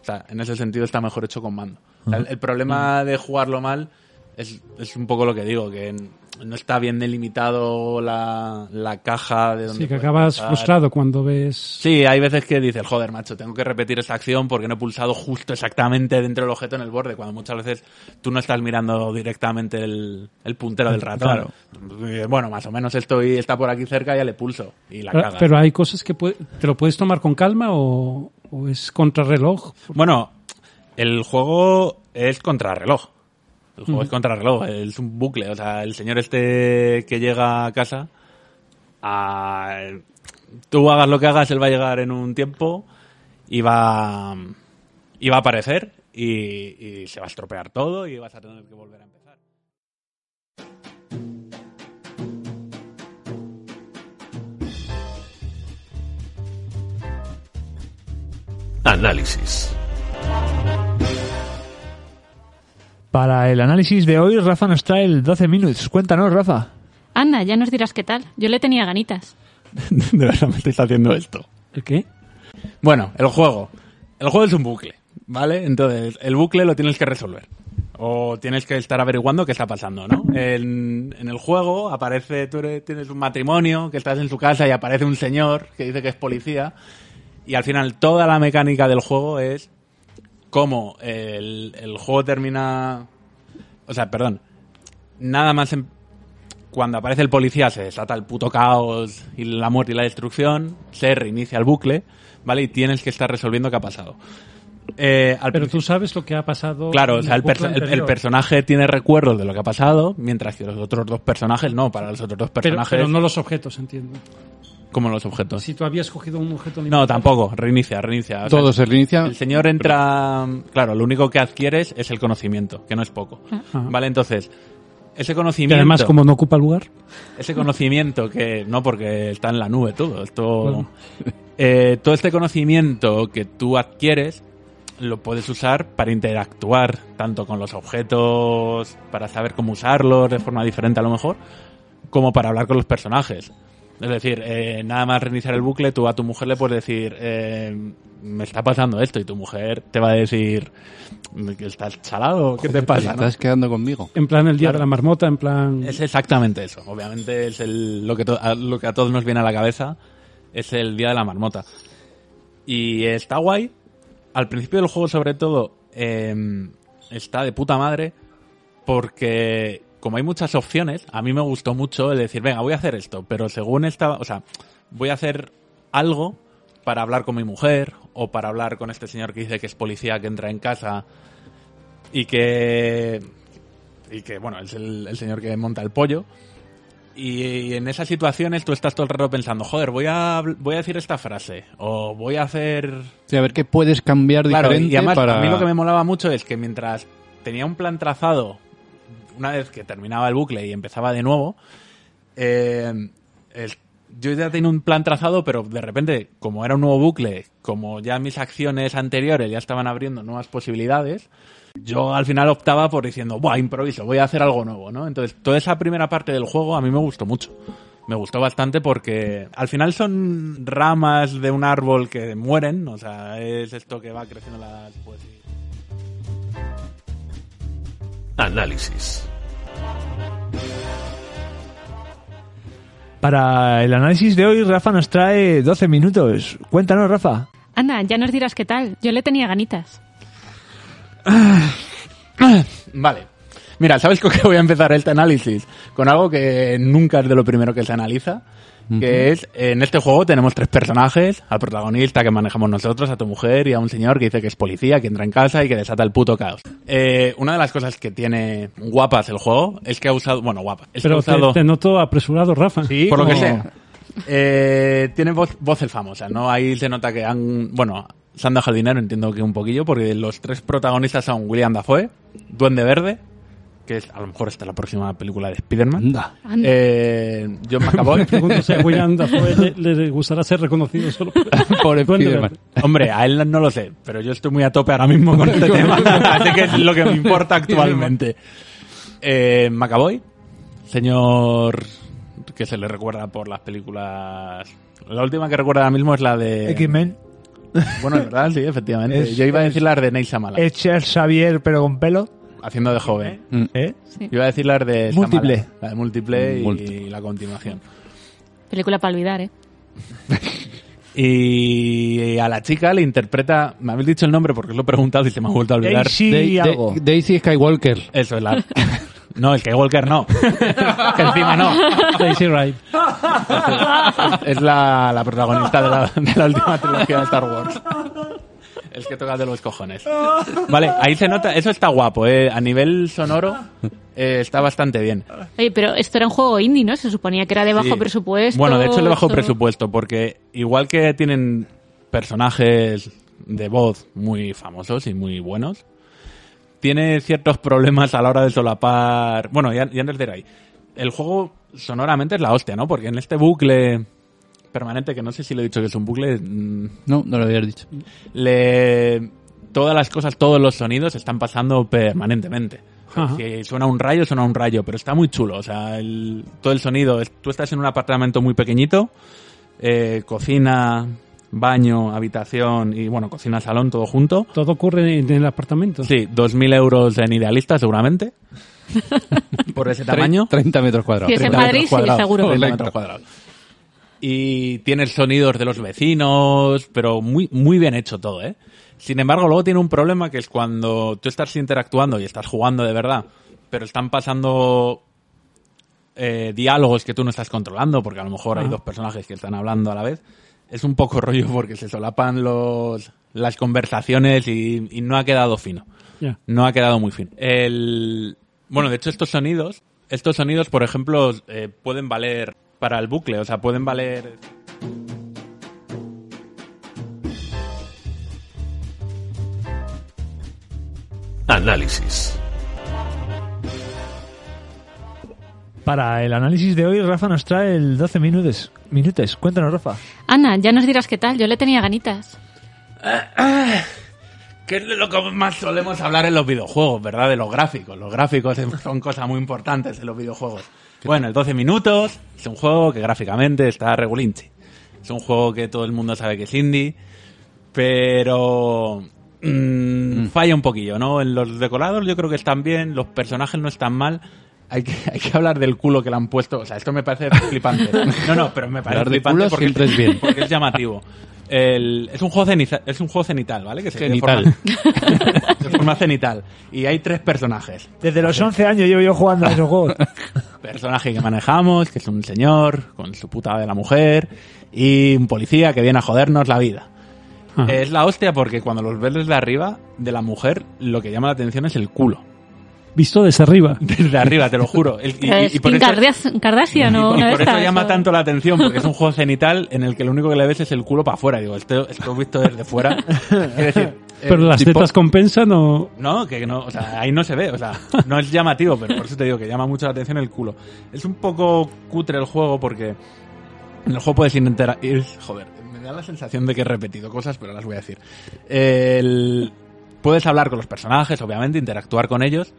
S4: O sea, en ese sentido está mejor hecho con mando. O sea, el, el problema de jugarlo mal es, es un poco lo que digo, que n- no está bien delimitado la, la caja de donde
S2: Sí, que
S4: puedes
S2: acabas
S4: pasar.
S2: frustrado cuando ves.
S4: Sí, hay veces que dices, joder, macho, tengo que repetir esa acción porque no he pulsado justo exactamente dentro del objeto en el borde, cuando muchas veces tú no estás mirando directamente el, el puntero del ratón. Eh, Bueno, más o menos estoy, está por aquí cerca, ya le pulso y la
S2: Pero,
S4: cagas.
S2: pero hay cosas que puede- te lo puedes tomar con calma o, o es contrarreloj.
S4: Bueno, el juego es contrarreloj. El juego es contrarreloj, es un bucle. O sea, el señor este que llega a casa, a- Tú hagas lo que hagas, él va a llegar en un tiempo y va, y va a aparecer y, y se va a estropear todo y vas a tener que volver a empezar.
S7: Análisis.
S1: Para el análisis de hoy, Rafa nos trae el 12 Minutes. Cuéntanos, Rafa.
S5: Anda, ya nos dirás qué tal. Yo le tenía ganitas.
S4: De verdad me estáis haciendo esto.
S2: ¿El qué?
S4: Bueno, el juego. El juego es un bucle, ¿vale? Entonces, el bucle lo tienes que resolver. O tienes que estar averiguando qué está pasando, ¿no? En, en el juego aparece, tú eres- tienes un matrimonio, que estás en su casa y aparece un señor que dice que es policía. Y al final toda la mecánica del juego es cómo el, el juego termina... O sea, perdón. Nada más em- cuando aparece el policía se desata el puto caos y la muerte y la destrucción, se reinicia el bucle, ¿vale? Y tienes que estar resolviendo qué ha pasado. Eh, al
S2: Pero tú
S4: principio-
S2: sabes lo que ha pasado.
S4: Claro, o
S2: en
S4: sea, el,
S2: bucle
S4: perso- el- el
S2: anterior.
S4: personaje tiene recuerdos de lo que ha pasado, mientras que los otros dos personajes no, para los otros dos
S2: Pero,
S4: personajes
S2: pero no los objetos, entiendo.
S4: como los objetos.
S2: Si tú habías cogido un objeto
S4: No,
S2: limitado.
S4: tampoco, reinicia, reinicia. O sea,
S6: Todo se reinicia.
S4: el señor entra, claro, lo único que adquieres es el conocimiento, que no es poco. Vale, entonces, ese
S2: Y
S4: conocimiento...
S2: Ah. además, como no ocupa lugar.
S4: ese conocimiento que no porque está en la nube todo esto eh, todo este conocimiento que tú adquieres lo puedes usar para interactuar tanto con los objetos para saber cómo usarlos de forma diferente a lo mejor como para hablar con los personajes es decir, eh, nada más reiniciar el bucle, tú a tu mujer le puedes decir, eh, me está pasando esto, y tu mujer te va a decir, que estás chalado, ¿qué te pasa? no?
S6: Estás quedando conmigo.
S2: En plan, el día
S4: Claro.
S2: de la marmota, en plan.
S4: Es exactamente eso. Obviamente es el- lo, que to- a, lo que a todos nos viene a la cabeza. Es el día de la marmota. Y está guay. Al principio del juego, sobre todo, em, está de puta madre. Porque como hay muchas opciones, a mí me gustó mucho el decir, venga, voy a hacer esto. Pero según esta... O sea, voy a hacer algo para hablar con mi mujer. O para hablar con este señor que dice que es policía que entra en casa. Y que y que bueno, es el, el señor que monta el pollo. Y, en esas situaciones tú estás todo el rato pensando, joder, voy a, habl- voy a decir esta frase o voy a hacer...
S6: Sí, a ver qué puedes cambiar
S4: Claro,
S6: diferente
S4: y además
S6: para...
S4: a mí lo que me molaba mucho es que mientras tenía un plan trazado, una vez que terminaba el bucle y empezaba de nuevo, eh, el- yo ya tenía un plan trazado, pero de repente, como era un nuevo bucle, como ya mis acciones anteriores ya estaban abriendo nuevas posibilidades, yo al final optaba por diciendo, Buah, improviso, voy a hacer algo nuevo, ¿no? Entonces, toda esa primera parte del juego a mí me gustó mucho. Me gustó bastante porque al final son ramas de un árbol que mueren, o sea, es esto que va creciendo las... Pues, y-
S7: Análisis.
S1: Para el análisis de hoy, Rafa nos trae 12 minutos. Cuéntanos, Rafa.
S5: Anda, ya nos dirás qué tal. Yo le tenía ganitas.
S4: Vale. Mira, ¿sabes con qué voy a empezar este análisis? Con algo que nunca es de lo primero que se analiza, que es, en este juego tenemos tres personajes, al protagonista que manejamos nosotros, a tu mujer y a un señor que dice que es policía, que entra en casa y que desata el puto caos. Eh, una de las cosas que tiene guapas el juego es que ha usado, bueno, guapa, es que ha
S2: Pero te,
S4: usado...
S2: te noto apresurado, Rafa.
S4: por lo que
S1: como-
S4: sea. Eh, tiene voz, voz el famosa, ¿no? Ahí se nota que han, bueno, se han dejado dinero, entiendo que un poquillo, porque los tres protagonistas son William Dafoe, Duende Verde, que es, a lo mejor esta es la próxima película de Spider-Man,
S6: Anda.
S5: Anda.
S4: eh, John McAvoy,
S2: Pregunto si a William Dafoe le, le gustará ser reconocido solo.
S6: Por
S2: Duende
S6: Spiderman.
S2: Verde.
S4: Hombre, a él no lo sé, pero yo estoy muy a tope ahora mismo con este tema. Así que es lo que me importa actualmente. Eh, Macaboy, señor que se le recuerda por las películas. La última que recuerda ahora mismo es la de.
S1: Eh, X-Men.
S4: Bueno, es verdad, sí, efectivamente.
S1: Es-
S4: yo iba a decir las de Ney Samala,
S1: Es Charles Xavier, pero con pelo.
S4: haciendo de joven.
S1: ¿Eh?
S4: Yo iba a decir las de.
S1: Múltiple.
S4: Samala, la de múltiple y
S6: Múltiple.
S4: la continuación.
S5: Película para olvidar, ¿eh?
S4: Y a la chica le interpreta. Me habéis dicho el nombre porque os lo he preguntado y se me ha vuelto a olvidar.
S1: Daisy
S6: Da- Da-
S1: algo.
S6: Daisy Skywalker.
S4: Eso es la. No, el Skywalker no. Que encima no.
S2: Daisy Wright.
S4: Es la, la protagonista de la, de la última trilogía de Star Wars. Es que toca de los cojones. Vale, ahí se nota, eso está guapo, eh. A nivel sonoro eh, está bastante bien.
S5: Oye, pero esto era un juego indie, ¿no? Se suponía que era de bajo
S4: Sí.
S5: presupuesto.
S4: Bueno, de hecho, de bajo
S5: esto-
S4: presupuesto, porque igual que tienen personajes de voz muy famosos y muy buenos, tiene ciertos problemas a la hora de solapar. Bueno, ya, ya antes de ir ahí. El juego sonoramente es la hostia, ¿no? Porque en este bucle permanente, que no sé si lo he dicho que es un bucle, mm,
S6: No, no lo habías dicho.
S4: le todas las cosas, todos los sonidos están pasando permanentemente. O sea,
S2: Ajá.
S4: Si suena un rayo, suena un rayo, pero está muy chulo. O sea, el- todo el sonido. es- Tú estás en un apartamento muy pequeñito, eh, cocina, baño, habitación y bueno, cocina, salón, todo junto.
S2: Todo ocurre en el apartamento.
S4: Sí, 2.000 euros en idealista seguramente. Por ese tamaño.
S6: 30 metros
S5: Si
S6: cuadrados.
S5: es en
S4: 30
S5: Madrid,
S4: metros
S5: sí,
S4: cuadrados.
S5: seguro.
S4: 30 metros cuadrados. Y tienes sonidos de los vecinos, pero muy, muy bien hecho todo, ¿eh? Sin embargo, luego tiene un problema que es cuando tú estás interactuando y estás jugando de verdad, pero están pasando eh, diálogos que tú no estás controlando, porque a lo mejor hay
S5: Ah.
S4: dos personajes que están hablando a la vez. Es un poco rollo porque se solapan los, las conversaciones y, y no ha quedado fino
S2: Ya.
S4: no ha quedado muy fin. El... Bueno, de hecho, estos sonidos, estos sonidos, por ejemplo, eh, pueden valer para el bucle, o sea, pueden valer.
S7: Análisis.
S1: Para el análisis de hoy, Rafa nos trae el 12 minutos. Minutes. Cuéntanos, Rafa.
S5: Ana, ya nos dirás qué tal. Yo le tenía ganitas.
S4: Que es de lo que más solemos hablar en los videojuegos, ¿verdad? De los gráficos. Los gráficos son cosas muy importantes en los videojuegos. Bueno, el 12 minutos es un juego que gráficamente está regulinche. Es un juego que todo el mundo sabe que es indie, pero mm, falla un poquillo, ¿no? En los decorados yo creo que están bien, los personajes no están mal. Hay que, hay que hablar del culo que le han puesto. O sea, esto me parece flipante. No, no, pero me parece
S6: Hablar de
S4: flipante
S6: culos
S4: porque,
S6: siempre es bien.
S4: porque es llamativo. El- es, un juego ceniza- es un juego cenital, ¿vale? Que se de forma-
S6: Genital.
S4: de forma cenital. Y hay tres personajes.
S1: Desde los 11 años llevo yo jugando a esos juegos.
S4: Personaje que manejamos, que es un señor con su puta de la mujer y un policía que viene a jodernos la vida.
S2: Ajá.
S4: Es la hostia porque cuando los ves desde arriba de la mujer, lo que llama la atención es el culo.
S2: Visto desde arriba.
S4: Desde arriba, te lo juro. El- y- y-
S5: ¿Es
S4: y por
S5: Kim
S4: eso-
S5: Kardas- Kardashian
S4: y
S5: o una de
S4: por eso
S5: estas,
S4: llama
S5: o-
S4: tanto la atención, porque es un juego cenital en el que lo único que le ves es el culo para afuera. Digo, esto, esto visto desde fuera. Es decir,
S2: Pero
S4: el
S2: las
S4: tipo-
S2: tetas compensan o.
S4: No, que no, o sea, ahí no se ve, o sea, no es llamativo, pero por eso te digo que llama mucho la atención el culo. Es un poco cutre el juego porque en el juego puedes interactuar. Joder, me da la sensación de que he repetido cosas, pero las voy a decir. El- Puedes hablar con los personajes, obviamente, interactuar con ellos,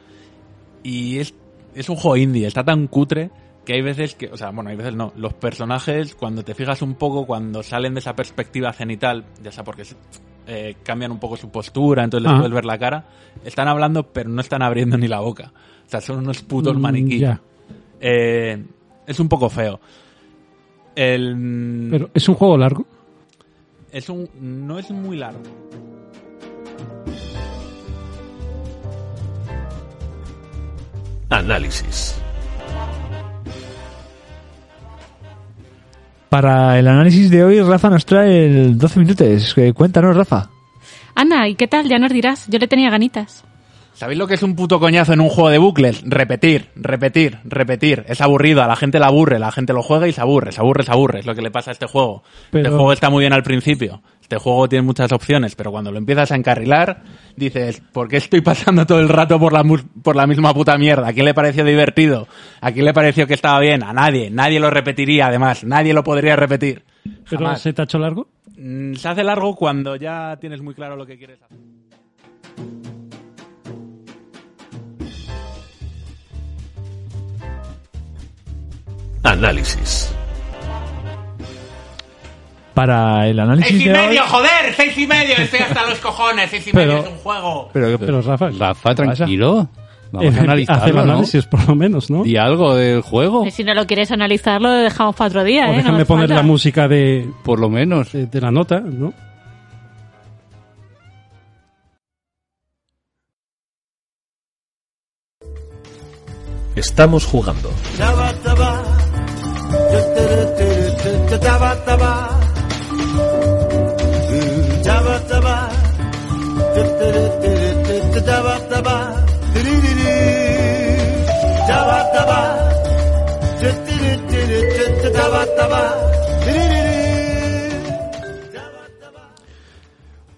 S4: y es, es un juego indie, está tan cutre que hay veces que, o sea, bueno, hay veces no, los personajes cuando te fijas un poco, cuando salen de esa perspectiva cenital, ya sea porque eh, cambian un poco su postura, entonces les
S2: Ajá.
S4: puedes ver la cara, están hablando pero no están abriendo ni la boca. O sea, son unos putos
S2: Mm,
S4: maniquíes.
S2: ya.
S4: Eh, es un poco feo. El,
S2: Pero es un juego largo.
S4: es un, no es muy largo.
S7: Análisis.
S1: Para el análisis de hoy, Rafa nos trae el 12 minutos. Eh, Cuéntanos, Rafa.
S5: Ana, ¿y qué tal? Ya nos dirás. Yo le tenía ganitas.
S4: ¿Sabéis lo que es un puto coñazo en un juego de bucles? Repetir, repetir, repetir. Es aburrido, a la gente la aburre, la gente lo juega y se aburre, se aburre, se aburre. Es lo que le pasa a este juego.
S2: Pero-
S4: Este juego está muy bien al principio. Este juego tiene muchas opciones, pero cuando lo empiezas a encarrilar, dices, ¿por qué estoy pasando todo el rato por la, mus- por la misma puta mierda? ¿A quién le pareció divertido? ¿A quién le pareció que estaba bien? A nadie. Nadie lo repetiría, además. Nadie lo podría repetir.
S2: Pero
S4: Jamás.
S2: se te ha hecho largo.
S4: Mm, Se hace largo cuando ya tienes muy claro lo que quieres hacer.
S7: Análisis.
S1: Para el análisis de hoy.
S4: joder! ¡Seis y medio! Estoy hasta los cojones. ¡Seis y
S2: Pero- medio es un
S4: juego!
S2: Pero, Rafa.
S6: Rafa, tranquilo. Vamos
S2: eh,
S6: a analizarlo,
S2: hacer
S6: ¿no?
S2: análisis, por lo menos, ¿no?
S6: Di algo del juego,
S5: Si no lo quieres analizar, lo dejamos para otro
S2: o
S5: día. ¿eh? No
S2: Oh. déjame
S5: hace
S2: poner
S5: falta.
S2: la música de,
S6: por lo menos.
S2: de, de la nota, ¿no?
S7: Estamos jugando.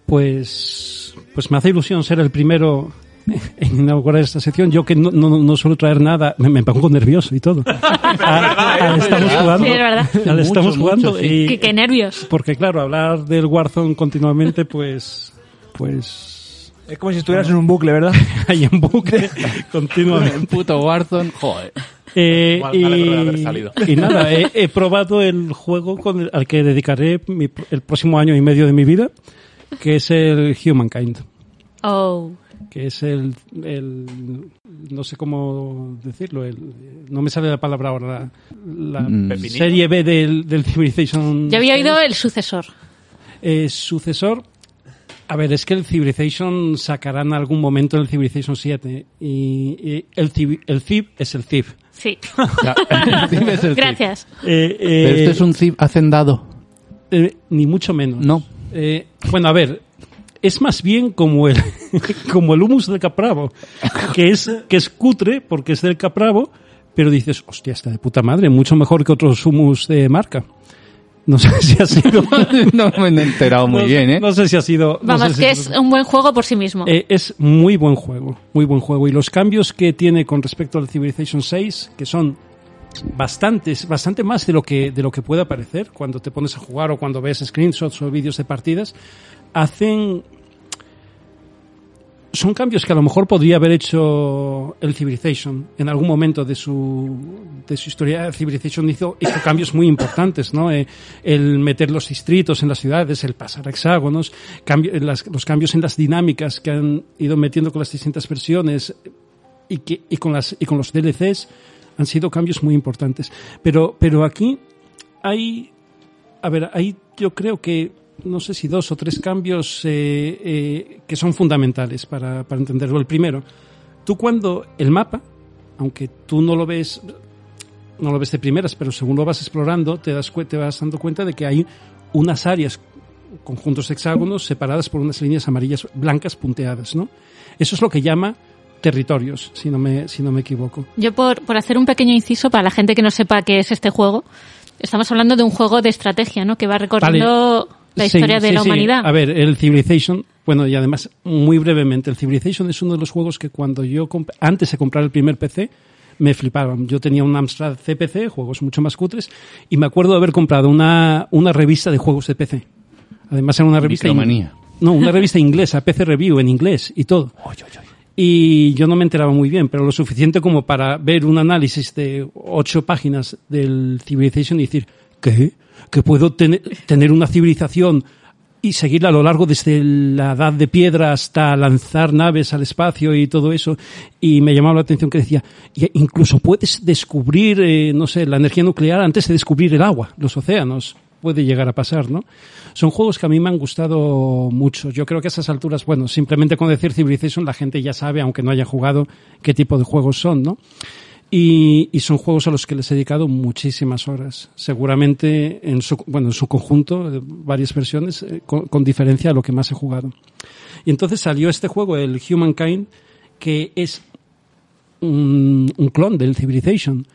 S2: Pues, pues me hace ilusión ser el primero en inaugurar esta sección. Yo que no, no, no suelo traer nada, me, me pongo nervioso y todo.
S4: ¿eh?
S2: Ahora estamos jugando.
S5: Sí, es verdad.
S2: ahora estamos jugando y-
S5: Qué, qué nervios.
S2: porque claro, hablar del Warzone continuamente, pues, pues
S1: Es como si estuvieras en un bucle, ¿verdad?
S2: hay en buque continuamente.
S6: Puto Warzone, joder.
S2: Eh,
S4: Igual me alegro de haber
S2: y,
S4: salido.
S2: y nada, he, he probado el juego con el- al que dedicaré mi pr- el próximo año y medio de mi vida, que es el Humankind,
S5: Oh.
S2: que es el, el- no sé cómo decirlo, el, no me sale la palabra ahora, la, la
S6: Mm.
S4: ¿Pepinillo?
S2: serie B del, del Civilization.
S5: Yo había oído el sucesor.
S2: Eh, sucesor. A ver, es que el Civilization sacarán en algún momento el Civilization 7. Y, y el, Civ, el Civ es el Civ.
S5: Sí.
S6: Dime ese
S5: Gracias.
S2: Eh, eh,
S6: Cid. Pero este es un Cid hacendado.
S2: eh, ni mucho menos.
S6: No.
S2: Eh, bueno, a ver, es más bien como el, como el humus del capravo, que es, que es cutre porque es del capravo, pero dices, hostia, está de puta madre, mucho mejor que otros humus de marca. No sé si ha sido...
S6: no me he enterado muy
S2: no-
S6: bien, ¿eh?
S2: No sé si ha sido... no
S5: Vamos,
S2: sé si
S5: que
S2: ha
S5: es
S2: sido-
S5: un buen juego por sí mismo.
S2: Eh, es muy buen juego, muy buen juego. Y los cambios que tiene con respecto al Civilization 6, que son bastantes, bastante más de lo que, de lo que puede aparecer cuando te pones a jugar o cuando ves screenshots o vídeos de partidas, hacen. Son cambios que a lo mejor podría haber hecho el Civilization en algún momento de su, de su historia. El Civilization hizo, hizo cambios muy importantes, ¿no? Eh, el meter los distritos en las ciudades, el pasar a hexágonos, cambio- las- los cambios en las dinámicas que han ido metiendo con las distintas versiones, y, que, y, con las, y con los DLCs han sido cambios muy importantes. Pero, pero aquí hay, a ver, hay yo creo que, no sé si dos o tres cambios eh, eh, que son fundamentales para, para entenderlo. El primero, tú cuando el mapa, aunque tú no lo ves, no lo ves de primeras, pero según lo vas explorando, te, das, cue- te vas dando cuenta de que hay unas áreas conjuntos de hexágonos separadas por unas líneas amarillas blancas punteadas, ¿no? Eso es lo que llama territorios, si no me, si no me equivoco.
S5: Yo por, por hacer un pequeño inciso para la gente que no sepa qué es este juego, estamos hablando de un juego de estrategia, ¿no? Que va recorriendo la
S2: Sí,
S5: historia de
S2: sí,
S5: la
S2: sí.
S5: humanidad.
S2: A ver, el Civilization, bueno, y además, muy brevemente, el Civilization es uno de los juegos que cuando yo, comp- antes de comprar el primer PC, me fliparon. Yo tenía un Amstrad CPC, juegos mucho más cutres, y me acuerdo de haber comprado una, una revista de juegos de PC. Además era una revista... in-
S6: Micromanía.
S2: No, una revista inglesa, PC Review en inglés y todo. Y yo no me enteraba muy bien, pero lo suficiente como para ver un análisis de ocho páginas del Civilization y decir, ¿qué? ¿Que puedo ten- tener una civilización y seguirla a lo largo desde la edad de piedra hasta lanzar naves al espacio y todo eso? Y me llamaba la atención que decía, "Y incluso puedes descubrir, eh, no sé, la energía nuclear antes de descubrir el agua, los océanos puede llegar a pasar, ¿no? Son juegos que a mí me han gustado mucho. Yo creo que a esas alturas, bueno, simplemente con decir Civilization la gente ya sabe, aunque no haya jugado, qué tipo de juegos son, ¿no? Y, y son juegos a los que les he dedicado muchísimas horas. Seguramente en su, bueno, en su conjunto, eh, varias versiones, eh, con, con diferencia a lo que más he jugado. Y entonces salió este juego, el Humankind, que es un, un clon del Civilization.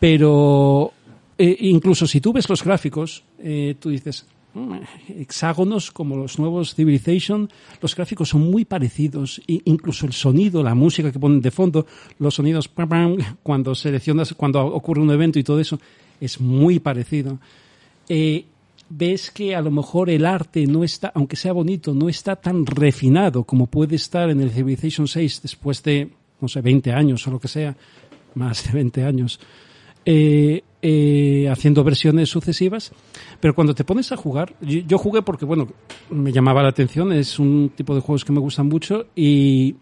S2: Pero eh, incluso si tú ves los gráficos, eh, tú dices, "Mm, hexágonos como los nuevos Civilization, los gráficos son muy parecidos, e incluso el sonido, la música que ponen de fondo, los sonidos pam, pam, cuando seleccionas, cuando ocurre un evento y todo eso, es muy parecido eh, ves que a lo mejor el arte no está, aunque sea bonito, no está tan refinado como puede estar en el Civilization 6 después de, no sé, 20 años o lo que sea, más de 20 años, eh, eh, haciendo versiones sucesivas. Pero cuando te pones a jugar, yo, yo jugué porque, bueno, me llamaba la atención, es un tipo de juegos que me gustan mucho y,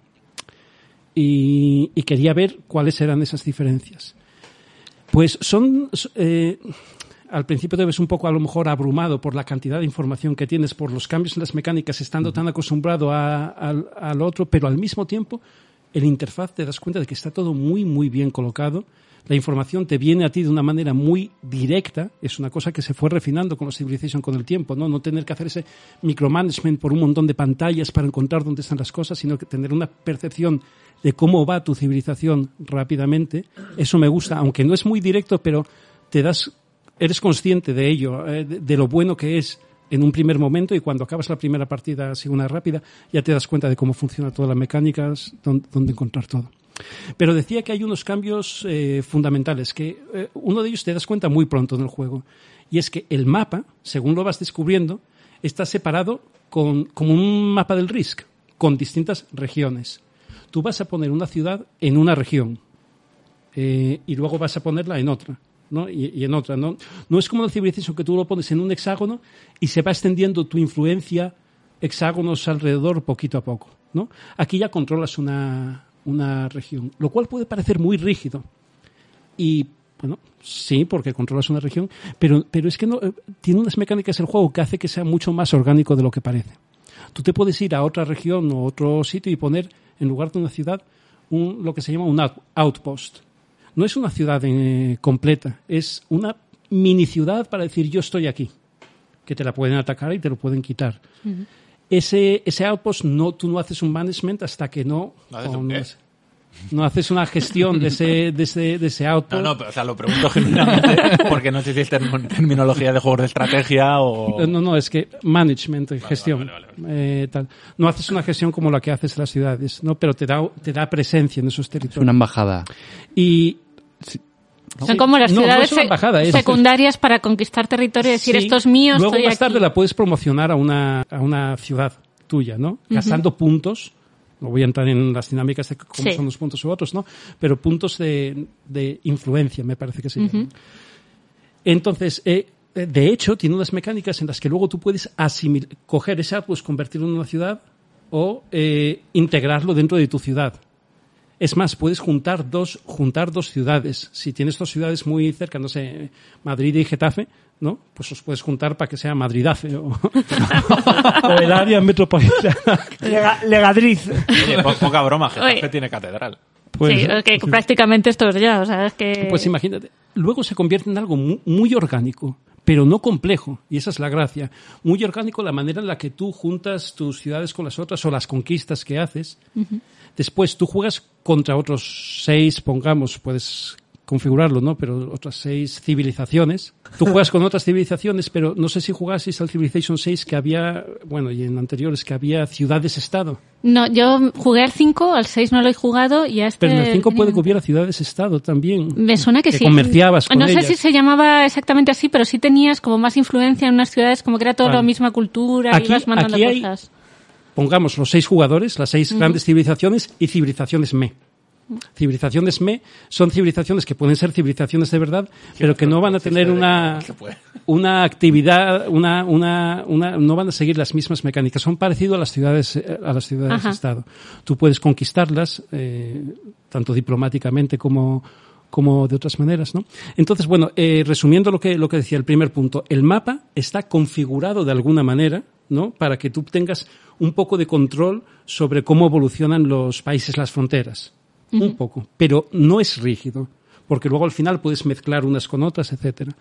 S2: y, y quería ver cuáles eran esas diferencias. Pues son. eh, al principio te ves un poco a lo mejor abrumado por la cantidad de información que tienes, por los cambios en las mecánicas, estando tan acostumbrado a- al, al otro, pero al mismo tiempo el interfaz te das cuenta de que está todo muy, muy bien colocado. La información te viene a ti de una manera muy directa. Es una cosa que se fue refinando con los Civilization con el tiempo, ¿no? No tener que hacer ese micromanagement por un montón de pantallas para encontrar dónde están las cosas, sino que tener una percepción de cómo va tu civilización rápidamente. Eso me gusta, aunque no es muy directo, pero te das eres consciente de ello, eh, de, de lo bueno que es en un primer momento y cuando acabas la primera partida, así una rápida, ya te das cuenta de cómo funcionan todas las mecánicas, dónde, dónde encontrar todo. Pero decía que hay unos cambios eh, fundamentales, que eh, uno de ellos te das cuenta muy pronto en el juego, y es que el mapa, según lo vas descubriendo, está separado con, como un mapa del Risk, con distintas regiones. Tú vas a poner una ciudad en una región eh, y luego vas a ponerla en otra. ¿no? Y, y, en otra. ¿no? no es como el Civilization que tú lo pones en un hexágono y se va extendiendo tu influencia hexágonos alrededor poquito a poco. ¿no? Aquí ya controlas una, una región, lo cual puede parecer muy rígido. Y bueno, sí, porque controlas una región, pero, pero es que no, eh, tiene unas mecánicas el juego que hace que sea mucho más orgánico de lo que parece. Tú te puedes ir a otra región o otro sitio y poner, en lugar de una ciudad, un, lo que se llama un outpost. No es una ciudad eh, completa, es una mini ciudad para decir yo estoy aquí, que te la pueden atacar y te lo pueden quitar. Uh -huh ese, ese outpost no, tú no haces un management hasta que no.
S4: ¿No haces un
S2: no,
S4: qué?
S2: no haces una gestión de ese, de ese, de ese outpost.
S4: No, no, pero, o sea, lo pregunto generalmente porque no sé si es term terminología de juegos de estrategia o.
S2: Eh, No, no, es que management,
S4: Vale,
S2: gestión.
S4: vale, vale,
S2: eh, tal. No haces una gestión como la que haces las ciudades, ¿no? pero te da, te da presencia en esos
S6: Es una
S2: territorios.
S6: embajada.
S2: Y.
S5: Son como las
S2: No, no
S5: ciudades
S2: es una
S5: sec-
S2: embajada, es-
S5: secundarias para conquistar territorio y decir,
S2: sí,
S5: esto es mío,
S2: Luego
S5: estoy
S2: más
S5: aquí.
S2: tarde la puedes promocionar a una, a una ciudad tuya, ¿no? Gastando puntos. No voy a entrar en las dinámicas de cómo
S5: Sí.
S2: son los puntos u otros, ¿no? Pero puntos de, de influencia, me parece que se llaman. Entonces, eh, eh, de hecho, tiene unas mecánicas en las que luego tú puedes asimil- coger ese pues convertirlo en una ciudad o eh, integrarlo dentro de tu ciudad. Es más, puedes juntar dos, juntar dos ciudades. Si tienes dos ciudades muy cerca, no sé, Madrid y Getafe, ¿no? Pues los puedes juntar para que sea Madridafe o, o el área metropolitana.
S1: Lega- legadriz.
S4: Oye, po- poca broma, Getafe
S5: Oye.
S4: tiene catedral.
S2: Pues,
S5: sí, es que prácticamente esto es ya, o sea, es que...
S2: Pues imagínate, luego se convierte en algo mu- muy, orgánico, pero no complejo, y esa es la gracia. Muy orgánico la manera en la que tú juntas tus ciudades con las otras o las conquistas que haces. Después tú juegas contra otros seis, pongamos, puedes configurarlo, ¿no? Pero otras seis civilizaciones. Tú juegas con otras civilizaciones, pero no sé si jugasteis al Civilization 6 que había, bueno, y en anteriores que había ciudades-estado.
S5: No, yo jugué al 5, al 6 no lo he jugado y a este...
S2: Pero en el 5
S5: tenía-
S2: puede que hubiera ciudades-estado también.
S5: Me suena que,
S2: que
S5: sí.
S2: comerciabas con
S5: No sé
S2: ellas.
S5: si se llamaba exactamente así, pero sí tenías como más influencia en unas ciudades, como que era todo
S2: Vale.
S5: la misma cultura,
S2: Aquí-
S5: ibas mandando
S2: aquí hay-
S5: cosas.
S2: pongamos los seis jugadores, las seis grandes civilizaciones y civilizaciones me. Civilizaciones me son civilizaciones que pueden ser civilizaciones de verdad, pero que no van a tener una, una actividad, una, una, una, no van a seguir las mismas mecánicas. Son parecido a las ciudades, eh, a las ciudades
S5: Ajá.
S2: estado. Tú puedes conquistarlas, eh, tanto diplomáticamente como, como de otras maneras, ¿no? Entonces, bueno, eh, resumiendo lo que, lo que decía el primer punto, el mapa está configurado de alguna manera, ¿no? Para que tú tengas un poco de control sobre cómo evolucionan los países, las fronteras. Un poco. Pero no es rígido. Porque luego al final puedes mezclar unas con otras, etcétera.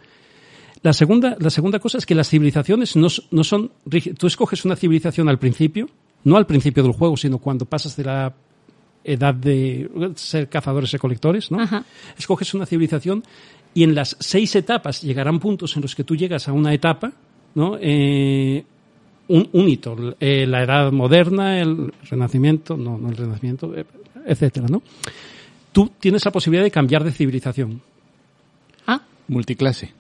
S2: La segunda, la segunda cosa es que las civilizaciones no, s- no son rígidas. Tú escoges una civilización al principio, no al principio del juego, sino cuando pasas de la edad de ser cazadores recolectores, ¿no?
S5: Ajá.
S2: Escoges una civilización y en las seis etapas llegarán puntos en los que tú llegas a una etapa, ¿no? Eh, un, un hito, l- eh, la edad moderna, el renacimiento, no, no el renacimiento, eh, etcétera, ¿no? Tú tienes la posibilidad de cambiar de civilización
S5: Ah,
S6: Multiclase.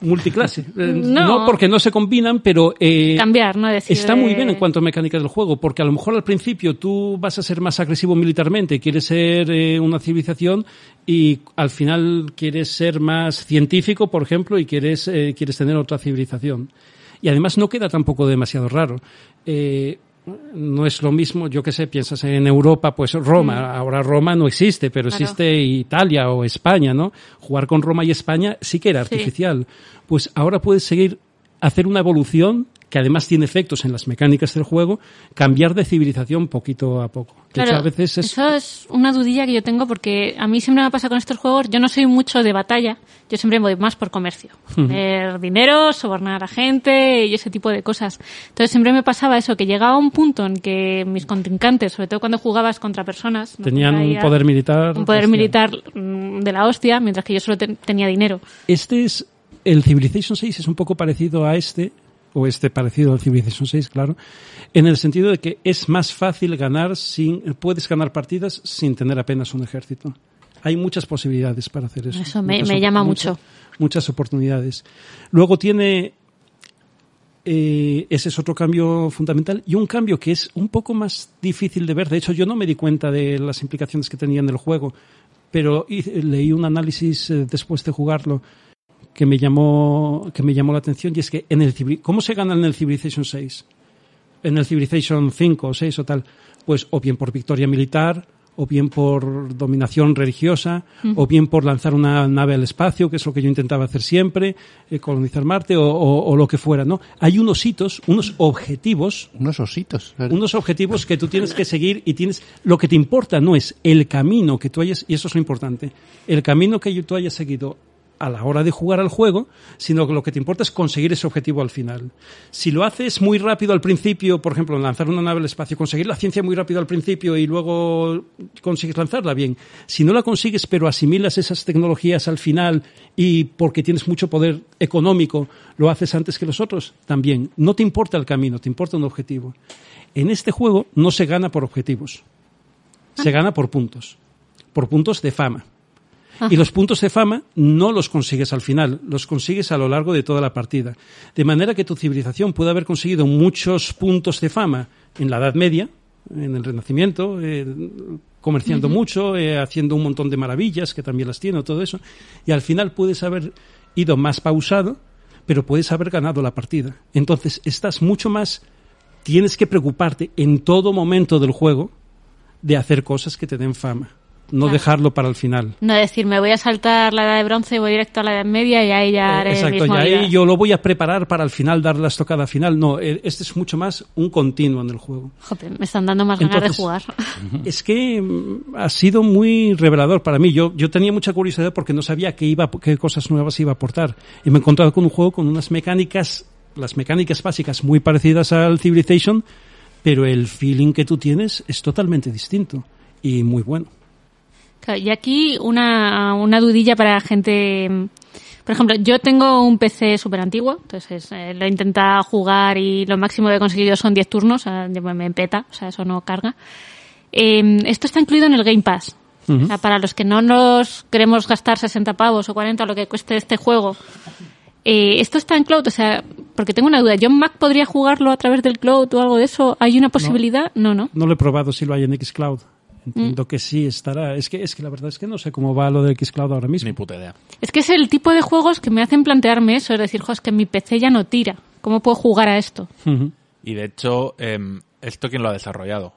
S2: multiclase. Eh,
S5: No.
S2: no, porque no se combinan, pero eh,
S5: cambiar, ¿no? Decir,
S2: está muy
S5: eh,
S2: bien en cuanto a mecánica del juego, porque a lo mejor al principio tú vas a ser más agresivo militarmente, quieres ser eh, una civilización y al final quieres ser más científico, por ejemplo, y quieres, eh, quieres tener otra civilización. Y además no queda tampoco demasiado raro. Eh, no es lo mismo, yo qué sé, piensas en Europa, pues Roma, ahora Roma no existe, pero
S5: Mm. Claro.
S2: existe Italia o España, ¿no? Jugar con Roma y España sí que era
S5: Sí.
S2: artificial. Pues ahora puedes seguir, hacer una evolución que además tiene efectos en las mecánicas del juego, cambiar de civilización poquito a poco. Que
S5: claro,
S2: eso a veces es...
S5: Eso es una dudilla que yo tengo porque a mí siempre me pasa con estos juegos, yo no soy mucho de batalla, yo siempre voy más por comercio. Tener dinero, sobornar a gente y ese tipo de cosas. Entonces siempre me pasaba eso, que llegaba un punto en que mis contrincantes, sobre todo cuando jugabas contra personas... ¿no?
S2: Tenían
S5: Contra
S2: un
S5: IA,
S2: poder militar.
S5: ¿eh? Un poder
S2: hostia.
S5: militar mm, de la hostia, mientras que yo solo te- tenía dinero.
S2: Este es el Civilization 6 es un poco parecido a este, o este parecido al Civilization 6, claro, en el sentido de que es más fácil ganar sin, puedes ganar partidas sin tener apenas un ejército. Hay muchas posibilidades para hacer eso.
S5: Eso me,
S2: Muchas
S5: me
S2: op-
S5: llama
S2: mucha-
S5: mucho.
S2: Muchas oportunidades. Luego tiene, eh, ese es otro cambio fundamental y un cambio que es un poco más difícil de ver. De hecho, yo no me di cuenta de las implicaciones que tenía en el juego, pero hice- leí un análisis eh, después de jugarlo que me llamó que me llamó la atención y es que en el Civil- ¿cómo se gana en el Civilization 6? En el Civilization 5 o 6 o tal, pues o bien por victoria militar, o bien por dominación religiosa, o bien por lanzar una nave al espacio, que es lo que yo intentaba hacer siempre, eh, colonizar Marte o, o- o lo que fuera, ¿no? Hay unos hitos, unos objetivos
S6: Unos ositos. ¿verdad?
S2: unos objetivos que tú tienes que seguir y tienes lo que te importa no es el camino que tú hayas y eso es lo importante el camino que tú hayas seguido a la hora de jugar al juego, sino que lo que te importa es conseguir ese objetivo al final. Si lo haces muy rápido al principio, por ejemplo, lanzar una nave al espacio, conseguir la ciencia muy rápido al principio y luego consigues lanzarla bien. Si no la consigues, pero asimilas esas tecnologías al final y porque tienes mucho poder económico, lo haces antes que los otros, también. No te importa el camino, te importa un objetivo. En este juego no se gana por objetivos, se gana por puntos, por puntos de fama. Y los puntos de fama no los consigues al final, los consigues a lo largo de toda la partida. De manera que tu civilización puede haber conseguido muchos puntos de fama en la Edad Media, en el Renacimiento, eh, comerciando mucho, eh, haciendo un montón de maravillas, que también las tiene, todo eso. Y al final puedes haber ido más pausado, pero puedes haber ganado la partida. Entonces estás mucho más tienes que preocuparte en todo momento del juego de hacer cosas que te den fama. No
S5: Claro.
S2: dejarlo para el final.
S5: No decir, me voy a saltar la edad de bronce y voy directo a la edad media y ahí ya haré
S2: Eh, Exacto,
S5: mis
S2: y ahí
S5: movidas.
S2: yo lo voy a preparar para al final dar la estocada final. No, eh, este es mucho más un continuo en el juego.
S5: Joder, me están dando más ganas
S2: Entonces-
S5: de jugar.
S2: Es que mm, ha sido muy revelador para mí. Yo, yo tenía mucha curiosidad porque no sabía qué, iba, qué cosas nuevas iba a aportar. Y me he encontrado con un juego con unas mecánicas, las mecánicas básicas muy parecidas al Civilization, pero el feeling que tú tienes es totalmente distinto y muy bueno.
S5: Claro, y aquí una, una dudilla para gente. mm, Por ejemplo, yo tengo un PC súper antiguo, entonces eh, lo he intentado jugar y lo máximo que he conseguido son 10 turnos, o sea, me me peta, o sea, eso no carga. Eh, esto está incluido en el Game Pass. O sea, para los que no nos queremos gastar 60 pavos o 40 lo que cueste este juego, eh, esto está en cloud, o sea, porque tengo una duda. ¿Yo en Mac podría jugarlo a través del cloud o algo de eso? ¿Hay una posibilidad? No, no.
S2: No lo he probado si lo hay en Xcloud.
S5: Mm.
S2: Entiendo que sí estará. Es que, es que la verdad es que no sé cómo va lo de Xcloud ahora mismo.
S4: Ni puta idea.
S5: Es que es el tipo de juegos que me hacen plantearme eso, es decir, jo, es que mi PC ya no tira. ¿Cómo puedo jugar a esto?
S2: Ujú.
S4: Y de hecho, em, ¿esto quién lo ha desarrollado?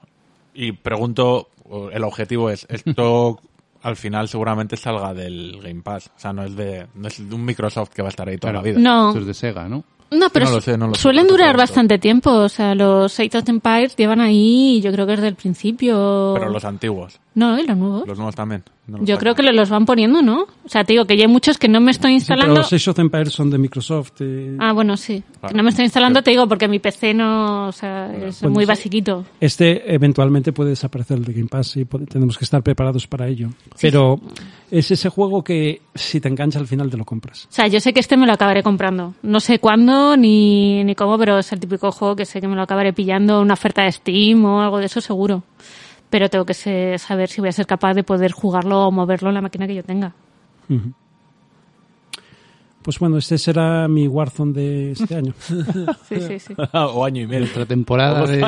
S4: Y pregunto, o el objetivo es, esto al final seguramente salga del Game Pass. O sea, no es de, no es de un Microsoft que va a estar ahí toda la vida.
S5: No,
S6: Esto es de Sega, ¿no?
S5: no, pero
S4: No lo
S5: su-
S4: sé, no lo sé,
S5: suelen
S4: no te
S5: durar
S4: pregunto.
S5: bastante tiempo. O sea, los Age of Empires llevan ahí, yo creo que desde el principio.
S4: Pero los antiguos,
S5: No, y los nuevos.
S4: los nuevos también. No los
S5: Yo
S4: sacan.
S5: creo que lo- los van poniendo, ¿no? O sea, te digo que ya hay muchos que no me estoy
S2: Sí, pero
S5: instalando.
S2: los Age of Empires son de Microsoft. eh,
S5: Ah, bueno, sí.
S4: Claro.
S5: Que No me estoy instalando, te digo, porque mi PC no. O sea, es
S2: Bueno,
S5: muy
S2: sí.
S5: basiquito.
S2: Este eventualmente puede desaparecer el de Game Pass y po- tenemos que estar preparados para ello. Pero es ese juego que si te engancha al final te lo compras.
S5: O sea, yo sé que este me lo acabaré comprando. No sé cuándo ni, ni cómo, pero es el típico juego que sé que me lo acabaré pillando, una oferta de Steam o algo de eso seguro. Pero tengo que se- saber si voy a ser capaz de poder jugarlo o moverlo en la máquina que yo tenga.
S2: Pues bueno, este será mi Warzone de este año.
S5: Sí, sí, sí.
S4: o año y medio.
S6: Otra temporada de...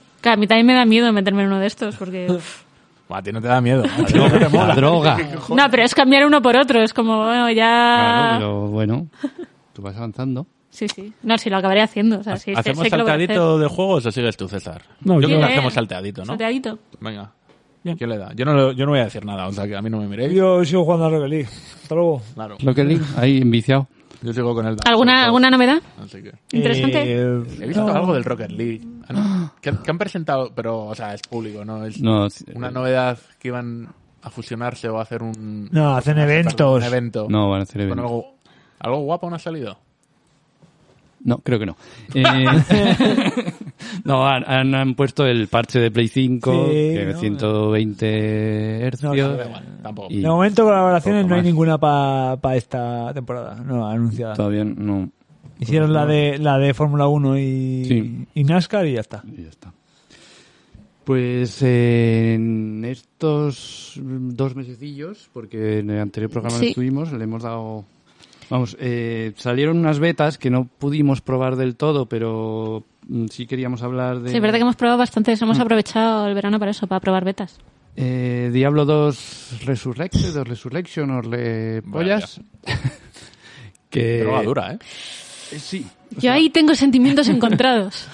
S5: Claro, a mí también me da miedo meterme en uno de estos porque...
S4: A ti no te da miedo.
S6: La droga.
S5: No, pero es cambiar uno por otro. Es como, bueno,
S6: Claro,
S5: ya...
S6: pero bueno, tú vas avanzando.
S5: Sí, sí. No, sí, lo acabaré haciendo. O sea, sí, sé-
S4: ¿Hacemos
S5: sé que lo voy a hacer.
S4: saltadito de juegos o sigues tú, César?
S2: No,
S4: yo creo
S5: yo-
S4: que hacemos saltadito, ¿no?
S5: Salteadito.
S4: Venga. ¿Quién le da? Yo no, lo- yo no voy a decir nada, o sea, que a mí no me miréis.
S1: Yo sigo jugando a Rocket League. Hasta luego.
S4: Claro.
S6: Lo que leí, ahí enviciado.
S4: Yo sigo con el Dark
S5: ¿Alguna,
S4: Souls.
S5: ¿Alguna novedad?
S4: Así que...
S5: Interesante.
S1: Eh,
S4: He visto algo del Rocket League. Ah, no. Que, que han presentado, pero, o sea, es público, ¿no? Es
S6: No, eh, es-
S4: una novedad que iban a fusionarse o a hacer un...
S1: no, hacen
S4: perdón,
S1: eventos.
S4: Un evento.
S6: no van a hacer
S4: Con
S6: evento.
S4: algo, algo guapo no ha salido.
S6: No, creo que no. Eh, no, han, han- han puesto el parche de Play 5,
S1: Sí,
S6: que
S1: no,
S6: 120 hercios.
S1: no,
S4: Da igual, tampoco.
S6: Y-
S1: De momento colaboraciones
S6: Poco
S1: no hay
S6: más.
S1: ninguna para esta temporada, no anunciada.
S6: Todavía no.
S1: Hicieron la de la de Fórmula 1 y,
S6: Sí.
S1: y NASCAR y ya está.
S6: Y ya está. Pues eh, en estos dos mesecillos, porque en el anterior programa
S5: Sí.
S6: que estuvimos, le hemos dado... Vamos, eh, salieron unas betas que no pudimos probar del todo, pero mm, sí queríamos hablar de...
S5: Sí, es verdad que hemos probado bastantes, hemos aprovechado el verano para eso, para probar betas.
S6: Eh, Diablo 2 Resurrection, 2 Resurrection, o le pollas. que...
S4: Droga dura, ¿eh?
S6: Eh, Sí.
S5: Yo ahí tengo sentimientos encontrados.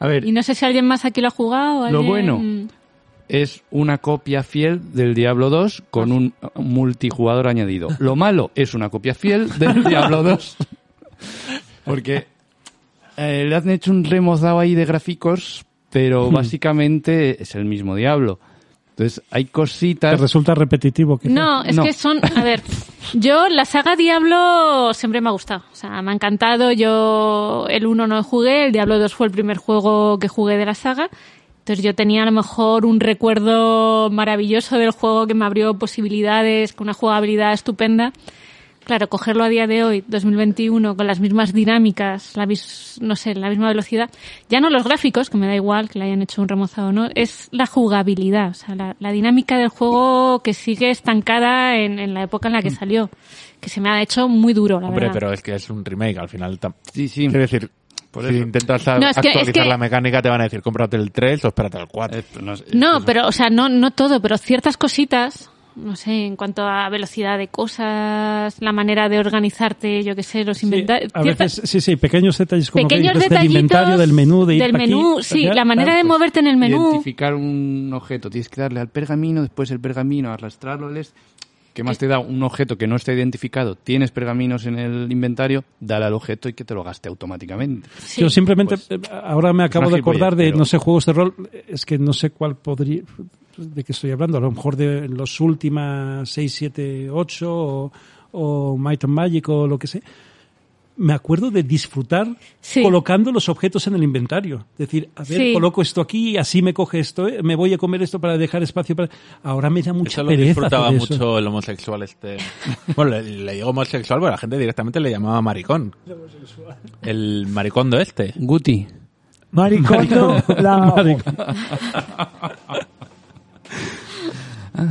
S6: A ver,
S5: Y no sé si alguien más aquí lo ha jugado.
S6: Lo
S5: alguien-
S6: bueno. es una copia fiel del Diablo 2 con un multijugador añadido. Lo malo es una copia fiel del Diablo 2. Porque eh, le han hecho un remozado ahí de gráficos, pero básicamente es el mismo Diablo. Entonces hay
S2: Te
S6: cositas...
S2: resulta repetitivo. quizá.
S5: No, es
S6: No.
S5: que son. A ver, yo la saga Diablo siempre me ha gustado. O sea, me ha encantado. Yo el 1 no jugué, el Diablo 2 fue el primer juego que jugué de la saga. Entonces yo tenía a lo mejor un recuerdo maravilloso del juego que me abrió posibilidades, con una jugabilidad estupenda. Claro, cogerlo a día de hoy, 2021, con las mismas dinámicas, la mis- no sé, la misma velocidad, ya no los gráficos, que me da igual que le hayan hecho un remozado o no, es la jugabilidad, o sea, la, la dinámica del juego que sigue estancada en, en la época en la que salió, que se me ha hecho muy duro, la
S4: Hombre,
S5: verdad.
S4: pero es que es un remake al final. tam-
S6: Sí, sí.
S4: Quiero decir, si
S6: eso.
S4: intentas
S5: No, es que- es
S4: actualizar
S5: que-
S4: la mecánica, te van a decir, cómprate el 3 o espérate el 4.
S6: Eh, no sé.
S5: No, pero, o sea, no, no todo, pero ciertas cositas, no sé, en cuanto a velocidad de cosas, la manera de organizarte, yo qué sé, los
S2: Sí,
S5: inventarios.
S2: a veces, sí, sí, pequeños detalles como que
S5: pequeños
S2: dices, del
S5: detallitos
S2: inventario, del menú, de ir
S5: del
S2: pa' aquí,
S5: menú,
S2: pa'
S5: sí,
S2: allá,
S5: la manera
S2: tal,
S5: de
S2: pues,
S5: moverte en el menú.
S6: Identificar un objeto. Tienes que darle al pergamino, después el pergamino, arrastrarlo. El est- ¿Qué más te da un objeto que no está identificado? Tienes pergaminos en el inventario, dale al objeto y que te lo gaste automáticamente.
S5: Sí.
S2: Yo simplemente, eh,
S4: Pues,
S2: ahora me acabo de
S6: gilipollez,
S2: acordar de,
S6: pero-
S2: no sé, juegos de rol, es que no sé cuál podría, de qué estoy hablando, a lo mejor de los últimas 6, 7, 8 o, o Might and Magic o lo que sea. Me acuerdo de disfrutar
S5: Sí.
S2: colocando los objetos en el inventario. Es decir, a ver,
S5: Sí.
S2: coloco esto aquí, así me coge esto, eh, me voy a comer esto para dejar espacio para... Ahora me da mucha
S4: Eso lo
S2: pereza
S4: disfrutaba
S2: hacer eso.
S4: mucho el homosexual este. Bueno, le, le digo homosexual, pero la gente directamente le llamaba maricón. El maricondo este.
S6: Guti.
S1: Maricondo, la... Oh,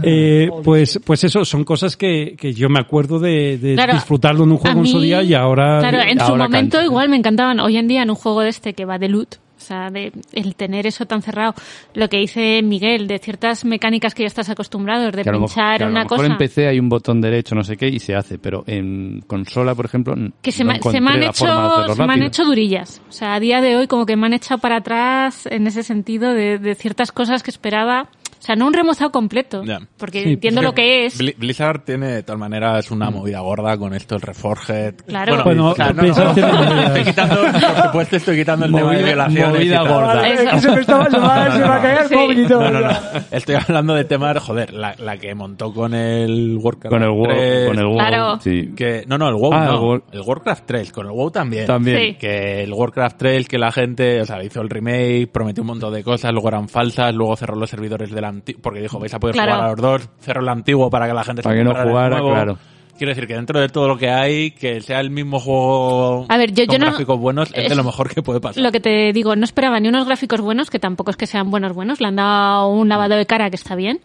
S2: Eh, pues, pues eso, son cosas que, que yo me acuerdo de, de
S5: Claro,
S2: disfrutarlo en un juego
S5: a
S2: en su
S5: mí-
S2: día y ahora.
S5: Claro, en su
S6: ahora
S5: momento
S6: cansa.
S5: igual me encantaban. Hoy en día en un juego de este que va de loot, o sea, de el tener eso tan cerrado, lo que dice Miguel, de ciertas mecánicas que ya estás acostumbrado, de
S6: Que a lo, mo-
S5: pinchar
S6: que a lo
S5: una
S6: mejor
S5: cosa.
S6: en PC hay un botón derecho, no sé qué, y se hace, pero en consola, por ejemplo, n-
S5: que se,
S6: no
S5: me- se
S6: encontré
S5: me han
S6: la forma de hacerlo
S5: hecho se me han
S6: rápido.
S5: hecho durillas o sea a día de hoy como que me han echado para atrás en ese sentido de, de ciertas cosas que esperaba o sea no un remozado completo
S4: Ya. pues
S5: porque entiendo lo que es
S4: Bli- Blizzard tiene de todas maneras una movida gorda con esto, el Reforged.
S5: Claro.
S2: Bueno, Blizzard tiene movidas.
S4: estoy quitando, por supuesto, estoy quitando el tema de
S6: Movida-
S4: violaciones.
S6: movida
S4: y tal.
S6: gorda.
S1: Vale, es que se me, estaba- se me va, se me va a caer el
S5: Sí.
S1: móvil y todo.
S4: No, no, no. Estoy hablando de tema, joder, la, la que montó con el Warcraft
S6: Con el WoW.
S4: 3,
S6: Con el WoW,
S5: Claro.
S6: sí.
S4: que, no, no, el WoW
S6: Ah,
S4: no,
S6: el War-
S4: el Warcraft 3, con el WoW también.
S6: También.
S5: Sí.
S4: Que el Warcraft 3, que la gente, o sea, hizo el remake, prometió un montón de cosas, luego eran falsas, luego cerró los servidores del antiguo, porque dijo, vais a poder
S5: Claro.
S4: jugar a los dos, cerró el antiguo para que la gente
S6: Para que no
S4: comprara el
S6: jugara,
S4: nuevo.
S6: claro.
S4: Quiero decir que dentro de todo lo que hay, que sea el mismo juego
S5: A ver, yo-
S4: con
S5: yo no-
S4: gráficos buenos, es, de
S5: es-
S4: lo mejor que puede pasar.
S5: lo que te digo no esperaba ni unos gráficos buenos que tampoco es que sean buenos buenos le han dado un lavado de cara que está bien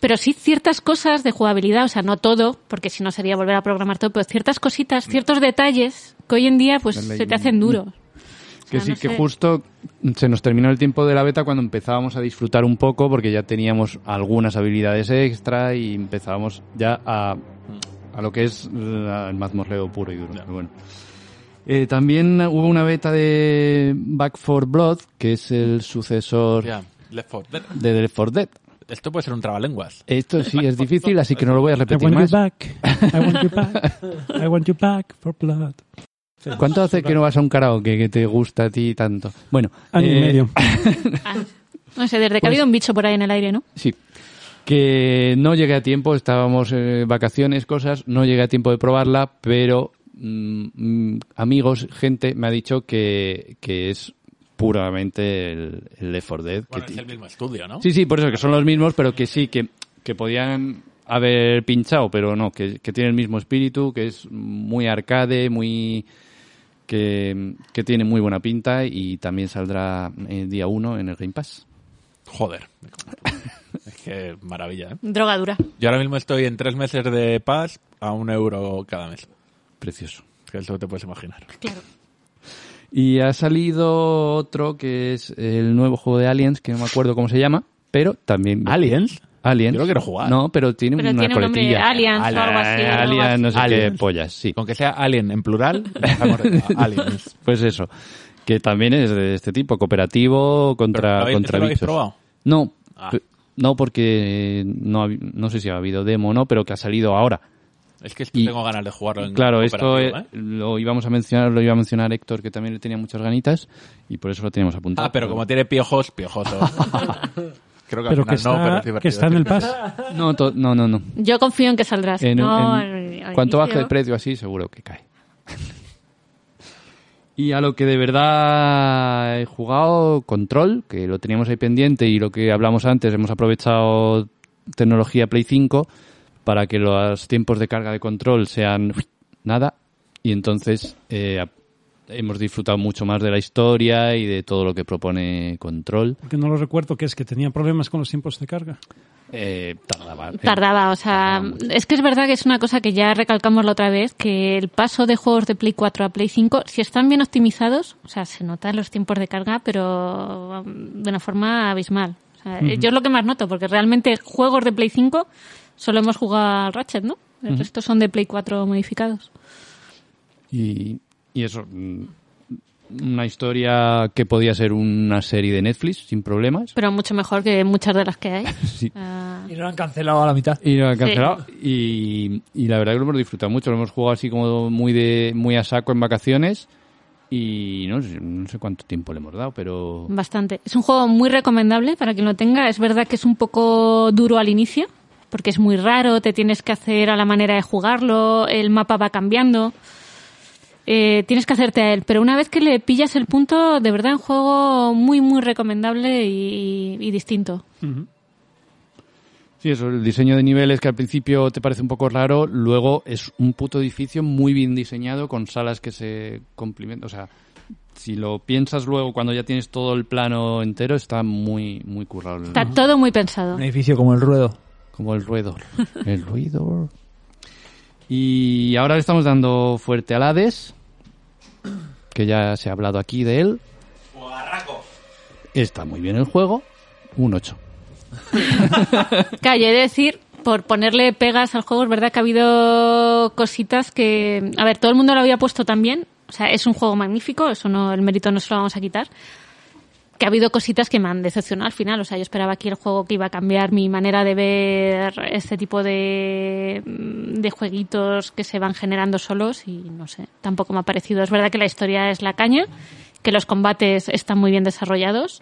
S5: pero sí ciertas cosas de jugabilidad, o sea, no todo, porque si no sería volver a programar todo, pero ciertas cositas, ciertos detalles que hoy en día pues
S6: Dale ahí
S5: se te
S6: un-
S5: hacen duros.
S6: Que
S5: O sea,
S6: sí,
S5: no
S6: que
S5: sé.
S6: justo se nos terminó el tiempo de la beta cuando empezábamos a disfrutar un poco porque ya teníamos algunas habilidades extra y empezábamos ya a, a lo que es la- el mazmorreo puro y duro. pero bueno. Eh, también hubo una beta de Back for Blood, que es el sucesor
S4: Ya, Left 4 Dead.
S6: de The Left 4 Dead.
S4: Esto puede ser un trabalenguas.
S6: Esto sí es difícil, así que no lo voy a
S2: I
S6: repetir
S2: want you
S6: más.
S2: back. I want you back. I want you back for blood.
S6: ¿Cuánto hace que no vas a un karaoke que te gusta a ti tanto? Bueno,
S2: Año y
S6: eh,
S2: medio.
S5: Ah, no sé, desde que
S6: pues
S5: ha habido un bicho por ahí en el aire, ¿no?
S6: Sí. Que no llegué a tiempo, estábamos eh, vacaciones, cosas, no llegué a tiempo de probarla, pero mm, mm, amigos, gente, me ha dicho que, que es puramente el, el Left 4 Dead. que
S4: Bueno,
S6: ti-
S4: es el mismo estudio, ¿no?
S6: Sí, sí, por eso que son los mismos, pero que sí, que, que podían haber pinchado, pero no, que, que tiene el mismo espíritu, que es muy arcade, muy. que, que tiene muy buena pinta y también saldrá el día 1 en el Game Pass.
S4: Joder. es que maravilla, ¿eh?
S5: Droga dura.
S4: Yo ahora mismo estoy en tres meses de paz a un euro cada mes.
S6: Precioso.
S4: Que es lo que te puedes imaginar.
S5: Claro.
S6: Y ha salido otro que es el nuevo juego de Aliens, que no me acuerdo cómo se llama, pero también.
S4: ¿Aliens?
S6: Aliens.
S4: Yo lo quiero jugar.
S6: No, pero tiene
S5: Pero
S6: una
S5: tiene un nombre
S6: coletilla. Eh,
S5: Aliens o algo así,
S6: Alien,
S5: algo así.
S6: no sé qué
S4: Aliens.
S6: pollas, sí.
S4: Con que sea alien en plural, estamos- aliens.
S6: Pues eso, que también es de este tipo, cooperativo
S4: Pero, ¿lo
S6: contra,
S4: habéis-
S6: contra
S4: ¿Lo habéis
S6: bichos.
S4: probado?
S6: No,
S4: Ah.
S6: pe- no porque no, hab- no sé si ha habido demo o no, pero que ha salido ahora.
S4: Es que
S6: Y-
S4: tengo ganas de jugarlo en
S6: claro, esto
S4: cooperativo,
S6: eh,
S4: ¿eh?
S6: lo íbamos a mencionar, lo iba a mencionar Héctor, que también le tenía muchas ganitas y por eso lo teníamos apuntado.
S4: Ah, pero como tiene piojos, piojoso. Creo que al
S2: Pero que
S4: final no, pero
S2: está,
S4: es divertido.
S2: que está en el pass.
S6: No, to- no, no, no.
S5: Yo confío en que saldrás.
S6: En-
S5: no,
S6: Eh, en-
S5: al- al
S6: cuanto baje
S5: inicio.
S6: el precio así, seguro que cae. Y a lo que de verdad he jugado, Control, que lo teníamos ahí pendiente y lo que hablamos antes, hemos aprovechado tecnología Play 5 para que los tiempos de carga de Control sean nada y entonces eh, hemos disfrutado mucho más de la historia y de todo lo que propone Control.
S2: Porque no lo recuerdo que es que tenía problemas con los tiempos de carga.
S6: Eh, tardaba.
S5: Tardaba, o sea, es que es verdad que es una cosa que ya recalcamos la otra vez, que el paso de juegos de Play 4 a Play 5, si están bien optimizados, o sea, se notan los tiempos de carga, pero um, de una forma abismal. O sea, Yo es lo que más noto, porque realmente juegos de Play 5 solo hemos jugado al Ratchet, ¿no? El resto son de Play 4 modificados.
S6: Y, y eso, mm, una historia que podía ser una serie de Netflix sin problemas.
S5: Pero mucho mejor que muchas de las que hay.
S6: Sí.
S5: Ah,
S1: Y no lo han cancelado a la mitad.
S6: Y lo han cancelado. Y, y la verdad que lo hemos disfrutado mucho. Lo hemos jugado así como muy de muy a saco en vacaciones. Y no sé, no sé cuánto tiempo le hemos dado, pero...
S5: Bastante. Es un juego muy recomendable para quien lo tenga. Es verdad que es un poco duro al inicio, porque es muy raro, te tienes que hacer a la manera de jugarlo, el mapa va cambiando. Eh, tienes que hacerte a él, pero una vez que le pillas el punto, de verdad, un juego muy, muy recomendable y, y distinto.
S6: Sí, eso, el diseño de niveles que al principio te parece un poco raro, luego es un puto edificio muy bien diseñado con salas que se complementan. O sea, si lo piensas luego cuando ya tienes todo el plano entero, está muy, muy currado. el-
S5: Está todo muy pensado.
S1: Un edificio como el ruedo.
S6: Como el ruido. El ruido. Y ahora le estamos dando fuerte al Hades, que ya se ha hablado aquí de él. Está muy bien el juego, un 8.
S5: Calle de decir, por ponerle pegas al juego, es verdad que ha habido cositas que. A ver, todo el mundo lo había puesto también. O sea, es un juego magnífico, eso no, el mérito no se lo vamos a quitar. Que ha habido cositas que me han decepcionado al final. O sea, yo esperaba aquí el juego que iba a cambiar mi manera de ver este tipo de, mm, de jueguitos que se van generando solos y no sé, tampoco me ha parecido. Es verdad que la historia es la caña, que los combates están muy bien desarrollados,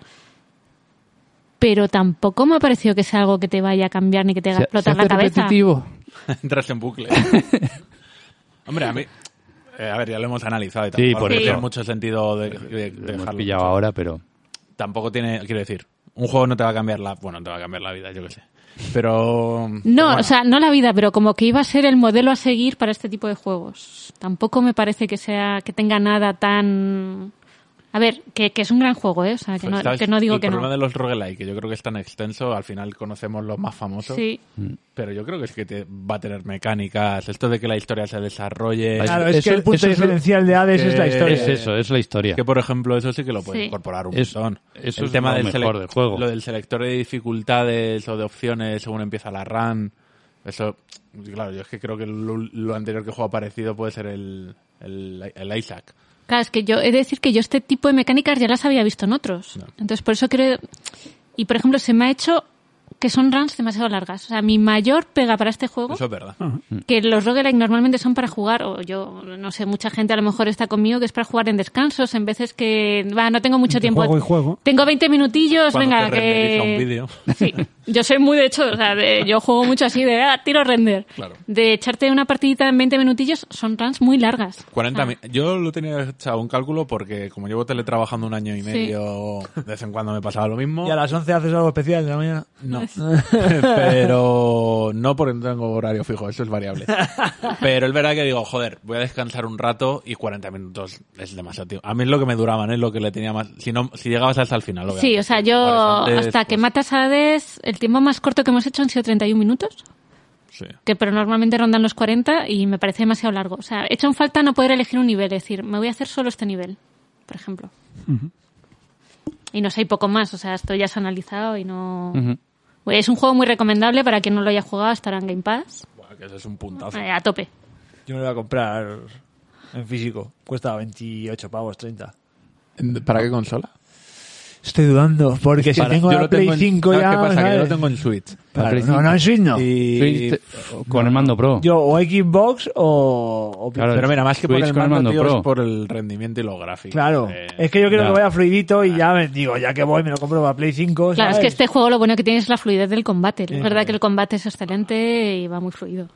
S5: pero tampoco me ha parecido que sea algo que te vaya a cambiar ni que te haga explotar la cabeza.
S6: repetitivo.
S4: Entras en bucle. Hombre, a mí... eh, a ver, ya lo hemos analizado y
S6: Sí,
S4: tampoco
S6: por
S4: tiene
S5: eso.
S4: mucho sentido de, de-
S6: Lo hemos
S4: dejarlo.
S6: pillado ahora, pero...
S4: Tampoco tiene... Quiero decir, un juego no te va a cambiar la... Bueno, no te va a cambiar la vida, yo qué sé. Pero...
S5: No,
S4: bueno,
S5: o sea, no la vida, pero como que iba a ser el modelo a seguir para este tipo de juegos. Tampoco me parece que sea que tenga nada tan a ver, que, que es un gran juego, ¿eh? O sea, que,
S4: pues,
S5: no,
S4: ¿sabes?
S5: que no digo
S4: el
S5: que
S4: problema
S5: no.
S4: de los roguelike, que yo creo que es tan extenso, al final conocemos los más famosos,
S5: Sí,
S4: pero yo creo que es que te- va a tener mecánicas, esto de que la historia se desarrolle...
S6: Claro,
S1: Claro, es
S6: eso-
S1: que el punto
S6: eso es lo-
S1: diferencial de Hades es la
S4: que-
S1: historia.
S6: Es eso, es la historia.
S4: Que por ejemplo, eso sí que lo puede
S5: Sí.
S4: incorporar un
S6: Es-
S4: montón.
S6: eso
S4: el
S6: es
S4: tema
S6: lo
S4: del,
S6: mejor
S4: selec-
S6: del juego.
S4: lo del selector de dificultades o de opciones según empieza la run. Eso, claro, yo es que creo que lo, lo anterior que he jugado parecido puede ser el, el, el Isaac.
S5: claro, es que yo he de decir que yo este tipo de mecánicas ya las había visto en otros. Entonces, por eso creo y por ejemplo, se me ha hecho que son runs demasiado largas. O sea, mi mayor pega para este juego,
S4: Eso es verdad.
S5: que los roguelike normalmente son para jugar, o yo no sé, mucha gente a lo mejor está conmigo, que es para jugar en descansos, en veces que, va, no tengo mucho
S2: Entre
S5: tiempo.
S2: juego y juego.
S5: Tengo 20 minutillos,
S4: Cuando
S5: venga,
S4: te renderiza
S5: que...
S4: un vídeo.
S5: Sí, yo soy muy de hecho, o sea, de- yo juego mucho así de ah, tiro render.
S4: Claro.
S5: De echarte una partidita en 20 minutillos son runs muy largas.
S4: 40
S5: O sea,
S4: mi- Yo lo tenía echado un cálculo porque como llevo teletrabajando un año y
S5: Sí.
S4: medio, de vez en cuando me pasaba lo mismo.
S1: Y a las 11 haces algo especial de la mañana.
S4: No. Pero no porque no tengo horario fijo, eso es variable. Pero es verdad que digo, joder, voy a descansar un rato y 40 minutos es demasiado tiempo. A mí es lo que me duraban, es lo que le tenía más. Si no, si llegabas hasta el final, obviamente.
S5: Sí, o sea, yo
S4: Vale, antes,
S5: hasta que
S4: pues,
S5: matas a Hades, el tiempo más corto que hemos hecho han sido 31 minutos,
S4: sí.
S5: que pero normalmente rondan los 40 y me parece demasiado largo. O sea, he hecho en falta no poder elegir un nivel, es decir, me voy a hacer solo este nivel, por ejemplo. Y no sé, hay poco más, o sea, esto ya se ha analizado y no...
S6: Ujú.
S5: Es un juego muy recomendable para quien no lo haya jugado, estará en Game Pass,
S4: Buah, que eso es un puntazo.
S5: eh, a tope.
S1: Yo me lo voy a comprar en físico. Cuesta 28 pavos, 30.
S4: ¿Para qué consola?
S1: Estoy dudando, porque si
S4: Para-
S1: tengo
S4: yo
S1: la
S4: lo
S1: Play
S4: tengo en-
S1: 5
S4: ¿sabes
S1: ya...
S4: ¿Qué pasa? Que yo
S1: ¿sabes?
S4: lo tengo en Switch.
S1: Claro,
S6: Play
S1: no,
S6: 5.
S1: no, en Switch no.
S4: Y-
S6: Switch te- con el mando pro.
S1: Yo o Xbox o... o
S6: Claro,
S4: Pero mira, más que por
S6: Switch
S4: el
S6: con el
S4: mando,
S6: mando
S4: tío,
S6: Pro.
S4: es por el rendimiento y los gráficos.
S1: Claro,
S4: Eh,
S1: es que yo quiero
S6: ya.
S1: que vaya fluidito y ya me digo, ya que voy, me lo compro para Play 5.
S2: Pues
S5: Claro, es
S1: ¿sabes?
S5: que este juego lo bueno que tiene es la fluidez del combate. Es
S1: Sí.
S5: verdad que el combate es excelente y va muy fluido.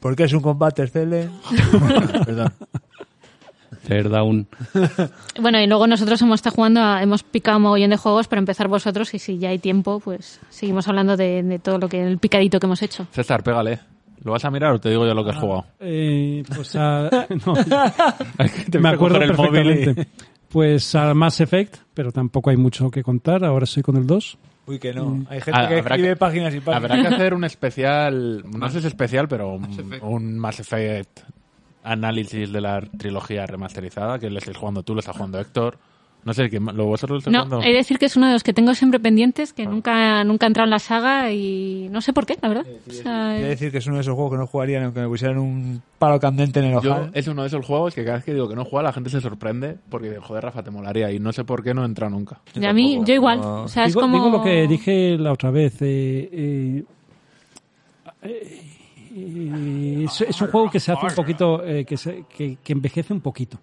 S1: Porque es un combate excelente. Perdón.
S6: Teardown.
S5: Bueno, y luego nosotros hemos estado jugando, a- hemos picado mogollón de juegos para empezar vosotros y si ya hay tiempo, pues seguimos hablando de, de todo lo que el picadito que hemos hecho.
S4: César, pégale. ¿Lo vas a mirar o te digo yo lo que has
S5: Ah.
S4: jugado?
S2: Eh, pues a, no,
S4: Te
S2: me
S4: voy a
S2: acuerdo
S4: coger el móvil y-
S2: perfectamente. Pues a Mass Effect, pero tampoco hay mucho que contar. Ahora estoy con el 2.
S1: Uy, que no. Hay gente
S4: Ah,
S1: que
S4: habrá
S1: escribe
S4: que-
S1: páginas y páginas.
S4: Habrá que hacer un especial, no sé si especial, pero un, un Mass Effect análisis de la trilogía remasterizada que le estáis jugando tú, lo está jugando Héctor. No sé, ¿quién- ¿lo vosotros lo estáis
S5: No, eh,
S4: jugando?
S5: he de decir que es uno de los que tengo siempre pendientes,
S2: Ah.
S5: que nunca, nunca ha entrado en la saga y no sé por qué, la verdad. O sea,
S1: Quiero decir que es uno de esos juegos que no jugarían aunque me pusieran un palo candente en el
S4: Yo,
S1: ojal.
S4: es uno de esos juegos que cada vez que digo que no juega la gente se sorprende porque, joder, Rafa, te molaría y no sé por qué no entra nunca.
S5: y a mí, yo igual. O sea, es
S2: digo,
S5: como...
S2: digo lo que dije la otra vez. eh, eh, eh, eh, es, es un juego que se hace un poquito, eh, que, se- que- que envejece un poquito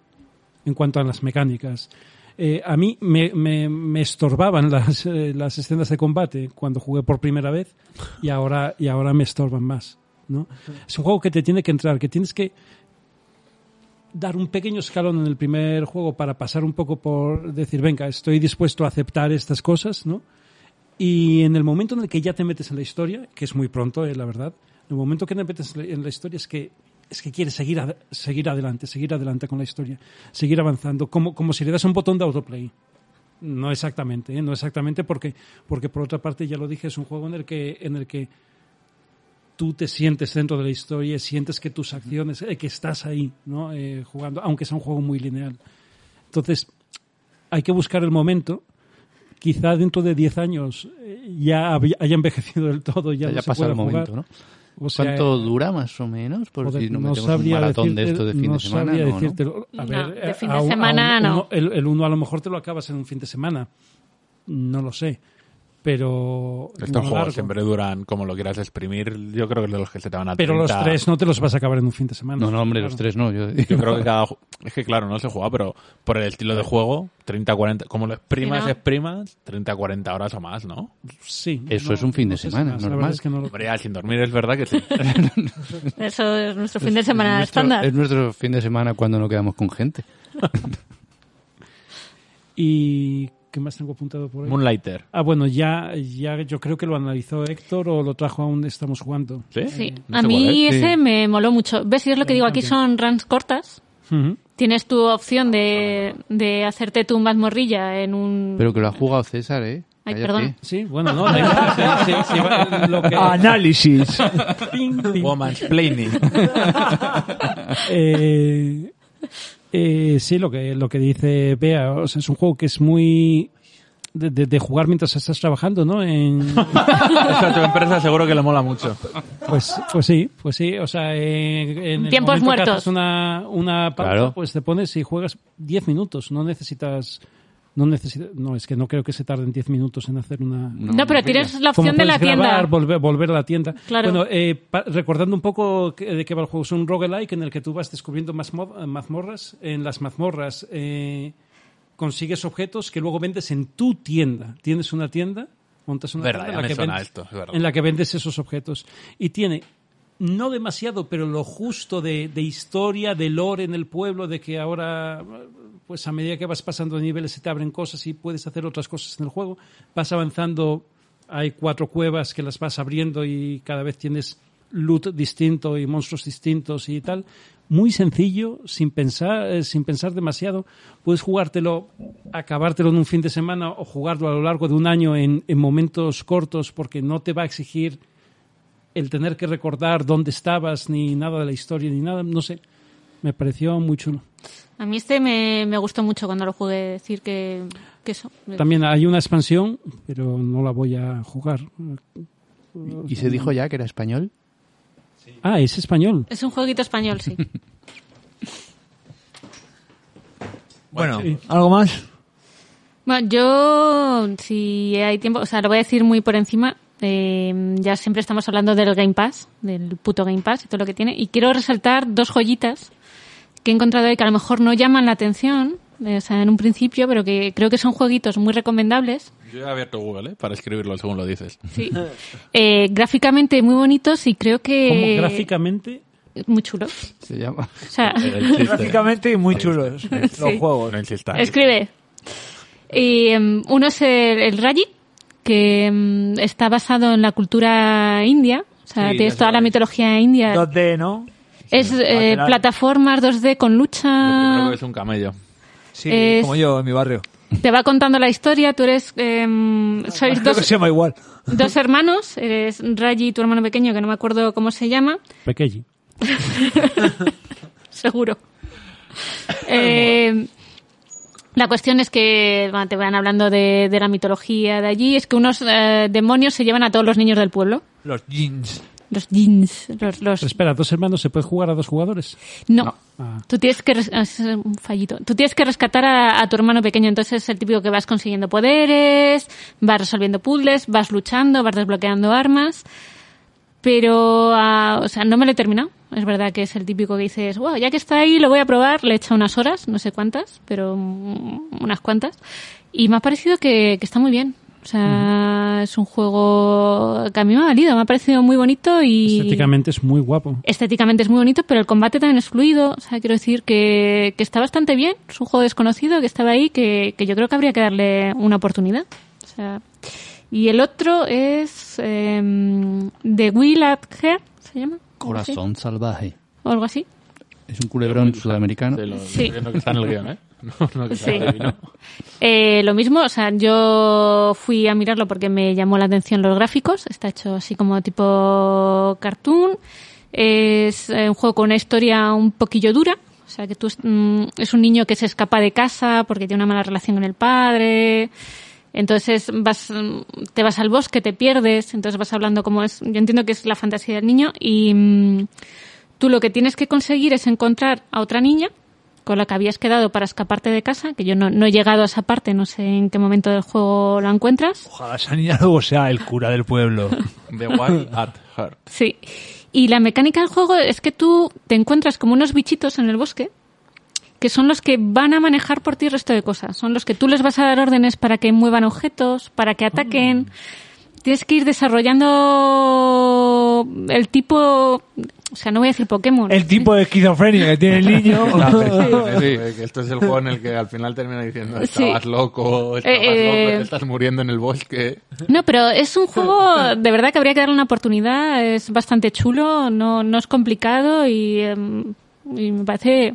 S2: en cuanto a las mecánicas. Eh, a mí me, me- me estorbaban las, eh, las escenas de combate cuando jugué por primera vez y ahora, y ahora me estorban más. ¿no? Es un juego que te tiene que entrar, que tienes que dar un pequeño escalón en el primer juego para pasar un poco por decir, venga, estoy dispuesto a aceptar estas cosas, ¿no? Y en el momento en el que ya te metes en la historia, que es muy pronto, eh, la verdad, en el momento que te metes en la historia es que es que quieres seguir, ad- seguir adelante, seguir adelante con la historia, seguir avanzando, como, como si le das un botón de autoplay. No exactamente, ¿eh? no exactamente porque, porque por otra parte, ya lo dije, es un juego en el que, en el que tú te sientes dentro de la historia, sientes que tus acciones, eh, que estás ahí, ¿no? Eh, jugando, aunque sea un juego muy lineal. Entonces, hay que buscar el momento. Quizá dentro de 10 años eh, ya había- haya envejecido del todo, ya,
S6: Ya,
S2: no
S6: ha
S2: se
S6: pasado
S2: pueda
S6: el momento,
S2: jugar.
S6: ¿no?
S2: O sea,
S6: ¿Cuánto dura más o menos? Por
S2: Joder,
S6: si no
S2: no
S6: metemos un
S2: sabría
S6: maratón de
S2: decírtelo-
S6: esto de fin
S2: no
S6: de semana.
S2: sabría
S6: ¿no?
S2: decírtelo. A
S5: No,
S2: ver,
S5: de
S2: eh,
S5: fin de
S2: a un- a
S5: semana
S2: un-
S5: no.
S2: uno- el, el uno a lo mejor te lo acabas en un fin de semana. No lo sé. Pero. es
S4: Estos
S2: uno
S4: juegos
S2: largo.
S4: siempre duran como lo quieras exprimir. Yo creo que es de los que se te van a
S2: Pero los
S4: 30.
S2: tres no te los vas a acabar en un fin de semana.
S6: No, no, hombre, los
S2: Claro.
S6: tres no. Yo,
S4: Yo creo que cada. ju- Es que claro, no se juega, pero por el estilo de juego, 30, 40. Como lo exprimas,
S5: Sí, ¿no?
S4: exprimas, 30, 40 horas o más, ¿no?
S2: Sí.
S6: Eso
S2: no-
S6: es un fin de
S2: no sé si
S6: semana,
S2: más, la
S6: normal.
S2: verdad es que no lo-
S4: Hombre, ya, sin dormir es verdad que sí.
S5: Eso es nuestro fin de semana
S6: nuestro-
S5: estándar.
S6: es nuestro fin de semana cuando no quedamos con gente.
S2: ¿Y qué más tengo apuntado por ahí?
S4: Moonlighter.
S2: Ah, bueno, ya, ya yo creo que lo analizó Héctor o lo trajo aún estamos jugando.
S4: ¿Sí?
S5: Sí,
S4: No
S5: a
S4: sé cuál
S5: mí
S4: es.
S5: ese me moló mucho. ¿Ves? Y es lo que digo, aquí son runs cortas.
S2: Ujú.
S5: Tienes tu opción de, de hacerte tu mazmorrilla en un...
S6: Pero que lo ha jugado César, ¿eh?
S5: Mm. Ay,
S6: Cállate.
S5: perdón.
S2: Sí, bueno, no. da igual, sí, sí, sí, va- lo que-
S1: Análisis.
S2: Tin, tin.
S4: Woman's Planning.
S2: Eh, eh, sí, lo que, lo que dice Bea, o sea, es un juego que es muy de, de- de jugar mientras estás trabajando, ¿no? En-
S4: Eso a tu empresa seguro que le mola mucho.
S2: pues, pues sí, pues sí, o sea, en, en el
S5: Tiempos
S2: momento que
S5: muertos.
S2: haces una, una pausa,
S6: Claro.
S2: pues te pones y juegas 10 minutos, no necesitas No necesito, no, es que no creo que se tarden 10 minutos en hacer una...
S5: No, pero tienes la
S2: Como
S5: opción de la
S2: puedes grabar,
S5: tienda.
S2: Volver, volver a la tienda.
S5: Claro.
S2: Bueno, eh, pa- recordando un poco que- de qué va el juego, es un roguelike en el que tú vas descubriendo mazmo- mazmorras. En las mazmorras eh, consigues objetos que luego vendes en tu tienda. Tienes una tienda, montas una
S4: Verdad,
S2: tienda
S4: ya
S2: en la,
S4: me
S2: que
S4: suena
S2: vendes,
S4: esto, es verdad.
S2: en la que vendes esos objetos. Y tiene no demasiado, pero lo justo de, de historia, de lore en el pueblo, de que ahora, pues a medida que vas pasando de niveles se te abren cosas y puedes hacer otras cosas en el juego, vas avanzando, hay cuatro cuevas que las vas abriendo y cada vez tienes loot distinto y monstruos distintos y tal. Muy sencillo, sin pensar, eh, sin pensar demasiado. Puedes jugártelo, acabártelo en un fin de semana o jugarlo a lo largo de un año en- en momentos cortos porque no te va a exigir el tener que recordar dónde estabas, ni nada de la historia, ni nada, no sé. Me pareció muy chulo.
S5: A mí este me, me gustó mucho cuando lo jugué, decir que, que eso.
S2: También hay una expansión, pero no la voy a jugar.
S6: ¿Y se dijo ya que era español?
S2: Ah, es español.
S5: Es un jueguito español, sí.
S1: Bueno, ¿algo más?
S5: Bueno, yo, si hay tiempo, o sea, lo voy a decir muy por encima. Eh, ya siempre estamos hablando del Game Pass, del puto Game Pass y todo lo que tiene. Y quiero resaltar dos joyitas que he encontrado hoy que a lo mejor no llaman la atención, eh, o sea, en un principio, pero que creo que son jueguitos muy recomendables.
S4: Yo he abierto Google, ¿eh? Para escribirlo según lo dices.
S5: Sí. Eh, gráficamente muy bonitos y creo
S2: Como
S5: que.
S2: gráficamente,
S5: Muy chulos.
S6: Se llama.
S5: O sea,
S1: Gráficamente y muy chulos los juegos.
S4: No insistas.
S5: Escribe. Y, em, uno es el, el Raji, que em, está basado en la cultura india. O sea,
S4: Sí,
S5: tienes
S4: ya
S5: toda la
S4: sabéis.
S5: mitología india.
S1: 2D, ¿no?
S5: es eh,
S1: lateral.
S5: plataformas 2D con
S4: Lo primero
S5: lucha.
S4: que es un camello.
S1: Sí,
S5: Es-
S1: como yo en mi barrio.
S5: Te va contando la historia. Tú eres. em, sois
S1: Creo que
S5: dos,
S1: se llama igual.
S5: dos hermanos. Eres Raji y tu hermano pequeño, que no me acuerdo cómo se llama.
S2: pequeño.
S5: seguro. Eh, la cuestión es que bueno, te van hablando de, de la mitología de allí, es que unos eh, demonios se llevan a todos los niños del pueblo.
S1: Los jeans.
S5: Los jeans, los... los-
S2: Pero espera, dos hermanos, ¿se puede jugar a dos jugadores?
S5: no.
S2: Ah.
S5: Tú tienes que... res- Es un fallito. Tú tienes que rescatar a, a tu hermano pequeño. Entonces es el típico que vas consiguiendo poderes, vas resolviendo puzzles, vas luchando, vas desbloqueando armas. Pero, ah, o sea, no me lo he terminado. Es verdad que es el típico que dices, wow, ya que está ahí, lo voy a probar. Le he echado unas horas, no sé cuántas, pero mm, unas cuantas. Y me ha parecido que, que está muy bien. O sea, es un juego que a mí me ha valido. Me ha parecido muy bonito y...
S2: Estéticamente es muy guapo.
S5: Estéticamente es muy bonito, pero el combate también es fluido. O sea, quiero decir que, que está bastante bien. Es un juego desconocido que estaba ahí, que, que yo creo que habría que darle una oportunidad. O sea, y el otro es eh, The Will at Her, ¿se llama? ¿Algo así?
S6: Corazón salvaje.
S5: O algo así.
S6: Es un culebrón sudamericano.
S4: Sí, lo,
S5: Sí.
S4: lo que está en el guión, ¿eh? No, no que
S5: Sí.
S4: sea adivino.
S5: Eh, lo mismo, o sea, yo fui a mirarlo porque me llamó la atención los gráficos. Está hecho así como tipo cartoon. Es eh, un juego con una historia un poquillo dura. O sea, que tú es, mm, es un niño que se escapa de casa porque tiene una mala relación con el padre. Entonces vas, mm, te vas al bosque, te pierdes. Entonces vas hablando como es. Yo entiendo que es la fantasía del niño y. mm, Tú lo que tienes que conseguir es encontrar a otra niña con la que habías quedado para escaparte de casa, que yo no, no he llegado a esa parte, no sé en qué momento del juego la encuentras.
S1: Ojalá esa niña luego sea el cura del pueblo.
S4: The Wild at Heart.
S5: Sí. Y la mecánica del juego es que tú te encuentras como unos bichitos en el bosque que son los que van a manejar por ti el resto de cosas. Son los que tú les vas a dar órdenes para que muevan objetos, para que ataquen. Tienes que ir desarrollando el tipo... O sea, no voy a decir Pokémon.
S1: El tipo de esquizofrenia que tiene el niño.
S4: Ah,
S6: Sí.
S4: Eh, que Esto es el juego en el que al final termina diciendo
S5: Sí.
S4: estabas loco, estabas
S5: Eh,
S4: loco,
S5: eh.
S4: te estás muriendo en el bosque.
S5: No, pero es un juego de verdad que habría que darle una oportunidad. Es bastante chulo, no, no es complicado y, em, y me parece.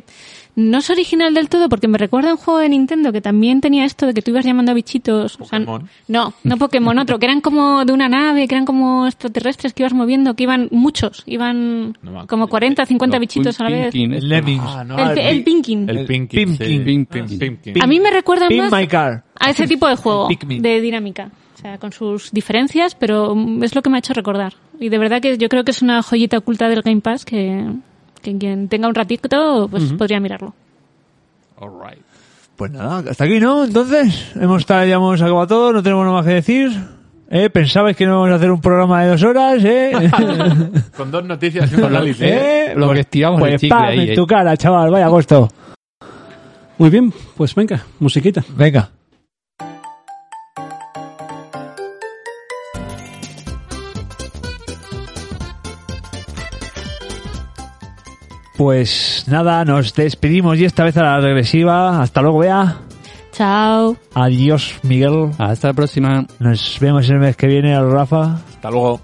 S5: No es original del todo porque me recuerda a un juego de Nintendo que también tenía esto de que tú ibas llamando a bichitos. O sea,
S4: Pokémon.
S5: no, no Pokémon, otro, que eran como de una nave, que eran como extraterrestres que ibas moviendo, que iban muchos, iban
S4: No me acuerdo.
S5: como 40, 50
S6: Los
S5: bichitos a la vez.
S6: Pinkin,
S1: El
S6: este.
S1: Lemmings.
S5: El, el Pinkin.
S4: Ah, El
S1: El
S4: Pinkin.
S1: Pinkin.
S4: sí.
S6: Pinkin.
S4: Ah, sí. Pinkin.
S5: A mí me recuerda
S1: In
S5: más
S1: my car.
S5: a ese tipo de juego
S1: Pick me.
S5: de dinámica, o sea, con sus diferencias, pero mm, es lo que me ha hecho recordar. Y de verdad que yo creo que es una joyita oculta del Game Pass que, que quien tenga un ratito pues podría mirarlo.
S4: All right.
S1: Pues nada, hasta aquí, ¿no? Entonces, hemos estado, ya hemos acabado todo, no tenemos nada más que decir. ¿Eh? ¿Pensabais que no íbamos a hacer un programa de dos horas? ¿Eh?
S4: Con dos noticias y un análisis.
S1: ¿Eh?
S6: Lo que estiramos el
S1: pues
S6: chicle
S1: ¡pam!
S6: ahí, eh.
S1: en
S6: ahí.
S1: tu cara, chaval, vaya agosto.
S2: Muy bien, pues venga, musiquita.
S1: Venga. Pues nada, nos despedimos y esta vez a la regresiva. Hasta luego, Bea.
S5: Chao.
S1: Adiós, Miguel.
S6: Hasta la próxima.
S1: Nos vemos el mes que viene, al Rafa.
S4: Hasta luego.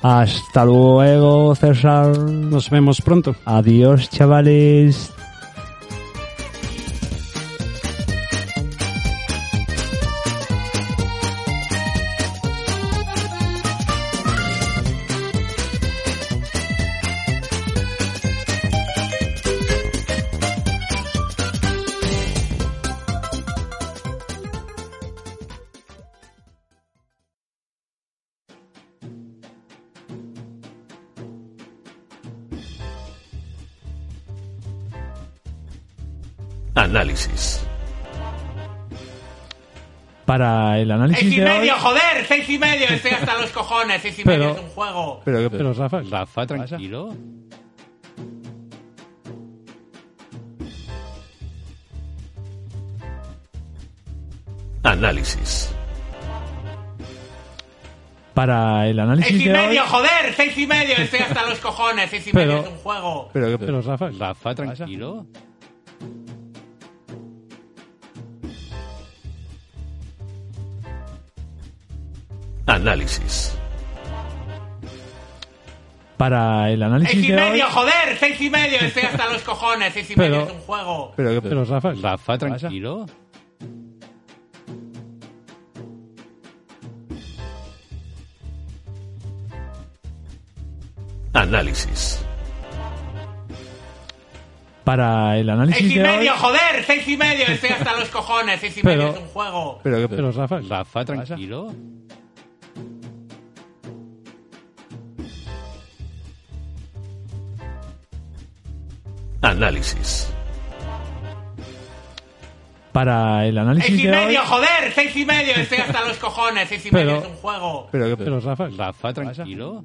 S1: Hasta luego, César.
S2: Nos vemos pronto.
S1: Adiós, chavales.
S7: Análisis.
S1: Para el análisis
S8: ¡Seis y
S1: de hoy-
S8: medio, joder! ¡Seis y medio! Estoy hasta los cojones. ¡Seis y medio
S2: Pero-
S8: es un juego!
S1: Pero,
S2: Pero Rafa,
S6: Rafa, tranquilo.
S7: Análisis.
S1: para el análisis
S8: ¡Seis y
S1: de hoy-
S8: medio, joder! ¡Seis y medio! Estoy hasta los cojones. ¡Seis y medio
S2: Pero-
S8: es un juego!
S1: Pero,
S2: pero Rafa,
S6: Rafa, tranquilo.
S7: Análisis.
S1: para el análisis
S8: ¡Seis y
S1: de hoy-
S8: medio, joder! ¡Seis y medio! Estoy hasta los cojones. ¡Seis y medio
S2: Pero-
S8: es un juego!
S1: Pero,
S2: pero Rafa,
S6: Rafa, tranquilo.
S7: Análisis.
S1: para el análisis
S8: ¡Seis y
S1: de hoy-
S8: medio, joder! ¡Seis y medio! Estoy hasta los cojones. ¡Seis y medio
S2: Pero-
S8: es un juego!
S1: Pero,
S2: pero Rafa,
S6: Rafa, tranquilo.
S7: Análisis.
S1: para el análisis
S8: ¡Seis y
S1: de hoy-
S8: medio, joder! ¡Seis y medio! Estoy hasta los cojones. ¡Seis y medio
S2: Pero-
S8: es un juego!
S1: Pero,
S2: pero Rafa,
S6: Rafa, tranquilo.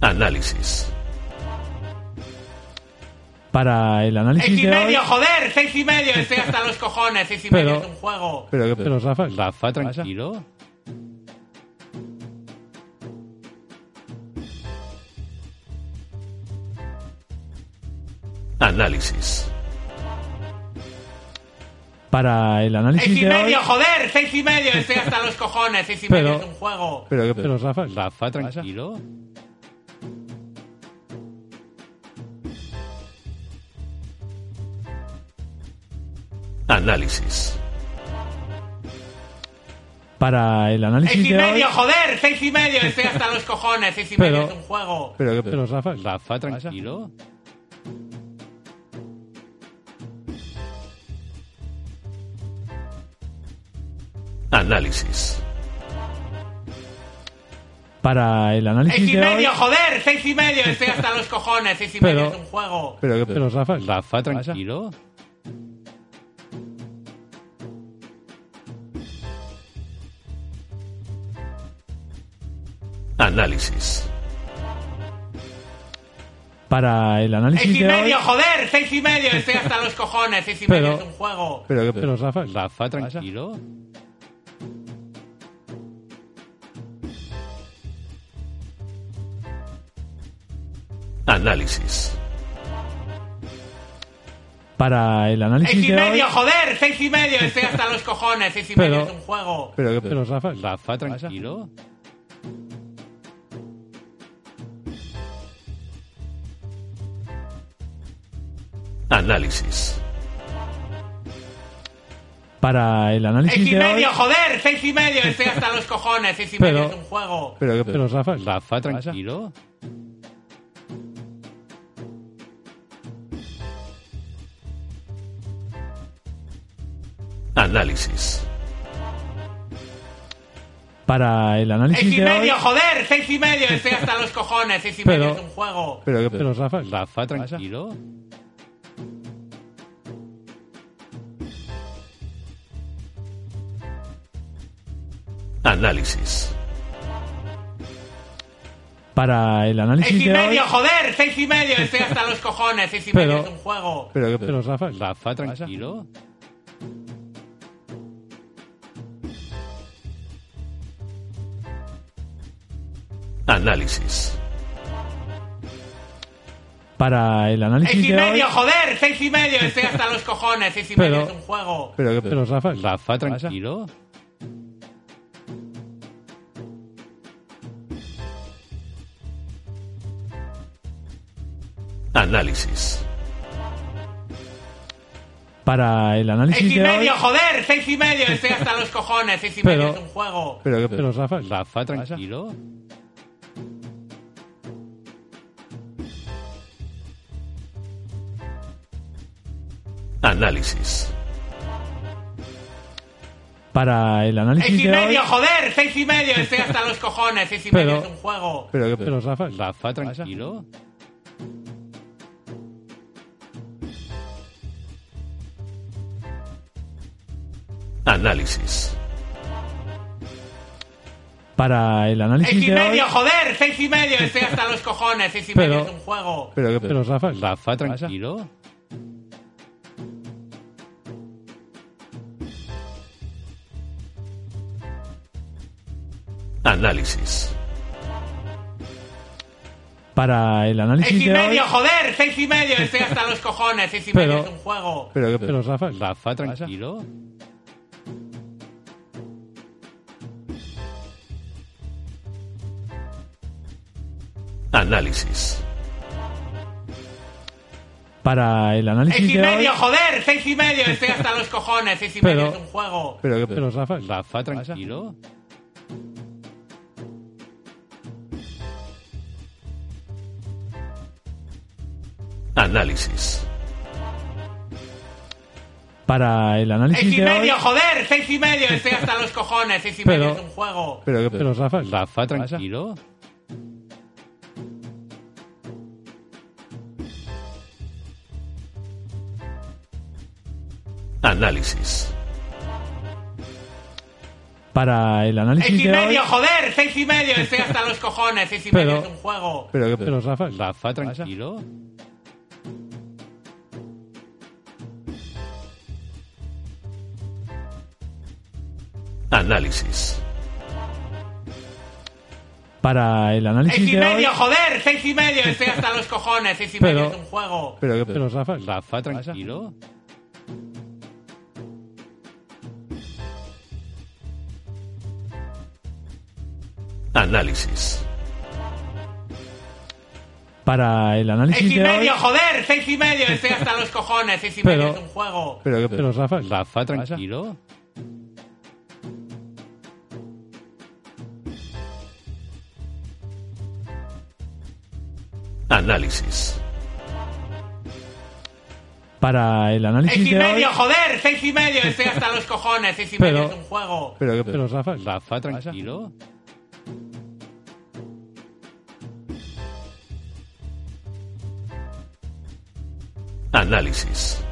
S7: Análisis.
S1: para el
S8: ¡Seis
S1: análisis
S8: y
S1: de hoy-
S8: medio, joder! ¡Seis y medio! Estoy hasta los cojones. ¡Seis y medio
S2: Pero-
S8: es un juego!
S1: Pero,
S2: pero Rafa,
S6: Rafa, tranquilo.
S7: Análisis.
S1: para el análisis
S8: ¡Seis y
S1: de hoy-
S8: medio, joder! ¡Seis y medio! Estoy hasta los cojones. ¡Seis y medio
S2: Pero-
S8: es un juego!
S1: Pero,
S2: pero Rafa,
S6: Rafa, tranquilo.
S7: Análisis.
S1: para el análisis
S8: ¡Seis y
S1: de hoy-
S8: medio, joder! ¡Seis y medio! Estoy hasta los cojones. ¡Seis y medio
S2: Pero-
S8: es un juego!
S1: Pero,
S2: pero Rafa,
S6: Rafa, tranquilo.
S7: Análisis.
S1: para el
S8: ¡Seis
S1: análisis
S8: y
S1: de hoy-
S8: medio, joder! ¡Seis y medio! Estoy hasta los cojones. ¡Seis y medio
S2: Pero-
S8: es un juego!
S1: Pero,
S2: pero Rafa,
S6: Rafa, tranquilo.
S7: Análisis.
S1: para el análisis
S8: ¡Seis y
S1: de hoy-
S8: medio, joder! ¡Seis y medio! Estoy hasta los cojones. ¡Seis y medio
S2: Pero-
S8: es un juego!
S1: Pero,
S2: pero Rafa,
S6: Rafa, tranquilo.
S7: Análisis.
S1: para el análisis
S8: ¡Seis y
S1: de hoy-
S8: medio, joder! ¡Seis y medio! Estoy hasta los cojones. ¡Seis y medio
S2: Pero-
S8: es un juego!
S1: Pero,
S2: pero Rafa,
S6: Rafa, tranquilo.
S7: Análisis.
S1: para el análisis
S8: ¡Seis y
S1: de hoy-
S8: medio, joder! ¡Seis y medio! Estoy hasta los cojones. ¡Seis y medio
S2: Pero-
S8: es un juego!
S1: Pero,
S2: pero Rafa,
S6: Rafa, tranquilo.
S7: Análisis.
S1: para el análisis
S8: Seis y
S1: de hoy-
S8: medio, joder, seis y medio, estoy hasta los cojones, seis y
S1: Pero-
S8: medio es un juego.
S1: Pero,
S2: Pero Rafa,
S6: Rafa, tranquilo.
S7: Análisis.
S1: para el análisis
S8: Seis y
S1: de hoy-
S8: medio, joder, seis y medio, estoy hasta los cojones, seis y medio
S1: Pero-
S8: es un juego.
S1: Pero,
S2: pero Rafa,
S6: Rafa, tranquilo.
S7: Análisis.
S1: para el análisis
S8: Seis y
S1: de hoy-
S8: medio, joder, seis y medio, estoy hasta los cojones, seis y medio
S1: Pero-
S8: es un juego.
S1: Pero,
S2: pero Rafa,
S6: Rafa, tranquilo.
S7: Análisis.
S1: para el análisis
S8: Seis y
S1: de hoy-
S8: medio, joder, seis y medio, estoy hasta los cojones, seis y medio
S1: Pero-
S8: es un juego.
S1: Pero,
S2: pero Rafa,
S6: Rafa, tranquilo.
S7: Análisis.
S1: para el análisis
S8: Seis y
S1: de hoy-
S8: medio, joder, seis y medio, estoy hasta los cojones, seis y medio
S1: Pero-
S8: es un juego.
S1: Pero,
S2: pero Rafa,
S6: Rafa, tranquilo.
S7: Análisis.
S1: para el análisis
S8: Seis y
S1: de hoy-
S8: medio, joder, seis y medio, estoy hasta los cojones, seis y
S1: Pero-
S8: medio es un juego.
S1: Pero,
S2: pero Rafa,
S6: Rafa, tranquilo.
S7: Análisis.
S1: para el análisis
S8: Seis y
S1: de hoy-
S8: medio, joder, seis y medio, estoy hasta los cojones, seis y medio
S1: Pero-
S8: es un juego.
S1: Pero,
S2: pero Rafa,
S6: Rafa, tranquilo.
S7: Análisis.
S1: para el análisis
S8: Seis y
S1: de hoy-
S8: medio, joder, seis y medio, estoy hasta los cojones, seis y medio
S1: Pero-
S8: es un juego.
S1: Pero,
S2: pero Rafa,
S6: Rafa, tranquilo.
S7: Análisis.
S1: para el análisis
S8: Seis y
S1: de hoy-
S8: medio, joder, seis y medio, estoy hasta los cojones, seis y
S1: Pero-
S8: medio es un juego.
S1: Pero,
S2: pero Rafa,
S6: Rafa, tranquilo.
S7: Análisis.
S1: para el análisis
S8: Seis y
S1: de hoy-
S8: medio, joder, seis y medio, estoy hasta los cojones, seis y
S1: Pero-
S8: medio es un juego.
S1: Pero,
S2: pero Rafa,
S6: Rafa, tranquilo.
S7: Análisis.
S1: para el análisis
S8: Seis y
S1: de hoy-
S8: medio, joder, seis y medio, estoy hasta los cojones, seis y medio
S1: Pero-
S8: es un juego.
S1: Pero,
S2: pero Rafa,
S6: Rafa, tranquilo.
S7: Análisis.
S1: para el análisis
S8: Seis y
S1: de hoy-
S8: medio, joder, seis y medio, estoy hasta los cojones, seis y medio
S1: Pero-
S8: es un juego.
S1: Pero,
S2: pero Rafa,
S6: Rafa, tranquilo.
S7: Análisis.
S1: para el análisis
S8: Seis y
S1: de hoy-
S8: medio, joder, seis y medio, estoy hasta los cojones, seis y medio
S1: Pero-
S8: es un juego.
S1: Pero,
S2: pero Rafa,
S6: Rafa, tranquilo.
S7: Análisis.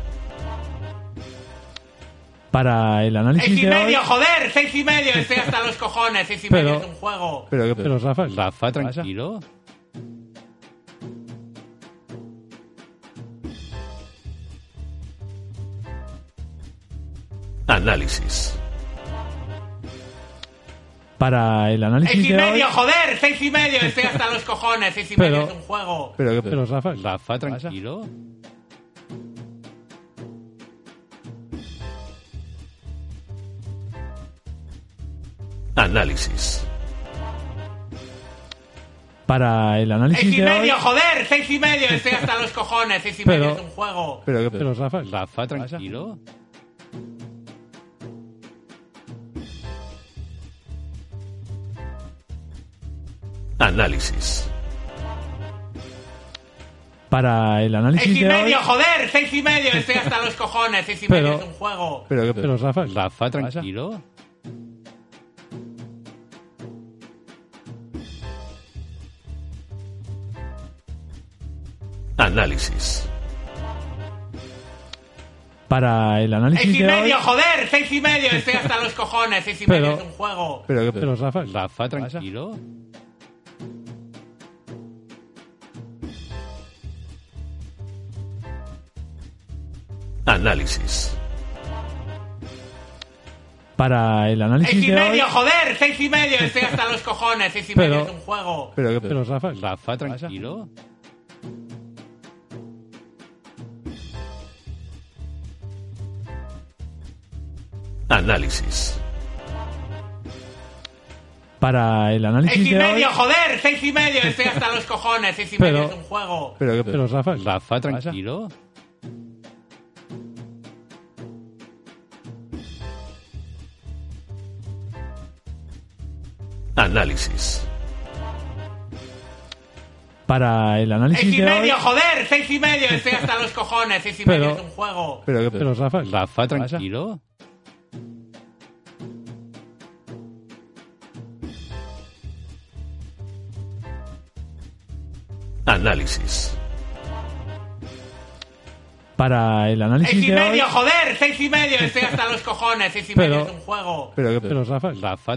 S1: para el análisis
S8: Seis y
S1: de hoy-
S8: medio, joder, seis y medio, estoy hasta los cojones, seis y medio
S1: Pero-
S8: es un juego.
S1: Pero,
S2: pero Rafa,
S6: Rafa, tranquilo.
S7: Análisis.
S1: para el
S8: Seis
S1: análisis
S8: y
S1: de hoy-
S8: medio, joder, seis y medio, estoy hasta los cojones, seis y
S1: Pero-
S8: medio es un juego.
S1: Pero,
S2: pero Rafa,
S6: Rafa, tranquilo.
S7: Análisis.
S1: para el
S8: Seis
S1: análisis
S8: y
S1: de hoy-
S8: medio, joder, seis y medio, estoy hasta los cojones, seis y
S1: Pero-
S8: medio es un juego.
S1: Pero,
S2: pero Rafa,
S6: Rafa, tranquilo.
S7: Análisis.
S1: para el
S8: Seis
S1: análisis
S8: y
S1: de hoy-
S8: medio, joder, seis y medio, estoy hasta los cojones, seis y medio
S1: Pero-
S8: es un juego.
S1: Pero,
S2: pero Rafa,
S6: Rafa, tranquilo.
S7: Análisis.
S1: Para el
S8: ¡Seis
S1: análisis
S8: y
S1: de hoy...
S8: medio, joder! ¡Seis y medio! Estoy hasta los cojones. ¡Seis y
S2: Pero-
S8: medio es un juego!
S1: Pero,
S2: Pero Rafa,
S6: Rafa, tranquilo.
S7: Análisis.
S1: para el
S8: ¡Seis
S1: análisis
S8: y
S1: de hoy...
S8: medio, joder! ¡Seis y medio! Estoy hasta los cojones. ¡Seis y
S2: Pero-
S8: medio es un juego!
S1: Pero,
S2: pero Rafa,
S6: Rafa, tranquilo.
S7: Análisis.
S1: para el
S8: ¡Seis
S1: análisis
S8: y
S1: de hoy...
S8: medio, joder! ¡Seis y medio! Estoy hasta los cojones. ¡Seis y medio
S2: Pero-
S8: es un juego!
S1: Pero,
S2: pero Rafa,
S6: Rafa, tranquilo.
S7: Análisis.
S1: para el
S8: ¡Seis
S1: análisis
S8: y
S1: de hoy...
S8: medio, joder! ¡Seis y medio! Estoy hasta los cojones. ¡Seis y
S2: Pero-
S8: medio es un juego!
S1: Pero,
S2: pero Rafa,
S6: Rafa, tranquilo.
S7: Análisis.
S1: para el
S8: ¡Seis
S1: análisis
S8: y
S1: de hoy...
S8: medio, joder! ¡Seis y medio! Estoy hasta los cojones. ¡Seis y medio
S2: Pero-
S8: es un juego!
S1: Pero,
S2: pero Rafa,
S6: Rafa, tranquilo.